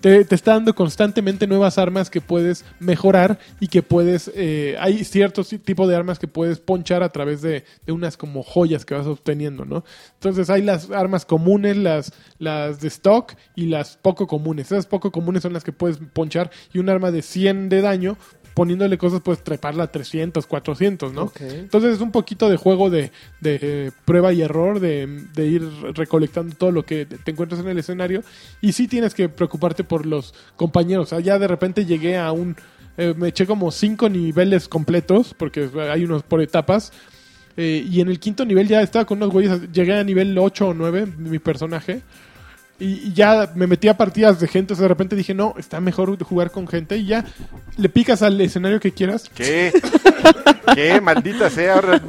A: Te, te está dando constantemente nuevas armas que puedes mejorar y que puedes... eh, hay cierto si- tipo de armas que puedes ponchar a través de, de unas como joyas que vas obteniendo, ¿no? Entonces hay las armas comunes, las, las de stock y las poco comunes. Esas poco comunes son las que puedes ponchar y un arma de 100 de daño, poniéndole cosas, puedes treparla a 300, 400, ¿no?
B: Ok.
A: Entonces es un poquito de juego de, de, eh, prueba y error, de, de ir recolectando todo lo que te encuentras en el escenario. Y sí tienes que preocuparte por los compañeros. O sea, ya de repente llegué a un... eh, me eché como cinco niveles completos, porque hay unos por etapas. Eh, y en el quinto nivel ya estaba con unos güeyes. Llegué a nivel 8 o 9, mi personaje. Y y ya me metí a partidas de gente. O sea, de repente dije, no, está mejor jugar con gente. Y ya le picas al escenario que quieras.
F: ¿Qué? ¿Qué? Maldita sea. Ahora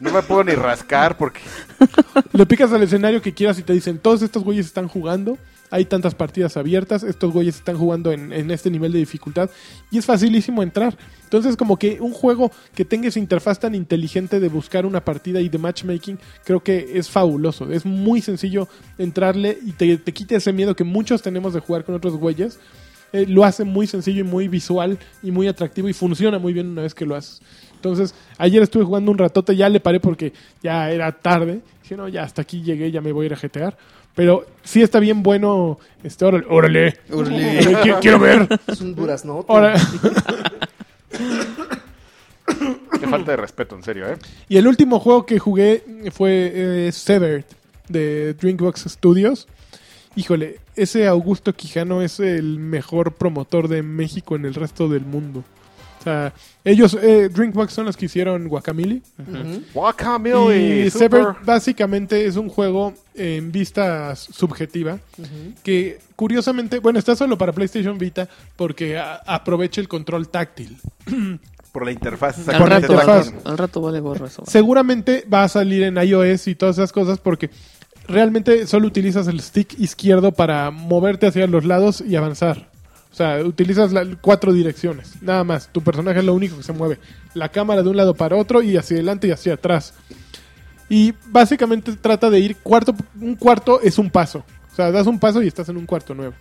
F: no me puedo ni rascar porque.
A: Le picas al escenario que quieras y te dicen, todos estos güeyes están jugando, hay tantas partidas abiertas, estos güeyes están jugando en, en este nivel de dificultad y es facilísimo entrar. Entonces como que un juego que tenga esa interfaz tan inteligente de buscar una partida y de matchmaking, creo que es fabuloso. Es muy sencillo entrarle y te, te quita ese miedo que muchos tenemos de jugar con otros güeyes. Eh, lo hace muy sencillo y muy visual y muy atractivo y funciona muy bien una vez que lo haces. Entonces, ayer estuve jugando un ratote, ya le paré porque ya era tarde. Dije, no, ya hasta aquí llegué, ya me voy a ir a jetear. Pero sí está bien bueno. Este, órale. Órale. Eh, qui- quiero ver.
B: Es un durazno.
A: Ahora-
F: Qué falta de respeto, en serio, ¿eh?
A: Y el último juego que jugué fue eh, Severed de Drinkbox Studios. Híjole, ese Augusto Quijano es el mejor promotor de México en el resto del mundo. O sea, ellos, eh, Drinkbox son los que hicieron Guacamole.
B: Ujú.
F: Guacamole.
A: y
F: super.
A: Severed básicamente es un juego en vista subjetiva que curiosamente, bueno, está solo para PlayStation Vita porque a- aprovecha el control táctil.
F: Por la interfaz. esa
D: Al
A: con
F: que
D: rato,
F: te
A: interfaz.
F: dan.
D: vale, al rato vale gorro eso.
A: Seguramente va a salir en iOS y todas esas cosas porque realmente solo utilizas el stick izquierdo para moverte hacia los lados y avanzar. O sea, utilizas la- cuatro direcciones, nada más. Tu personaje es lo único que se mueve. La cámara de un lado para otro y hacia adelante y hacia atrás. Y básicamente trata de ir cuarto, un cuarto es un paso. O sea, das un paso y estás en un cuarto nuevo.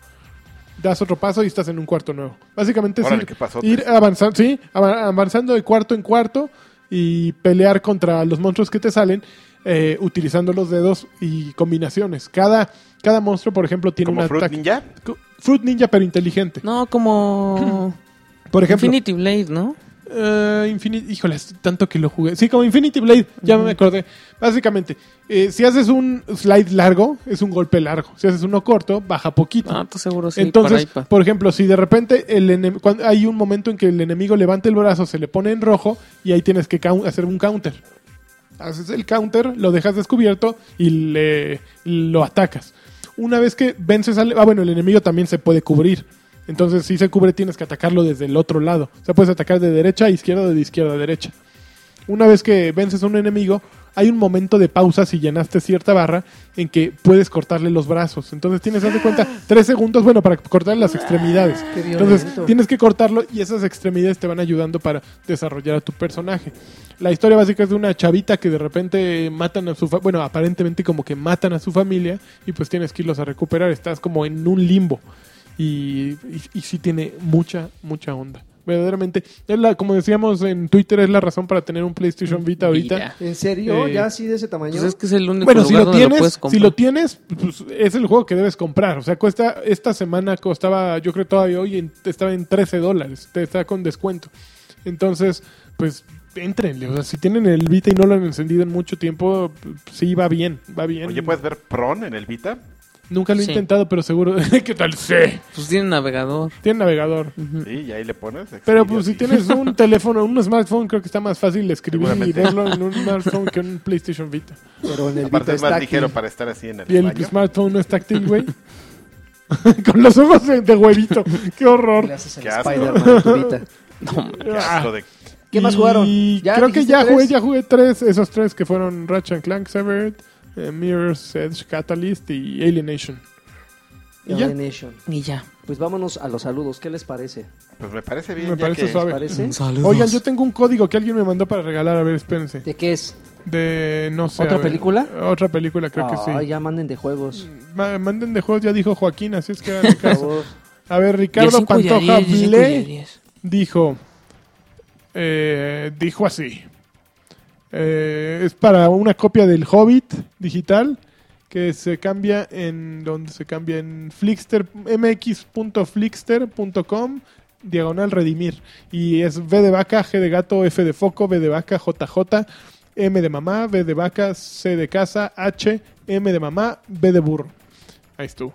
A: Das otro paso y estás en un cuarto nuevo. Básicamente es
F: Órale,
A: ir-
F: qué pasotes.
A: ir avanzando, sí, ava- avanzando de cuarto en cuarto y pelear contra los monstruos que te salen eh, utilizando los dedos y combinaciones. Cada, cada monstruo, por ejemplo, tiene un
F: Como Fruit
A: ataque.
F: Ninja.
A: Cu- Fruit Ninja, pero inteligente.
D: No, como.
A: por ejemplo,
D: Infinity Blade, ¿no?
A: eh, Infinity, híjole, es tanto que lo jugué. Sí, como Infinity Blade, ya me acordé. Básicamente, eh, si haces un slide largo, es un golpe largo. Si haces uno corto, baja poquito.
D: Ah, tú seguro sí.
A: Entonces,
D: para iPad.
A: por ejemplo, si de repente el enem- cuando hay un momento en que el enemigo levanta el brazo, se le pone en rojo y ahí tienes que cau- hacer un counter. Haces el counter, lo dejas descubierto y le lo atacas. Una vez que vences al... Ah, bueno, el enemigo también se puede cubrir. Entonces, si se cubre, tienes que atacarlo desde el otro lado. O sea, puedes atacar de derecha a izquierda, de izquierda a derecha. Una vez que vences a un enemigo, hay un momento de pausa si llenaste cierta barra en que puedes cortarle los brazos. Entonces tienes, haz de cuenta, tres segundos, bueno, para cortar las extremidades.
B: Ah, Qué violento.
A: Entonces tienes que cortarlo y esas extremidades te van ayudando para desarrollar a tu personaje. La historia básica es de una chavita que de repente matan a su fa- bueno, aparentemente como que matan a su familia y pues tienes que irlos a recuperar. Estás como en un limbo y, y, y sí tiene mucha, mucha onda. Verdaderamente, es la, como decíamos en Twitter, es la razón para tener un PlayStation Vita pues, ahorita.
D: Mira.
B: ¿En serio?
A: Eh,
B: ¿Ya así de ese tamaño?
D: Pues es que es el único
A: Bueno,
D: lugar
A: si lo
D: donde lo
A: tienes,
D: puedes
A: si
D: comprar.
A: lo tienes, pues, es el juego que debes comprar. O sea, cuesta, esta semana costaba, yo creo todavía hoy en- estaba en 13 dólares, te está con descuento. Entonces, pues entrenle. O sea, si tienen el Vita y no lo han encendido en mucho tiempo, p- sí va bien, va bien.
F: Oye, pues, ¿puedes ver Pron en el Vita?
A: Nunca lo he
D: Sí.
A: intentado, pero seguro. ¿Qué tal? Sí.
D: Pues tiene navegador.
A: Tiene navegador.
F: Sí, y ahí le pones.
A: Pero
F: Xvideos
A: pues
F: y-
A: si tienes un teléfono, un smartphone, creo que está más fácil escribir y
F: Seguramente.
A: verlo en un smartphone que en un PlayStation Vita.
B: Pero en el
F: Aparte
B: Vita
F: es más
B: está
F: ligero
B: aquí.
F: para estar así en el
A: Y el
F: baño.
A: smartphone no es táctil, güey. Con los ojos de, de huevito. Qué
B: Le
A: horror. Ah.
B: haces el
F: Qué asco.
B: Spider-Man a tu Vita.
F: Qué
B: ah.
F: asco de-
B: ¿Qué más jugaron?
A: Y
B: ¿Ya
A: creo que
B: dijiste
A: ya jugué,
B: tres?
A: ya jugué tres. Esos tres que fueron Ratchet and Clank, Severed, eh, Mirror's Edge, Catalyst y Alienation.
B: Y
A: Y ya.
B: Alienation.
D: Y ya.
B: Pues vámonos a los saludos. ¿Qué les parece?
F: Pues me parece bien.
A: Me
F: ya
A: parece
F: que-
A: suave.
B: ¿Parece?
A: Oigan, yo tengo un código que alguien me mandó para regalar. A ver, espérense.
B: ¿De qué es?
A: De, no sé.
B: ¿Otra
A: a ver.
B: película?
A: Otra película, creo que
B: Ah,
A: sí.
B: ya manden de juegos.
A: Ma- Manden de juegos, ya dijo Joaquín, así es que háganle
B: Por
A: caso.
B: favor.
A: A ver, Ricardo Pantoja Ble- dijo, eh, dijo así, eh, es para una copia del Hobbit digital que se cambia en donde se cambia en Flixter mx.flixter.com diagonal redimir y es V de vaca, G de gato, F de foco, B de vaca, JJ, M de mamá, B de vaca, C de casa, H, M de mamá, B de burro. Ahí estuvo.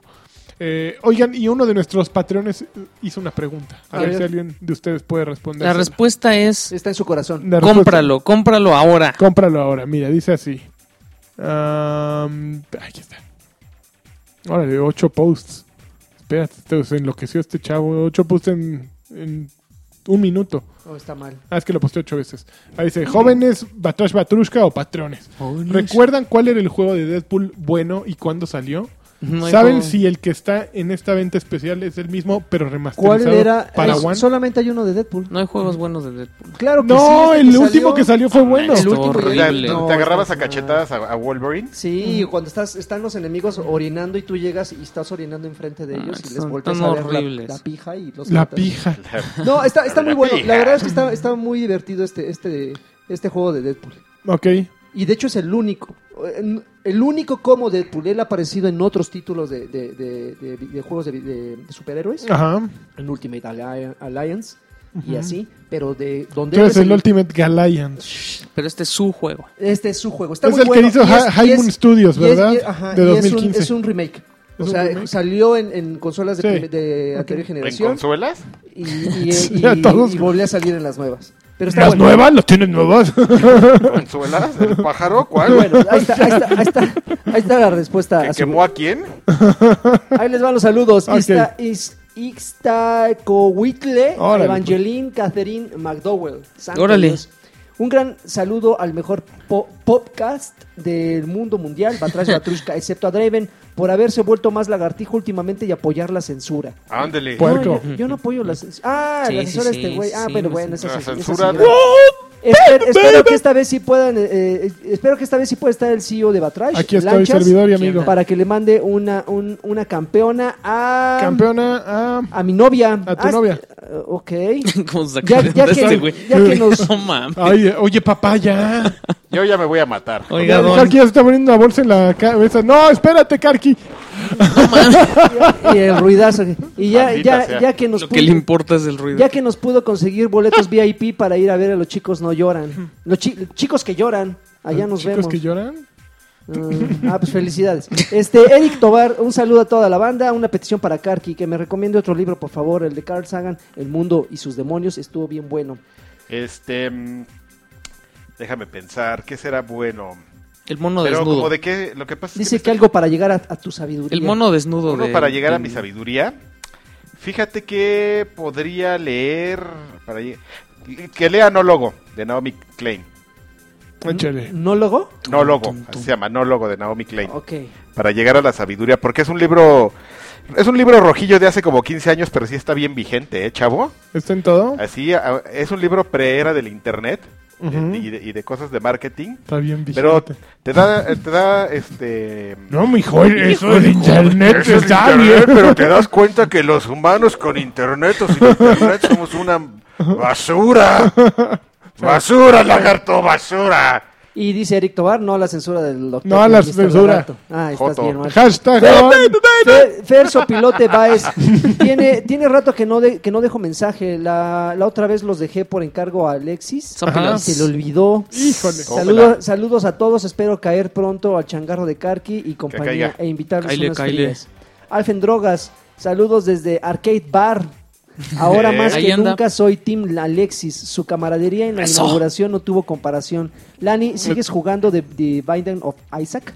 A: Eh, oigan, y uno de nuestros patreones eh, hizo una pregunta. A,
B: A
A: ver,
B: ver.
A: si alguien de ustedes puede responder.
D: La respuesta es
B: Está en su corazón.
A: La respuesta-
D: cómpralo, cómpralo ahora.
A: Cómpralo ahora. Mira, dice así. Am, aquí está. Órale, ocho posts. Espérate, te- se enloqueció este chavo. Ocho posts en, en un minuto.
B: No, Oh, está mal.
A: Ah, es que lo posteé ocho veces. Ahí dice, jóvenes, Batrash Batrushka o patrones. ¿Recuerdan cuál era el juego de Deadpool bueno y cuándo salió?
D: No hay
A: ¿Saben
D: como-
A: si el que está en esta venta especial es el mismo, pero remasterizado
B: ¿Cuál era?
A: para
B: Es-
A: One?
B: solamente hay uno de Deadpool.
D: No hay juegos buenos de Deadpool.
B: Claro que sí.
A: No,
B: este
A: el último que salió fue bueno.
D: Estuvo
B: último ya-
F: ¿Te,
D: horrible.
F: te
B: No,
F: agarrabas a
B: estás mal.
F: cachetadas a, a Wolverine?
B: Sí, cuando estás, están los enemigos orinando y tú llegas y estás orinando enfrente de
D: Ah,
B: ellos y les
D: son
B: volteas
D: tan
B: a ver la,
D: horribles.
B: la pija y los
A: La
B: matas.
A: pija.
B: No, está, está muy
F: La
B: bueno.
F: pija.
B: La verdad es que está, está muy divertido este, este, este juego de Deadpool.
A: Ok.
B: Y de hecho es el único. eh, El único como Deadpool. Él ha aparecido en otros títulos de, de- de- de- de juegos de, de- de superhéroes.
A: Ajá.
B: En Ultimate Alli- Alliance y así. Pero de donde
A: Tú
B: él
A: eres
B: es
A: el Ultimate Galliance.
D: Pero este es su juego.
B: Este es su juego. Está
A: Es
B: muy
A: el
B: bueno.
A: que hizo
B: y es-
A: Hi-
B: y
A: High
B: es-
A: Moon Studios,
B: y es-
A: ¿verdad?
B: y- ajá,
A: de
B: y es un-
A: 2015.
B: Es un, remake. O
A: ¿Es un
B: sea,
A: remake?
B: salió en, en consolas de,
A: Sí.
B: prim- de anterior
F: ¿En
B: generación
F: consuelas?
B: y, y- y-
A: Ya todos-
B: y volvió a salir en las nuevas. Pero está
A: ¿Las
B: bueno.
A: nuevas? ¿Los tienes nuevas?
F: ¿Consuelas? ¿El pájaro? ¿Cuál?
B: Bueno, ah, ahí está, ahí está, ahí está, ahí está la respuesta.
F: ¿Que
B: a su-
F: quemó a quién?
B: Ahí les van los saludos.
A: Ok.
B: Ixta- Ix- Ixtacohuitle,
A: Órale, pues.
B: Evangeline Catherine McDowell. Santo
D: Órale.
B: Dios. Un gran saludo al mejor po- podcast del mundo mundial, Batrash Batrushka, excepto a Draven, por haberse vuelto más lagartijo últimamente y apuyar la censura.
F: Ándele.
A: Pues- Puerco.
B: No, yo, yo no apoyo la censura. Ah,
D: Sí,
B: la
D: sí,
B: censura de
D: sí,
B: este güey. Ah,
D: sí,
B: pero
D: la
B: bueno, esa
F: La
B: se- esa
F: censura
B: señora.
F: de-
B: Espero, espero que esta vez sí puedan. eh, eh, espero que esta vez sí pueda estar el CEO de Batrash.
A: Aquí estoy,
B: Lanchas,
A: servidor y amigo.
B: Para que le mande una, un- una campeona a.
A: Campeona ah,
B: A mi novia.
A: A tu
B: Ah,
A: novia.
B: eh, Ok.
D: ¿Cómo se
B: Ya,
D: saca
B: ya
D: de este
B: que,
D: güey?
B: ya que nos.
D: No mames.
A: ay, oye, papá, ya.
F: Yo ya me voy a matar.
D: Oiga, don,
A: Karki ya se está poniendo una bolsa en la cabeza. No, espérate, Karki.
B: Y el ruidazo. Y ya,
F: Maldita
B: ya,
F: sea.
B: ya que nos
D: lo que le
B: pudo.
D: importa es el ruido.
B: Ya que nos pudo conseguir boletos VIP para ir a ver a los chicos no lloran. Los chi- chicos que lloran. Allá nos
A: Ah, Chicos
B: vemos.
A: que lloran.
B: Ah, ah, pues felicidades. Este, Eric Tobar, un saludo a toda la banda, una petición para Karki, que me recomiende otro libro, por favor, el de Carl Sagan, El mundo y sus demonios, estuvo bien bueno.
F: Este. mm, Déjame pensar. ¿Qué será bueno?
D: El mono
F: Pero como
D: desnudo.
F: de qué. Lo que pasa es
B: Dice
F: me
B: que algo para llegar a, a tu sabiduría.
D: El mono desnudo.
F: Uno
D: de-
F: para llegar a
D: del-
F: mi sabiduría, fíjate que podría leer para lleg- que lea Nólogo de Naomi Klein.
B: Mm.
A: Mm, Échale.
B: ¿No logó?
F: Nólogo, así se llama, Nólogo de Naomi Klein.
B: Ok.
F: Para llegar a la sabiduría, porque es un libro. Es un libro rojillo de hace como 15 años, pero sí está bien vigente, ¿eh, chavo?
A: ¿Está en todo?
F: Así, a- es un libro pre-era del internet eh,
A: Ujú.
F: y, de, y de cosas de marketing.
A: Está bien
F: Pero
A: vigente.
F: te da, eh, te da este.
A: No, mijo, eso del internet
F: Eso es
A: está
F: internet,
A: bien.
F: pero te das cuenta que los humanos con internet o sin internet somos una basura. Basura, lagarto, basura.
B: Y dice Eric Tobar, no a la censura del doctor.
A: No a la
B: Mr.
A: censura.
B: Lagarto. Ah, estás
F: Joto.
B: bien mal.
A: Hashtag.
B: Fer, Fer Sopilote Baez. tiene, tiene rato que no, de- que no dejo mensaje. La, la otra vez los dejé por encargo a Alexis.
D: Sopilote.
B: Y Se le olvidó.
A: Híjole.
B: Saludos, saludos a todos. Espero caer pronto al changarro de Karki y compañía
F: caiga.
B: e invitarles
D: Caile,
B: unas
D: caile.
B: frías. Alfen Drogas, saludos desde Arcade Bar. Ahora
F: Eh.
B: más
D: Ahí
B: que
D: anda.
B: nunca soy Team Alexis. Su camaradería en la inauguración no tuvo comparación. Lani, ¿sigues jugando de, de Binding of Isaac?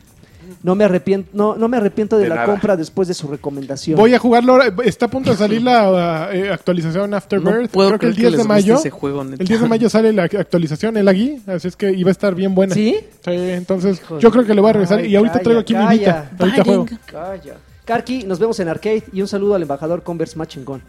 B: No me arrepiento, no, no me arrepiento de,
F: De
B: la
F: nada.
B: compra después de su recomendación.
A: Voy a jugarlo ahora. Está a punto de salir la eh, actualización Afterbirth.
D: No puedo
A: Creo que el
D: creer que
A: 10 de
D: les guste
A: mayo.
D: ese juego, neta.
A: el 10 de mayo sale la actualización, el Agui. Así es que iba a estar bien buena.
B: ¿Sí?
A: Sí, entonces
B: Hijo de-
A: yo creo que le voy a regresar.
B: Ay,
A: y ahorita
B: calla,
A: traigo aquí mi
B: calla.
A: Vita. Ahorita juego.
B: Calla. Karki, nos vemos en Arcade y un saludo al embajador Converse más chingón.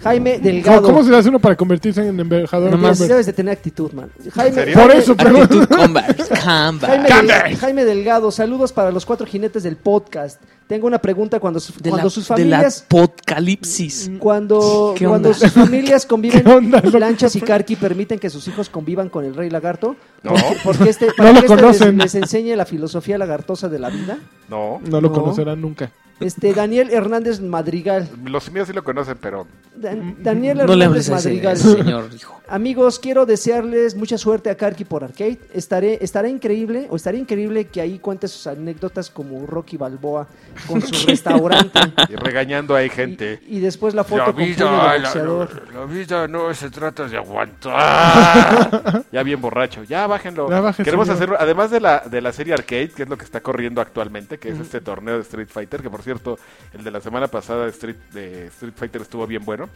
B: Jaime
A: No,
B: Delgado.
A: ¿Cómo se le hace uno para convertirse en embajador?
D: Nomás-
A: Gamer?
B: Debes de tener actitud, man. Jaime,
F: serio?
A: Por
B: Jaime-
A: eso, pero.
D: Actitud Combat. Combat.
B: Jaime, Del- Jaime Delgado, saludos para los cuatro jinetes del podcast. Tengo una pregunta cuando, su-
D: De
B: cuando
D: la,
B: sus
D: de la
B: familias Mm,
D: apocalipsis.
B: cuando,
D: ¿Qué
B: cuando
D: onda?
B: sus familias conviven,
A: ¿Qué onda, loco?
B: Lanchas y Karki permiten que sus hijos convivan con el rey lagarto.
F: No.
B: Porque, porque este, para
A: lo
B: que este les-
A: conocen.
B: Les, enseñe la filosofía lagartosa de la vida.
F: No,
A: No lo
B: No.
A: conocerán nunca.
B: Este Daniel Hernández Madrigal.
F: los míos sí lo conocen, pero
B: Dan- Daniel
D: Mm, No le
B: Hernández
D: hables a ese
B: Madrigal.
D: señor, hijo.
B: Amigos, quiero desearles mucha suerte a Karki por Arcade. Estaré, estará increíble, o estaría increíble que ahí cuente sus anécdotas como Rocky Balboa con su restaurante.
F: y regañando hay
B: Y-
F: gente.
B: Y, después la foto
H: La
B: con puño
H: vida,
B: de
H: la,
B: boxeador.
H: la vida no se trata de aguantar.
F: Ya bien borracho. Ya bájenlo.
A: Ya bájenlo.
F: Queremos hacerlo, además de la, de la serie Arcade, que es lo que está corriendo actualmente, que es este torneo de Street Fighter, que por cierto, el de la semana pasada de Street, de Street Fighter estuvo bien bueno.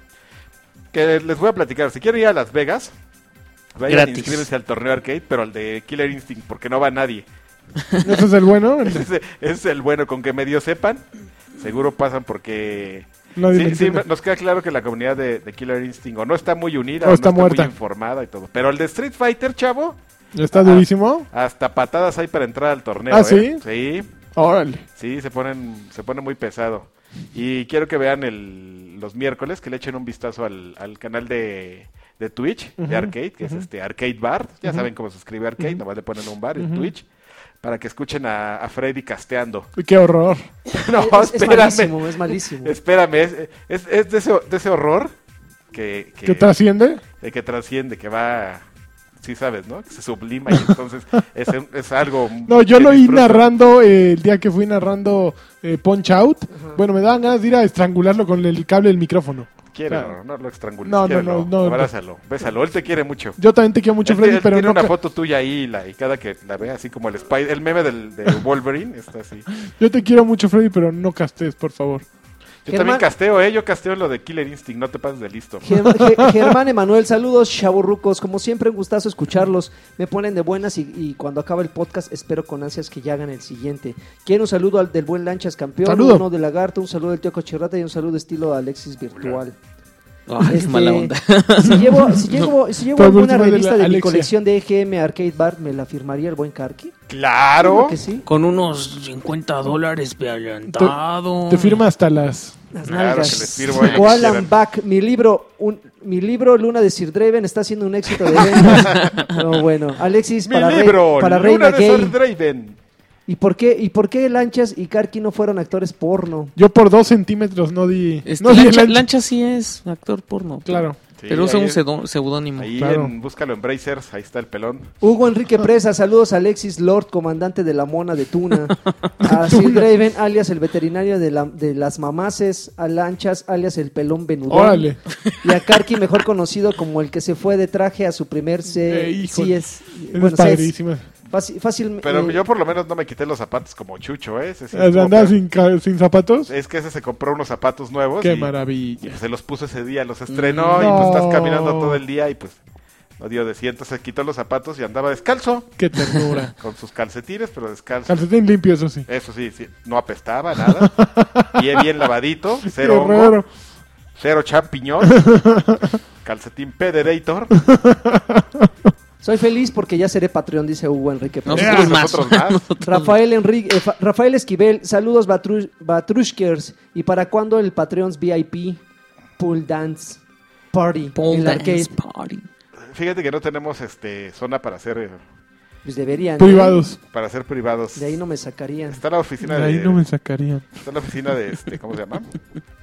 F: Que les voy a platicar. Si quieren ir a Las Vegas, vayan
D: Gratis.
F: inscríbanse al torneo Arcade, pero al de Killer Instinct, porque no va nadie.
A: ¿Ese es el bueno? El-
F: Ese es el bueno, con que medio sepan, seguro pasan porque...
A: Nadie
F: Sí,
A: le
F: sí,
A: entiende.
F: nos queda claro que la comunidad de, de Killer Instinct o no está muy
A: O
F: unida o, no
A: está
F: está,
A: muerta.
F: muy informada y todo. Pero el de Street Fighter, chavo,
A: ¿Está durísimo?
F: hasta patadas hay para entrar al torneo.
A: ¿Ah,
F: ¿eh?
A: sí?
F: Sí,
A: Órale.
F: sí, se ponen, se pone muy pesado. Y quiero que vean el, los miércoles, que le echen un vistazo al, al canal de, de Twitch, de Arcade, que es este Arcade Bar. Ya saben cómo se escribe Arcade, nomás le ponen un bar en Twitch. Para que escuchen a, a Freddy casteando.
A: Qué horror.
F: No,
B: Eh, es, es
F: espérame.
B: malísimo, es malísimo.
F: Espérame, es, es- es de, ese, de ese horror que, que,
A: ¿Qué trasciende?
F: de que trasciende, que va, sí sabes, ¿no? Que se sublima y entonces es, un- es algo...
A: No, yo
F: que
A: lo oí
F: disfruto.
A: narrando eh, el día que fui narrando eh, Punch Out. Bueno, me daban ganas de ir a estrangularlo con el cable del micrófono.
F: Quiérelo,
A: Claro.
F: no lo estrangules,
A: No, no,
F: quiérelo,
A: no, no, no.
F: abrázalo, bésalo, él te quiere mucho.
A: Yo también te quiero mucho,
F: Él
A: Freddy,
F: tiene- él
A: pero
F: tiene
A: no.
F: una
A: ca-
F: foto tuya ahí y, la- y cada que la ve así como el Spider, el meme del, de Wolverine está así.
A: Yo te quiero mucho, Freddy, pero no castes, por favor.
F: Yo
B: Germán-
F: también casteo, ¿eh? Yo casteo lo de Killer Instinct, no te pases de listo.
B: Germán- Ge- Germán Emanuel, saludos, chaburrucos. Como siempre, un gustazo escucharlos. Me ponen de buenas y, y cuando acaba el podcast, espero con ansias que ya hagan el siguiente. Quiero un saludo al del buen Lanchas campeón,
A: Saludo.
B: uno de Lagarto, un saludo del tío Cochirrata y un saludo estilo Alexis Virtual.
D: Ay, qué
B: Este,
D: mala onda.
B: Si llevo, si llevo, si llevo
A: Por
B: alguna
A: último, de la
B: revista de, mi
A: Alexia.
B: colección de EGM Arcade Bar, ¿me la firmaría el buen Karki?
F: ¡Claro!
B: Creo que sí.
E: Con unos 50 dólares de adelantado.
A: Te firma hasta las.
B: Las
F: Claro
B: nalgas.
F: que les sirvo, eh, lo
B: o
F: que
B: Alan
F: quieran.
B: Back, mi libro, un- mi libro Luna de Sir Draven está siendo un éxito de ventas. no, bueno, Alexis,
F: Mi
B: para, rey-
F: libro,
B: para Reina
F: Luna de Sir
B: Gay.
F: Draven.
B: ¿Y por, qué, ¿Y por qué Lanchas y Karki no fueron actores porno?
A: Yo por dos centímetros no di.
D: Este,
A: no di
D: Lancha,
A: el ancho.
D: Lancha sí es actor porno.
A: Claro.
F: Sí,
D: pero usa
F: ahí
D: un
F: es-
D: pseudo- seudónimo.
F: Ahí
A: Claro.
F: en Búscalo en Brazers, ahí está el pelón.
B: Hugo Enrique Presa, saludos a Alexis Lord, comandante de la mona de Tuna. A Sir Draven, alias el veterinario de, la- de las mamaces. A Lanchas, alias el pelón venudón.
A: Órale.
B: Y a Karki, mejor conocido como el que se fue de traje a su primer C.
A: Eh, híjole.
B: sí es,
A: Esa
B: bueno,
A: es
B: sí es-
A: padrísima.
B: Fácil, fácil-
F: Pero
B: eh,
F: yo por lo menos no me quité los zapatos como Chucho, ¿eh? Ese sí estuvo
A: Andaba
F: peor.
A: sin, ca- sin zapatos.
F: Es que ese se compró unos zapatos nuevos.
A: Qué
F: y, y
A: maravilla. Mm,
F: pues se los puso ese día, los estrenó y
A: No.
F: pues estás caminando todo el día y pues Odio de cientos, se quitó los zapatos y andaba descalzo,
A: Qué ternura.
F: con sus calcetines, pero descalzo.
A: Calcetín limpio, eso sí.
F: Eso sí, sí, no apestaba nada. Bien, bien lavadito, cero
A: Qué
F: hongo,
A: raro.
F: cero champiñón, calcetín pederator.
B: Soy feliz porque ya seré patrón, dice Hugo Enrique.
D: No,
A: Ya,
D: nosotros más.
F: Nosotros más.
B: Rafael, Enrique, eh, Fa- Rafael Esquivel, saludos Batru- Batrushkers. ¿Y para cuándo el Patreons VIP Pool Dance Party?
D: Pole
B: en la
D: dance
B: arcade?
D: party.
F: Fíjate que no tenemos este zona para hacer eh,
B: Pues deberían. ¿eh?
A: Privados.
F: para hacer privados.
B: De ahí no me sacarían.
F: Está la oficina
A: De ahí
F: de-
A: no me sacarían.
F: está la oficina de este, ¿cómo se llama?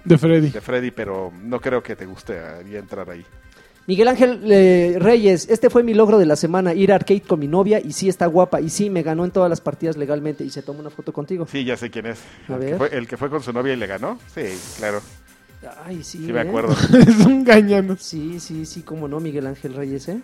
A: De Freddy.
F: De Freddy, pero no creo que te guste a mí entrar ahí.
B: Miguel Ángel eh, Reyes, este fue mi logro de la semana, ir a arcade con mi novia y sí está guapa y sí me ganó en todas las partidas legalmente y se tomó una foto contigo.
F: Sí, ya sé quién es.
B: A
F: el,
B: ver.
F: Que fue, el que fue con su novia y le ganó. Sí, claro.
B: Ay, sí.
F: Sí, me
B: ¿eh?
F: acuerdo.
A: es un gañano.
B: Sí, sí, sí, cómo no, Miguel Ángel Reyes, ¿eh?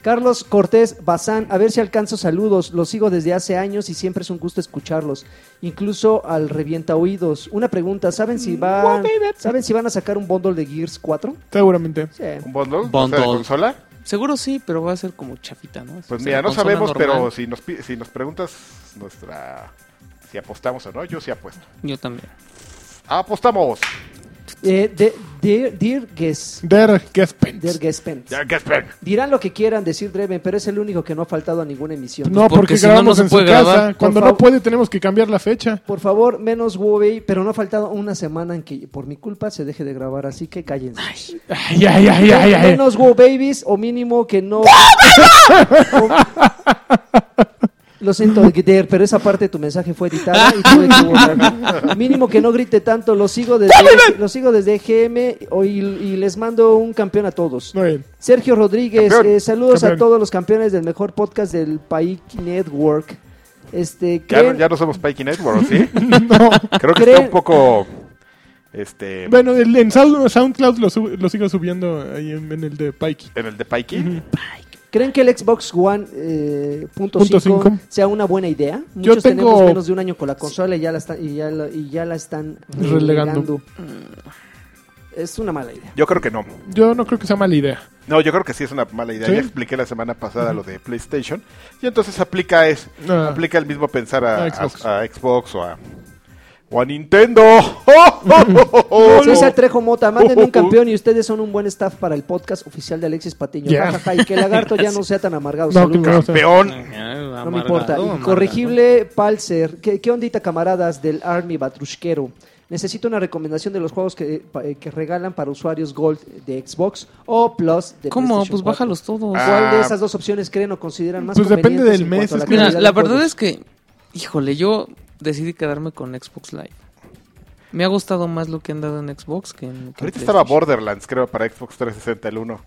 B: Carlos Cortés Bazán, a ver si alcanzo saludos. Los sigo desde hace años y siempre es un gusto escucharlos. Incluso al revienta oídos. Una pregunta, ¿saben si van, ¿saben si van a sacar un bundle de Gears 4?
A: Seguramente.
B: Sí. Eh,
F: ¿Un bundle? O sea,
D: Bundle.
F: ¿de consola?
D: Seguro sí, pero va a ser como chafita, ¿no?
F: Pues
D: O sea,
F: mira, no
D: consola
F: sabemos, pero
D: normal.
F: si nos, pi- si nos preguntas nuestra... Si apostamos o no, yo sí apuesto.
D: Yo también.
F: ¡Apostamos!
B: Eh, de, de- Dear Guess.
A: Der Gespens.
B: Dear Guess Pence.
F: Ya, Gasper.
B: Dirán lo que quieran decir Dreven, pero es el único que no ha faltado a ninguna emisión.
A: No,
D: Porque
A: porque,
D: si no,
A: grabamos
D: no se
A: en su
D: puede
A: casa.
D: grabar.
A: Cuando
B: Por
A: no
B: favor.
A: puede, tenemos que cambiar la fecha.
B: Por favor, menos Huawei, pero no ha faltado una semana en que por mi culpa se deje de grabar, así que cállense.
A: Ay, ay, ay, ay, ay.
B: menos Wow Babies o mínimo que no. Lo siento, Guider, pero esa parte de tu mensaje fue editada y tuve que borrarla. Mínimo que no grite tanto, lo sigo desde, E lo sigo desde GM o- y, y les mando un campeón a todos.
A: Muy bien.
B: Sergio Rodríguez,
F: Campeón.
B: eh, saludos a
A: Campeón.
B: todos los campeones del mejor podcast del País Network. Este,
F: Ya, no-
B: ¿creen-
F: ya no somos Pikey Network, ¿sí?
A: No.
F: Creo que
B: Creo-
F: está un poco... Este...
A: Bueno, el- en Sound- SoundCloud lo, sub- lo sigo subiendo ahí en, en el de Pike.
F: En el de Pikey.
B: ¿Creen que el Xbox One eh, punto
A: Punto
B: cinco
A: cinco.
B: sea una buena idea?
A: Yo
B: Muchos
A: tengo-
B: tenemos menos de un año con la consola y ya la, está- y ya la, y ya la están
A: Relegando.
B: relegando. Mm, Es una mala idea.
F: Yo creo que no.
A: Yo no creo que sea mala idea.
F: No, yo creo que sí es una mala idea.
A: ¿Sí?
F: Ya expliqué la semana pasada lo de PlayStation. Y entonces aplica es,
A: Ah.
F: aplica el mismo pensar a,
A: A
F: a- a
A: Xbox.
F: Xbox. o a o a Nintendo. Oh,
B: César Trejo Mota, manden un campeón y ustedes son un buen staff para el podcast oficial de Alexis Patiño.
A: Ya.
B: Jajaja, y que el lagarto ya no sea tan amargado.
A: No,
B: Saludos.
A: que no, o sea,
D: Mm,
F: Campeón.
B: No me importa. Incorregible Palser. ¿Qué, qué ondita, camaradas del Army Batrushquero? Necesito una recomendación de los juegos que, pa- eh, que regalan para usuarios Gold de Xbox o Plus de
D: ¿Cómo?
B: PlayStation 4.
D: Pues bájalos todos.
F: Ah,
B: ¿Cuál de esas dos opciones creen o consideran más
A: Pues depende
B: convenientes
A: del
B: en cuanto
A: mes, es
B: a
A: que-
D: Mira,
B: calidad
D: la
B: de
D: verdad
B: juegos?
D: es que, híjole, yo decidí quedarme con Xbox Live. Me ha gustado más lo que han dado en Xbox que en. que en
F: Ahorita estaba
D: PlayStation.
F: Borderlands, creo, para Xbox 360, el 1.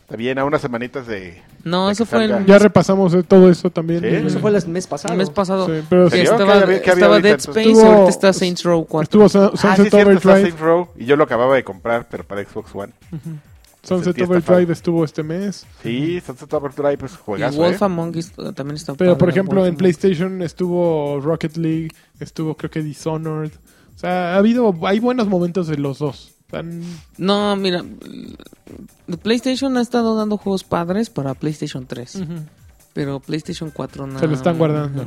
F: Está bien, a unas semanitas de...
D: No,
F: de
D: eso
F: que
D: fue
F: salga.
D: el
A: Ya repasamos eh, todo eso también.
F: ¿Sí?
A: Eh,
B: Eso fue el mes pasado.
D: el mes pasado.
A: Sí, pero
D: que
F: ¿En serio?
D: estaba
F: ¿Qué había- qué había
D: estaba
F: ahorita,
D: Dead
F: entonces?
D: Space y
A: Estuvo-
D: ahorita está Saints Row 4.
A: Estuvo Sun-
F: Ah, sí,
A: Sunset
F: es cierto, está
A: Overdrive.
F: Saints Row. Y yo lo acababa de comprar, pero para Xbox One.
A: Sunset
F: Sentí
A: Overdrive
F: estafado.
A: estuvo este mes.
F: Sí, Sunset Overdrive, pues
D: Y
F: juegazo,
D: Wolf
F: ¿eh?
D: Among Us eh, también está
A: Pero,
D: padre,
A: por ejemplo,
D: Wolf
A: en
D: Among Us.
A: PlayStation estuvo Rocket League, estuvo creo que Dishonored. O sea, ha habido, hay buenos momentos de los dos. Tan-
D: No, mira. eh, PlayStation ha estado dando juegos padres para PlayStation 3. Pero PlayStation 4 no.
A: Se lo están guardando.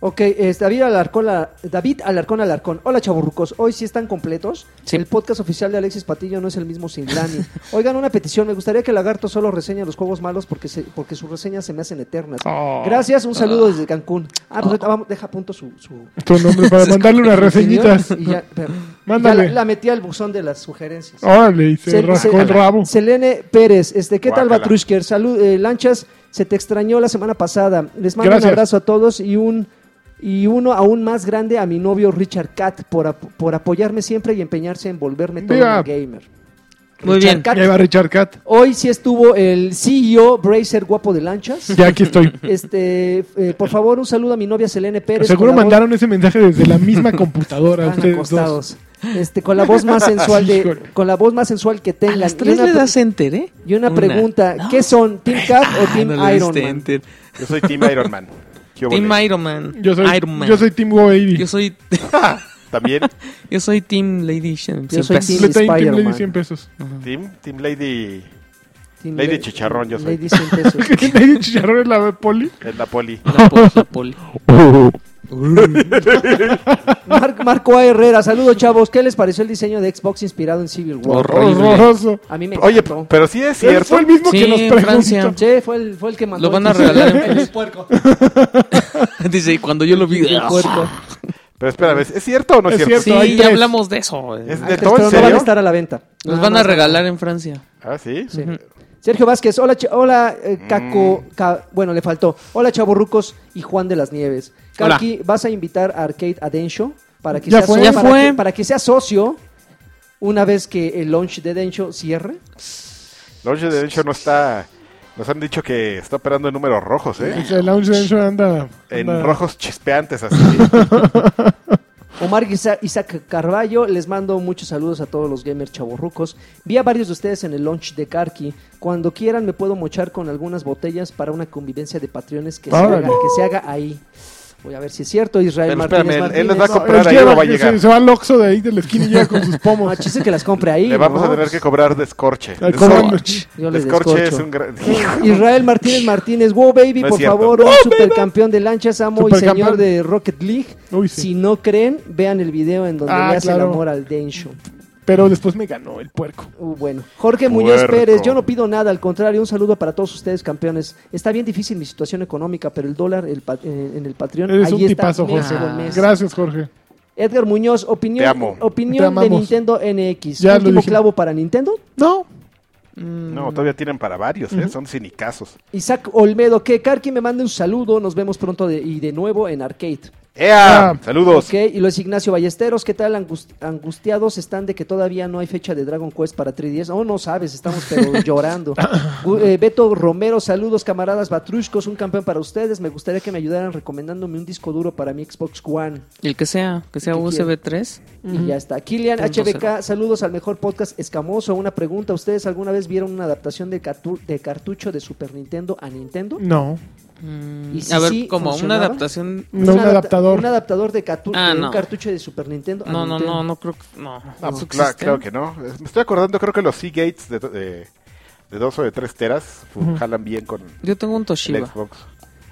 B: Ok, es David Alarcón, Al- David Alarcón Alarcón. Hola, chaburrucos. Hoy sí están completos.
D: Sí.
B: El podcast oficial de Alexis Patillo no es el mismo sin Lani. Oigan, una petición. Me gustaría que Lagarto solo reseña los juegos malos porque, se- porque sus reseñas se me hacen eternas.
A: Oh.
B: Gracias, un saludo desde Cancún. Ah, pues ahorita vamos, deja a punto su... su
A: Tu nombre para mandarle unas reseñitas.
B: y ya, pero-
A: Mándale.
B: ya la, la metí al buzón de las sugerencias.
A: Órale, y se
B: Sel-
A: rascó
B: Sel-
A: el rabo.
B: Selene Pérez, este, ¿qué tal
F: Guácala.
B: Batrushker? Salud, eh, Lanchas, se te extrañó la semana pasada. Les mando
A: Gracias.
B: un abrazo a todos y un y uno aún más grande a mi novio Richard Cat por, ap- por apoyarme siempre y empeñarse en volverme todo
A: Viva.
B: un gamer.
D: Muy
B: Richard
D: bien.
B: Cat.
A: Ya va Richard Cat.
B: Hoy sí estuvo el CEO Bracer guapo de Lanchas.
A: Ya aquí estoy.
B: Este, eh, por favor, un saludo a mi novia Selene Pérez.
A: Seguro
B: con la voz-
A: mandaron ese mensaje desde la misma computadora.
B: Están
A: ustedes dos.
B: acostados. Este, con la voz más sensual de,
A: Híjole.
B: con la voz más sensual que
D: A
B: tengan.
D: las
B: Y
D: 3
B: una
D: le
B: pre-
D: das enter, ¿eh?
B: Y una
D: Una.
B: pregunta, ¿qué son Team Cat o Team
D: No le
B: Iron
D: diste
B: Man?
D: este, enter.
F: ¿eh? Yo soy Team Iron Man. ¿Qué hubo
D: Team
F: de-
D: Iron Man.
A: Yo soy,
D: Iron Man.
A: yo soy Team Go 80.
D: Yo soy,
F: También
D: yo soy Team Lady Sh-
B: Yo
D: Cien
B: soy
D: Pesos.
A: Le traen Team
B: Spider-Man.
A: Lady 100 pesos.
F: Team, Team Lady
B: Tiene-
F: Lady Chicharrón, yo soy.
B: Lady 100 pesos.
A: Lady Chicharrón es la de Poli.
F: Es la poli.
D: La poli, la poli.
B: Mar- Marco A. Herrera, saludos chavos. ¿Qué les pareció el diseño de Xbox inspirado en Civil War?
A: Horroroso.
B: A mí me
F: Oye,
B: encantó.
F: pero sí es
A: Él
F: cierto.
A: fue el mismo
D: Sí,
A: que nos
D: en
A: preguntó.
D: Francia.
B: Che, fue el, fue el que mató.
D: Lo van a
B: el-
D: regalar en-
B: el puerco.
D: Dice, y cuando yo lo vi. ¡ah!
B: El puerco.
F: Pero espérame, ¿es cierto o no es
A: Es
F: cierto?
D: Sí,
A: cierto, hay
D: ya
A: tres.
D: hablamos de eso. eh.
F: ¿Es
B: Ah,
F: de
B: pero
F: todo en
B: no van a
F: serio?
B: estar a la venta.
D: Los
B: Nada
D: van a
B: más.
D: regalar en Francia.
F: Ah, sí.
B: Sí. Sergio Vázquez, hola, cha- hola eh,
F: Mm.
B: Caco, ca- bueno, le faltó. Hola Chaborrucos y Juan de las Nieves.
D: Hola.
B: Karki, ¿vas a invitar a Arcade a Densho para que
A: Ya
B: sea
A: fue.
B: so-
D: Ya
B: para
D: fue.
B: que- para que sea socio una vez que el launch de Densho cierre?
F: Launch de hecho no está. Nos han dicho que está operando en números rojos, ¿eh?
A: El Lounge Densho anda,
F: En
A: anda-
F: rojos chispeantes así.
B: Omar Isa- Isaac Carballo, les mando muchos saludos a todos los gamers chaborrucos. Vi a varios de ustedes en el launch de Karki. Cuando quieran me puedo mochar con algunas botellas para una convivencia de patrones que, se
A: Órale.
B: haga, que se haga ahí. Voy a ver si es cierto, Israel
F: Pero
B: Martínez.
F: espérame, él- él
B: Martínez.
F: les va a
A: No,
F: comprar
A: es que
F: ahí o
A: va-
F: va a llegar.
A: Se, se va al Oxxo de ahí de la esquina y llega con sus pomos.
B: Ah, chiste que las compre ahí.
F: Le vamos
B: ¿no?
F: a tener que cobrar descorche.
A: Ay, ¿cómo ando?
B: Yo les
F: Descorche es
B: descorcho.
F: un gran.
B: Israel Martínez Martínez, wow baby,
F: No es
B: por
F: cierto.
B: favor, un supercampeón de lanchas, amo y
A: ¡Oh, Supercampeón.
B: señor de Rocket League.
A: Uy, sí.
B: Si no creen, vean el video en donde
A: Ah,
B: le hace
A: claro.
B: el amor al Densho.
A: Pero después me ganó el puerco.
B: Uh, bueno, Jorge Muñoz
F: Puerco.
B: Pérez, yo no pido nada, al contrario, un saludo para todos ustedes, campeones. Está bien difícil mi situación económica, pero el dólar el pa- eh, en el Patreon
A: Eres
B: ahí
A: un
B: está
A: tipazo,
B: mes
A: Jorge.
B: con mes.
A: Gracias, Jorge.
B: Edgar Muñoz, opinión,
F: Te amo.
A: Te
B: opinión de
A: amamos.
B: Nintendo NX.
A: Ya lo
B: Último
A: dije.
B: clavo para Nintendo.
A: No,
F: No, todavía tienen para varios, ¿eh? Son cinicazos.
B: Isaac Olmedo, que Karki me mande un saludo, nos vemos pronto de- y de nuevo en Arcade.
F: ¡Ea!
A: Ah.
F: Saludos.
B: Ok, y Luis Ignacio Ballesteros, ¿qué tal Angust- angustiados están de que todavía no hay fecha de Dragon Quest para 3DS? Oh, no sabes, estamos pero llorando. Gu- eh, Beto Romero, saludos camaradas batrushcos, un campeón para ustedes. Me gustaría que me ayudaran recomendándome un disco duro para mi Xbox One.
D: El que sea, que sea
B: Que
D: USB 3.
B: Y ya está. Kilian
D: Punto
B: HBK, saludos al mejor podcast escamoso. Una pregunta, ¿ustedes alguna vez vieron una adaptación de, cartu- de cartucho de Super Nintendo a Nintendo?
A: no.
B: ¿Y si
D: Mm, a ver,
B: sí
D: como una
B: funcionaba?
D: adaptación.
A: No, un
B: adapta-
A: adaptador.
B: Un adaptador de, catu-
D: Ah,
B: de un
D: no.
B: cartucho de Super Nintendo a
D: No, no,
B: Nintendo.
D: no, no creo que. No,
F: Ah,
D: ¿Eso
F: pues, cla-
D: existe?
F: claro que no. Es- Me estoy acordando, creo que los Seagates de, de, de dos o de tres teras fu- jalan bien con
D: Yo tengo un
F: el
D: Toshiba.
F: Xbox.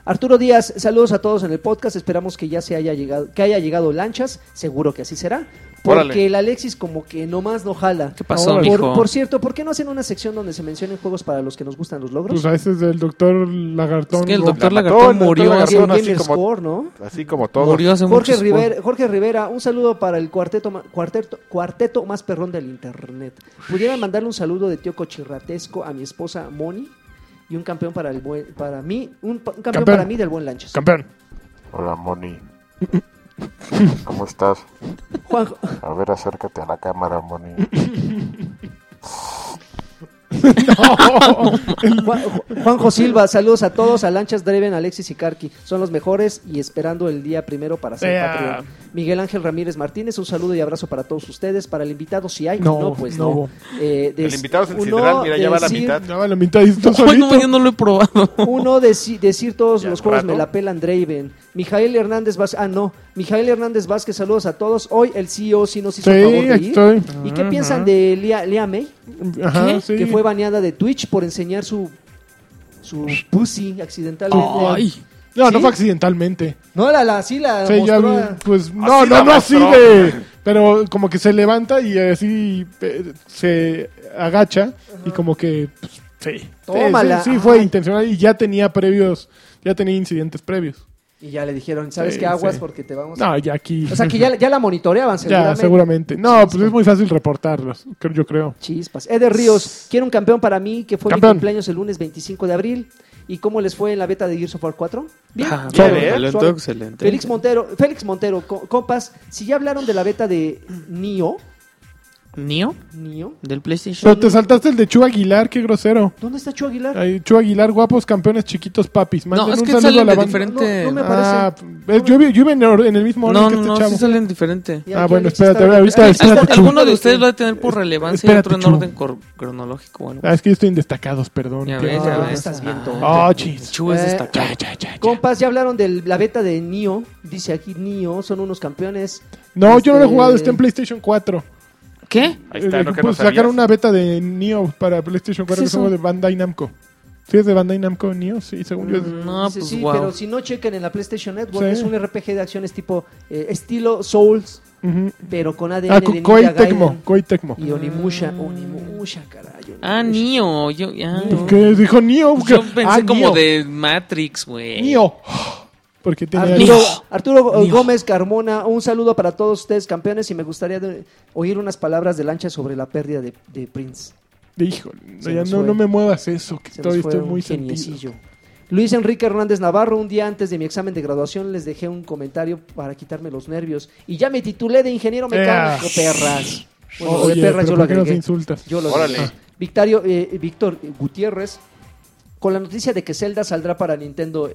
B: Arturo Díaz, saludos a todos en el podcast. Esperamos que ya se haya llegado, que haya llegado lanchas, seguro que así será. Porque
F: Órale.
B: el Alexis como que nomás no jala.
D: ¿Qué pasó,
B: por,
D: mijo?
B: por cierto, ¿por qué no hacen una sección donde se mencionen juegos para los que nos gustan los logros?
A: Pues a veces el doctor Lagartón.
D: Es que el
A: Gordo.
D: doctor
F: La mató,
D: Lagartón
F: el doctor
D: murió.
B: Porque
F: Lagartón.
D: hace-
B: el
F: Garzón, así como-
B: Gamerscore, ¿no?
F: Así como todo.
D: Murió hace
B: Jorge,
D: muchos-
B: River- Jorge Rivera, un saludo para el cuarteto, ma- cuarteto, cuarteto más perrón del internet. ¿Pudieran mandarle un saludo de tío cochirratesco a mi esposa Moni? Y un campeón para el buen, para mí, un, pa- un campeón,
A: Campeón.
B: para mí del buen lanchas.
A: Campeón.
I: Hola, Moni. ¿Cómo estás?
B: Juan-
I: A ver, acércate a la cámara, Moni.
B: Juan- Juanjo Silva, saludos a todos, a Lanchas Dreven, Alexis y Karki. Son los mejores y esperando el día primero para ser
A: Ea.
B: Patreon. Miguel Ángel Ramírez Martínez, un saludo y abrazo para todos ustedes. Para el invitado, si hay, no,
A: No,
B: no pues
A: no.
B: no. Eh, des-
F: El invitado es el
B: uno
F: Sideral, mira, ya va la
B: decir-
F: mitad.
A: Ya va la mitad y tú
D: Ay, no,
A: solito.
D: yo no lo he probado.
B: Uno, deci- decir todos
F: Ya,
B: los juegos
F: rato.
B: me la pelan Draven. Mijael Hernández Vázquez, ah, no. Mijael Hernández Vázquez, saludos a todos. Hoy el CEO sí nos hizo
A: Sí,
B: favor de
A: aquí
B: ir.
A: estoy.
B: ¿Y qué piensan de Lia, Lia May?
A: Ajá,
D: ¿Qué?
A: sí.
B: que fue baneada de Twitch por enseñar su su pussy accidentalmente.
D: Ay,
A: No, no
B: ¿Sí?
A: fue accidentalmente.
B: No, la, la sí la
A: Sí, ya,
B: mostró a-
A: pues no,
F: Así la
A: no, no así
F: mostró.
A: de. Pero como que se levanta y así eh, se agacha y como que. pues, sí. Sí,
B: Tómala.
A: Sí, sí, fue
B: Ay.
A: intencional y ya tenía previos. Ya tenía incidentes previos.
B: y ya le dijeron, ¿sabes
A: Sí,
B: qué aguas?
A: sí.
B: Porque te vamos a...
A: No, ya aquí.
B: O sea que ya, ya la monitoreaban seguramente.
A: Ya, seguramente. No, pues es muy fácil reportarlos, creo- yo creo.
B: Chispas. Eder Ríos, quiero un campeón para mí, que fue
A: Campeón.
B: mi cumpleaños el lunes 25 de abril. ¿Y cómo les fue en la beta de Gears of War 4? Bien.
D: Ah,
A: Sobre.
F: Bien, ¿eh?
G: Excelente,
B: Suave.
G: excelente.
B: Félix Montero, Félix Montero, co- compas, si ya hablaron de la beta de Nio,
D: ¿Nio?
B: Nio,
A: Pero
D: ¿Del PlayStation?
A: te saltaste el de Chu Aguilar, qué grosero.
B: ¿dónde está Chu Aguilar?
A: Ay, Chu Aguilar, guapos campeones chiquitos papis. Manden
D: No, es
A: un
D: que
A: saludo a
D: salen
A: la
D: de
A: banda.
D: diferente.
B: No, no me
D: No,
A: Ah, eh, yo vi, yo vi en, el, en el mismo orden
D: no,
A: que este
D: no,
A: chavo.
D: sí salen diferente.
B: Y
A: Ah,
B: aquí
A: bueno,
B: Alexis
A: espérate,
B: está-
A: a ver, ahorita-
B: Alexis está
A: espérate,
B: tratando
D: Alguno de ustedes lo
B: de-
D: ha de tener por relevancia y
A: espérate,
D: otro en
A: Chu.
D: orden cor- cronológico. o algo.
A: Ah, es que yo estoy en destacados, perdón.
D: Ya
A: Qué
D: ves, ya
A: bárbaro.
B: Ah,
D: ves.
B: estás bien
D: Ah.
B: tonto.
A: Oh, chis.
D: Chu es
B: Eh,
D: destacado.
A: Ya, ya, ya, ya.
B: Compas, ya hablaron de la beta de Nio. Dice aquí Nio, son unos campeones.
A: No, yo no lo he
B: Este-
A: jugado, está en PlayStation 4.
D: ¿Qué?
F: Ahí está,
A: Eh,
F: lo que no
A: pues, sacaron
F: sabías.
A: una beta de Neo para PlayStation 4
D: ¿Qué
A: que
D: es
A: es un juego de
D: eso?
A: Bandai Namco. ¿Sí es de Bandai Namco Neo? Sí, según yo. es-
D: No,
B: Sí,
D: pues
B: sí,
D: wow.
B: pero si no chequen en la PlayStation Network,
A: Sí.
B: es un RPG de acciones tipo eh, estilo Souls,
A: Ujú.
B: pero con ADN
A: Ah,
B: de
A: Ko-
B: Ninja
A: Koei
B: Gaiden
A: Tecmo. Koei Tecmo.
B: y Onimusha, Onimusha, carajo.
D: Ah, Neo. Yo, ah,
A: Pues que dijo Neo.
D: Pues yo
A: que-
D: pensé
A: Ah,
D: como
A: Neo.
D: de Ah, Matrix, güey.
A: Neo. Porque tiene.
B: Arturo, Arturo Gómez Carmona, un saludo para todos ustedes, campeones, y me gustaría de- oír unas palabras de lancha sobre la pérdida de, de Prince.
A: Híjole, no,
B: Se
A: ya
B: nos
A: no,
B: fue.
A: no me muevas eso, que
B: Se nos
A: todavía
B: fue
A: estoy
B: un
A: muy sentido.
B: geniecillo. Luis Enrique Hernández Navarro, un día antes de mi examen de graduación les dejé un comentario para quitarme los nervios y ya me titulé de ingeniero mecánico,
A: Eh.
B: perras. Bueno, o de
A: Oye,
B: perras
A: pero
B: yo lo
A: ¿por qué nos
B: agregué.
A: insultas?
B: Yo lo
F: Órale.
B: dije. Victorio, eh, Víctor Gutiérrez, con la noticia de que Zelda saldrá para Nintendo eh,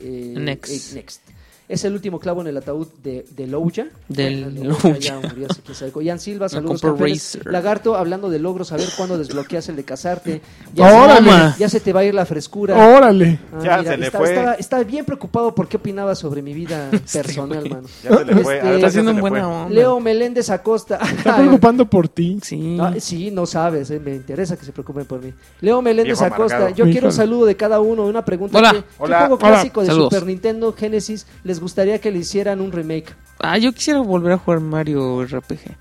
B: eh,
D: Next.
B: eh, Next. Es el último clavo en el ataúd de, de Louja.
D: Del
B: Bueno, ya
D: Louja.
B: murió hace quién sabe cu- Ian Silva, saludos
D: compró
B: campeones.
D: Razer.
B: Lagarto, hablando de logros, a ver cuándo desbloqueas el de casarte.
A: ¡Órale!
B: Se, ya se te va a ir la frescura.
D: Oh.
A: Órale.
B: Ah,
F: Ya se le
B: está-
F: fue.
B: Estaba, estaba bien preocupado por qué opinaba sobre mi vida personal, mano.
F: Ya se le fue.
B: Este,
F: ahorita
D: Está
F: ya
D: haciendo
F: se
D: un
F: le
D: buena
F: fue.
D: onda.
B: Leo Meléndez Acosta.
A: Está preocupando por ti.
D: Sí.
B: Ah, sí, no sabes, eh, me interesa que se preocupen por mí. Leo Meléndez
F: Viejo
B: Acosta,
F: amargado.
B: yo quiero
A: Híjole.
B: un saludo de cada uno, una pregunta.
D: Hola.
B: ¿Qué, qué
F: Hola.
B: juego
F: Hola.
B: clásico de
D: Saludos.
B: Super Nintendo Genesis les gustaría que le hicieran un remake?
D: Ah, yo quisiera volver a jugar Mario RPG.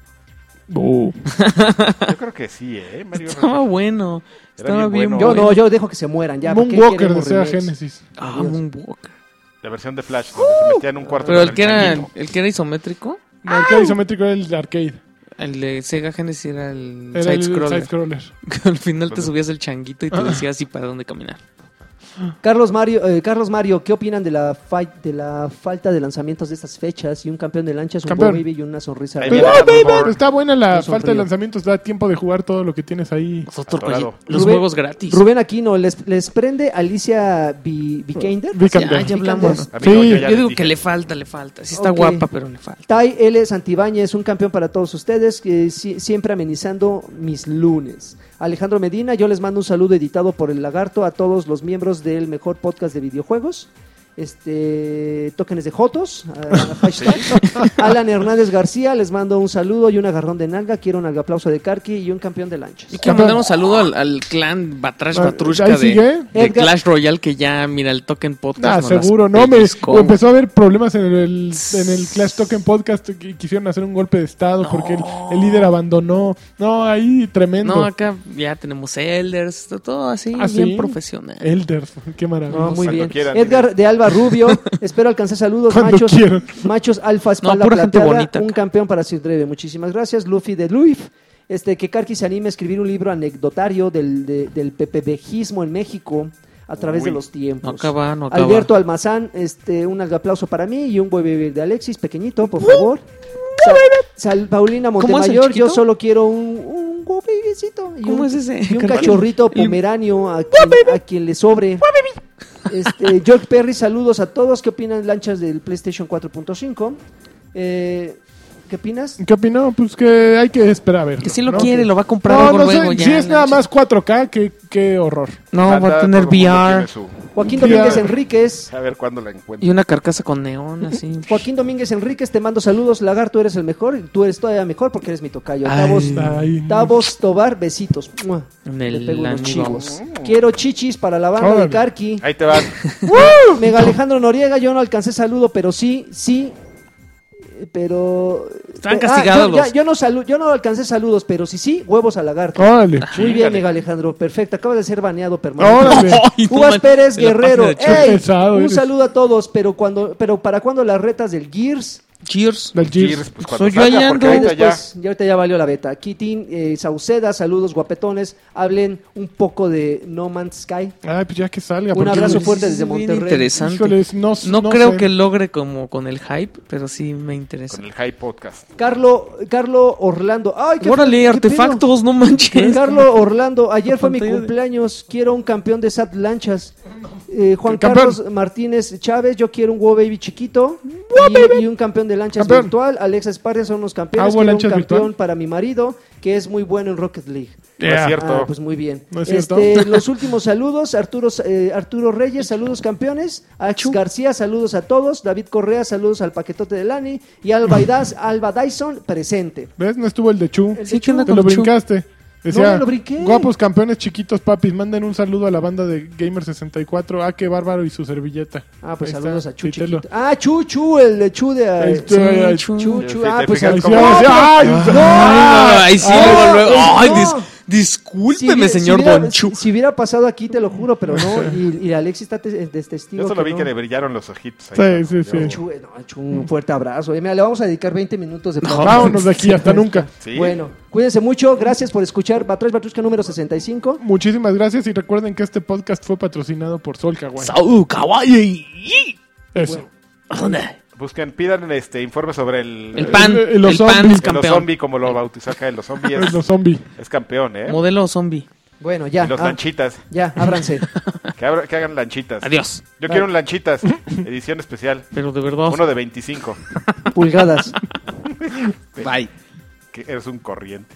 A: Oh.
F: Yo creo que sí, ¿eh? Mario
D: Estaba bueno.
F: Era
D: Estaba
F: bien
D: bien
F: bueno.
B: Yo
D: bueno.
B: no, yo dejo que se mueran ya. ¿por qué
A: Moonwalker
B: queremos
A: de Sega
B: remakes?
A: Genesis.
D: Ah, Moonwalker.
F: La versión de Flash, donde se metía en un cuarto.
D: Pero
F: con
D: el que era,
F: changuito.
D: el que era isométrico,
A: El arcade isométrico era el de arcade.
D: el de Sega Genesis era el
A: Era el Ah.
D: side-scroller.
A: side-scroller.
D: Que al final te subías el changuito y te decía así para dónde caminar.
B: Carlos Mario, eh, Carlos Mario, ¿qué opinan de la, fa- de la falta de lanzamientos de estas fechas y un campeón de lanchas, un
A: Campeón.
B: Bo baby y una sonrisa?
F: Ahí
A: Pero-
F: viene la
A: ¡Ah, baby!
F: Bloodborne.
A: Pero está buena la
B: No sonrío.
A: falta de lanzamientos. Da tiempo de jugar todo lo que tienes ahí.
D: Nosotros con
F: Atorado.
D: los
B: Rubén-
D: juegos gratis.
B: Rubén Aquino, ¿les, les prende Alicia Vi- Vikander?
D: ya,
A: Vikander.
D: ya hablamos.
F: Amigo,
A: Sí.
F: yo ya
D: Yo
F: les
D: digo
F: dije.
D: que le falta, le falta. Sí está
B: Ok.
D: guapa, pero le falta.
B: Tai L. Santibáñez, un campeón para todos ustedes, que si- siempre amenizando mis lunes. Alejandro Medina, yo les mando un saludo editado por el lagarto a todos los miembros del mejor podcast de videojuegos. Este, tóquenes de Jotos, ah, hashtag. Alan Hernández García, les mando un saludo y un agarrón de nalga. Quiero un aplauso de Karki y un campeón de lanchas.
D: Yo quiero mandar un saludo al, al clan Batrash
A: Ah,
D: Batrushka
A: ¿ahí sigue?
D: de, de
B: Edgar-
D: Clash Royale que ya, mira, el token podcast.
A: Ah,
D: nos las
A: seguro, no me
D: pellizcó.
A: empezó a haber problemas en el, en el Clash Token podcast que quisieron hacer un golpe de estado porque el, el líder abandonó. No, ahí tremendo.
D: No, acá ya tenemos Elders, está todo así,
A: Ah,
D: bien
A: sí.
D: profesional.
A: Elders, qué maravilla.
B: No, muy
F: Cuando
B: bien.
F: quieran,
B: Edgar de Alba Rubio, espero alcanzar saludos.
A: Cuando
B: Machos,
A: quieran.
B: machos Alfa Espalda
D: pura gente
B: Plateada,
D: bonita.
B: un campeón para Sir Dreve. Muchísimas gracias. Luffy de Luif. Este, que Karki se anime a escribir un libro anecdotario del, de- del pepebejismo en México a través
F: Uy.
B: de los tiempos.
D: No acaba, no acaba.
B: Alberto Almazán, este, un aplauso para mí y un buen bebé de Alexis, pequeñito, por favor. Sa- Sal- Paulina
D: Uh, ¿Cómo es el
B: Montemayor, yo
D: chiquito?
B: solo quiero un, un guau bebecito y
D: ¿Cómo
B: un,
D: es ese?
B: y un
D: Carnal.
B: cachorrito
D: Y un-
B: pomeráneo a quien, a quien le sobre. Este, George Perry, saludos a todos. ¿Qué opinan lanchas del PlayStation 4.5? Eh, ¿Qué opinas?
A: ¿Qué opinó? Pues que hay que esperar a ver.
D: Que si lo quiere, lo va a comprar
A: No,
D: luego,
A: no sé,
D: luego, ya,
A: si es
D: la
A: nada
D: noche.
A: más 4K, qué, qué horror.
E: No, va
F: Anda,
E: a tener
F: todo el mundo
E: VR.
F: tiene su-
B: Joaquín
A: Ya.
B: Domínguez Enríquez.
F: A ver cuándo la encuentro.
D: Y una carcasa con neón, así.
B: Joaquín Domínguez Enríquez, te mando saludos. Lagarto, eres el mejor. Tú eres todavía mejor porque eres mi tocayo.
D: Ay.
B: Tavos,
A: Ay, no.
B: Tavos Tobar, besitos. Mua.
D: En
B: Le
D: el
B: pego unos
D: ánimo.
B: chivos. Quiero chichis para la banda de
A: Órale.
B: Karki.
F: Mm. Ahí te van.
B: Mega Alejandro Noriega, yo no alcancé saludo, pero sí, sí. eh, Pero.
D: Están
B: Ah,
D: castigados
B: yo, ya-
D: los-
B: yo no salu- yo no alcancé saludos, pero sí, sí, huevos al lagarto.
A: Órale.
B: Muy bien,
F: Chíngale.
B: Mega Alejandro, perfecto. Acabas de ser baneado
D: Ah,
B: permanente.
A: Órale.
D: Ay, no
B: Uvas
D: man-
B: Pérez
D: en la
B: Guerrero,
D: página de
B: ¡ey!
A: Pesado
B: un
A: eres.
B: saludo a todos, pero cuando, pero para cuándo las retas del Gears,
D: Cheers.
A: Del
F: Gears,
A: Gears.
F: pues, cuando
D: Soy yo
F: salga,
D: ahí
F: porque
D: ando.
F: ahorita
B: ya,
F: ya.
B: después- ya ahorita ya valió la beta. Kitin, eh, Sauceda, saludos guapetones, hablen un poco de No Man's Sky.
A: Ay, pues ya que salga.
B: Un
A: porque-
B: abrazo
D: Sí,
B: fuerte
D: sí,
B: desde
D: bien
B: Monterrey.
D: interesante.
A: Híjoles, no,
D: No,
A: no
D: creo
A: sé.
D: que logre como con el hype, pero sí me interesa.
F: Con el High Podcast.
B: Carlo, Carlo Orlando, ay, qué
D: Órale,
B: qué pedo.
D: artefactos, no manches.
B: Carlos Orlando, ayer fue mi
D: pantalla de-
B: cumpleaños. Quiero un campeón de SAT lanchas. Eh, Juan
A: Campeón.
B: Carlos Martínez Chávez, yo quiero un Wo Baby chiquito. Y, y un campeón de de lanchas
A: Campeón.
B: virtual. Alexa Esparria son los campeones.
A: Ah, hubo
B: Quiero un
A: lanchas
B: campeón
A: virtual.
B: para mi marido, que es muy bueno en Rocket League.
F: No es
A: Yeah.
F: cierto.
B: Ah, pues muy bien.
A: ¿No es cierto?
B: este, los últimos saludos, Arturo, eh, Arturo Reyes, saludos campeones, Ax García, saludos a todos, David Correa, saludos al paquetote de Lani y Alba, Idas- Alba Dyson, presente.
A: ¿Ves? No estuvo el de Chu.
B: El
D: Sí,
B: de
D: ¿qué
B: Chu,
D: onda
A: Te lo
D: con Chu?
A: brincaste. Decía,
B: No, me lo brinqué.
A: guapos campeones chiquitos papis, manden un saludo a la banda de Gamer64, a que Ah, bárbaro y su servilleta.
B: Ah, pues
A: Ahí
B: saludos
A: está,
B: a Chu
A: tuitelo.
B: chiquito. Ah, Chu, Chu, el de Chu de...
A: Ahí
B: eh,
A: está,
B: sí,
A: ahí-
D: Chu.
B: Chu, Chu,
F: Sí,
B: ah,
F: te
B: pues...
F: fijas
A: Ahí sí,
F: cómo-
A: ahí sí, ¡ay!
D: Ay, no, ahí sí,
B: Ay,
D: luego, luego.
B: no.
D: Ay, dis-
B: Si hubiera-
D: discúlpeme,
B: si
D: señor
B: hubiera-
D: Don Chu.
B: Si, si hubiera pasado aquí, te lo juro, pero no. Y, y Alexis está te- eh, de testigo.
F: Yo solo
B: que
F: vi
B: no.
F: que le brillaron los ojitos.
A: Sí, sí, sí.
F: Yo-
B: Chu, eh, no, Chu, un fuerte abrazo. Eh, mira, le vamos a dedicar 20 minutos de programa.
A: Vámonos de aquí, hasta nunca.
F: Sí.
B: Bueno, cuídense mucho. Gracias por escuchar Batrash Batrushka número 65.
A: Muchísimas gracias y recuerden que este podcast fue patrocinado por Sol Kawaii.
D: Sau, kawaii.
A: Eso.
F: Busquen, pidan este informe sobre el,
D: El pan,
A: Eh,
D: el,
A: los
D: pan
A: zombies.
D: es
F: el los
D: campeón.
F: zombie, como lo bautizó acá. El los zombie
A: Es
F: es,
A: lo zombie.
F: es campeón, ¿eh?
D: Modelo zombie.
B: Bueno, ya.
F: Y los
B: ah,
F: lanchitas.
B: ya, ábranse.
F: Que, abra- que hagan lanchitas.
D: Adiós.
F: Yo quiero un lanchitas, edición especial.
D: Pero de verdad.
F: Uno de 25.
B: Pulgadas.
D: Bye.
F: Que eres un corriente.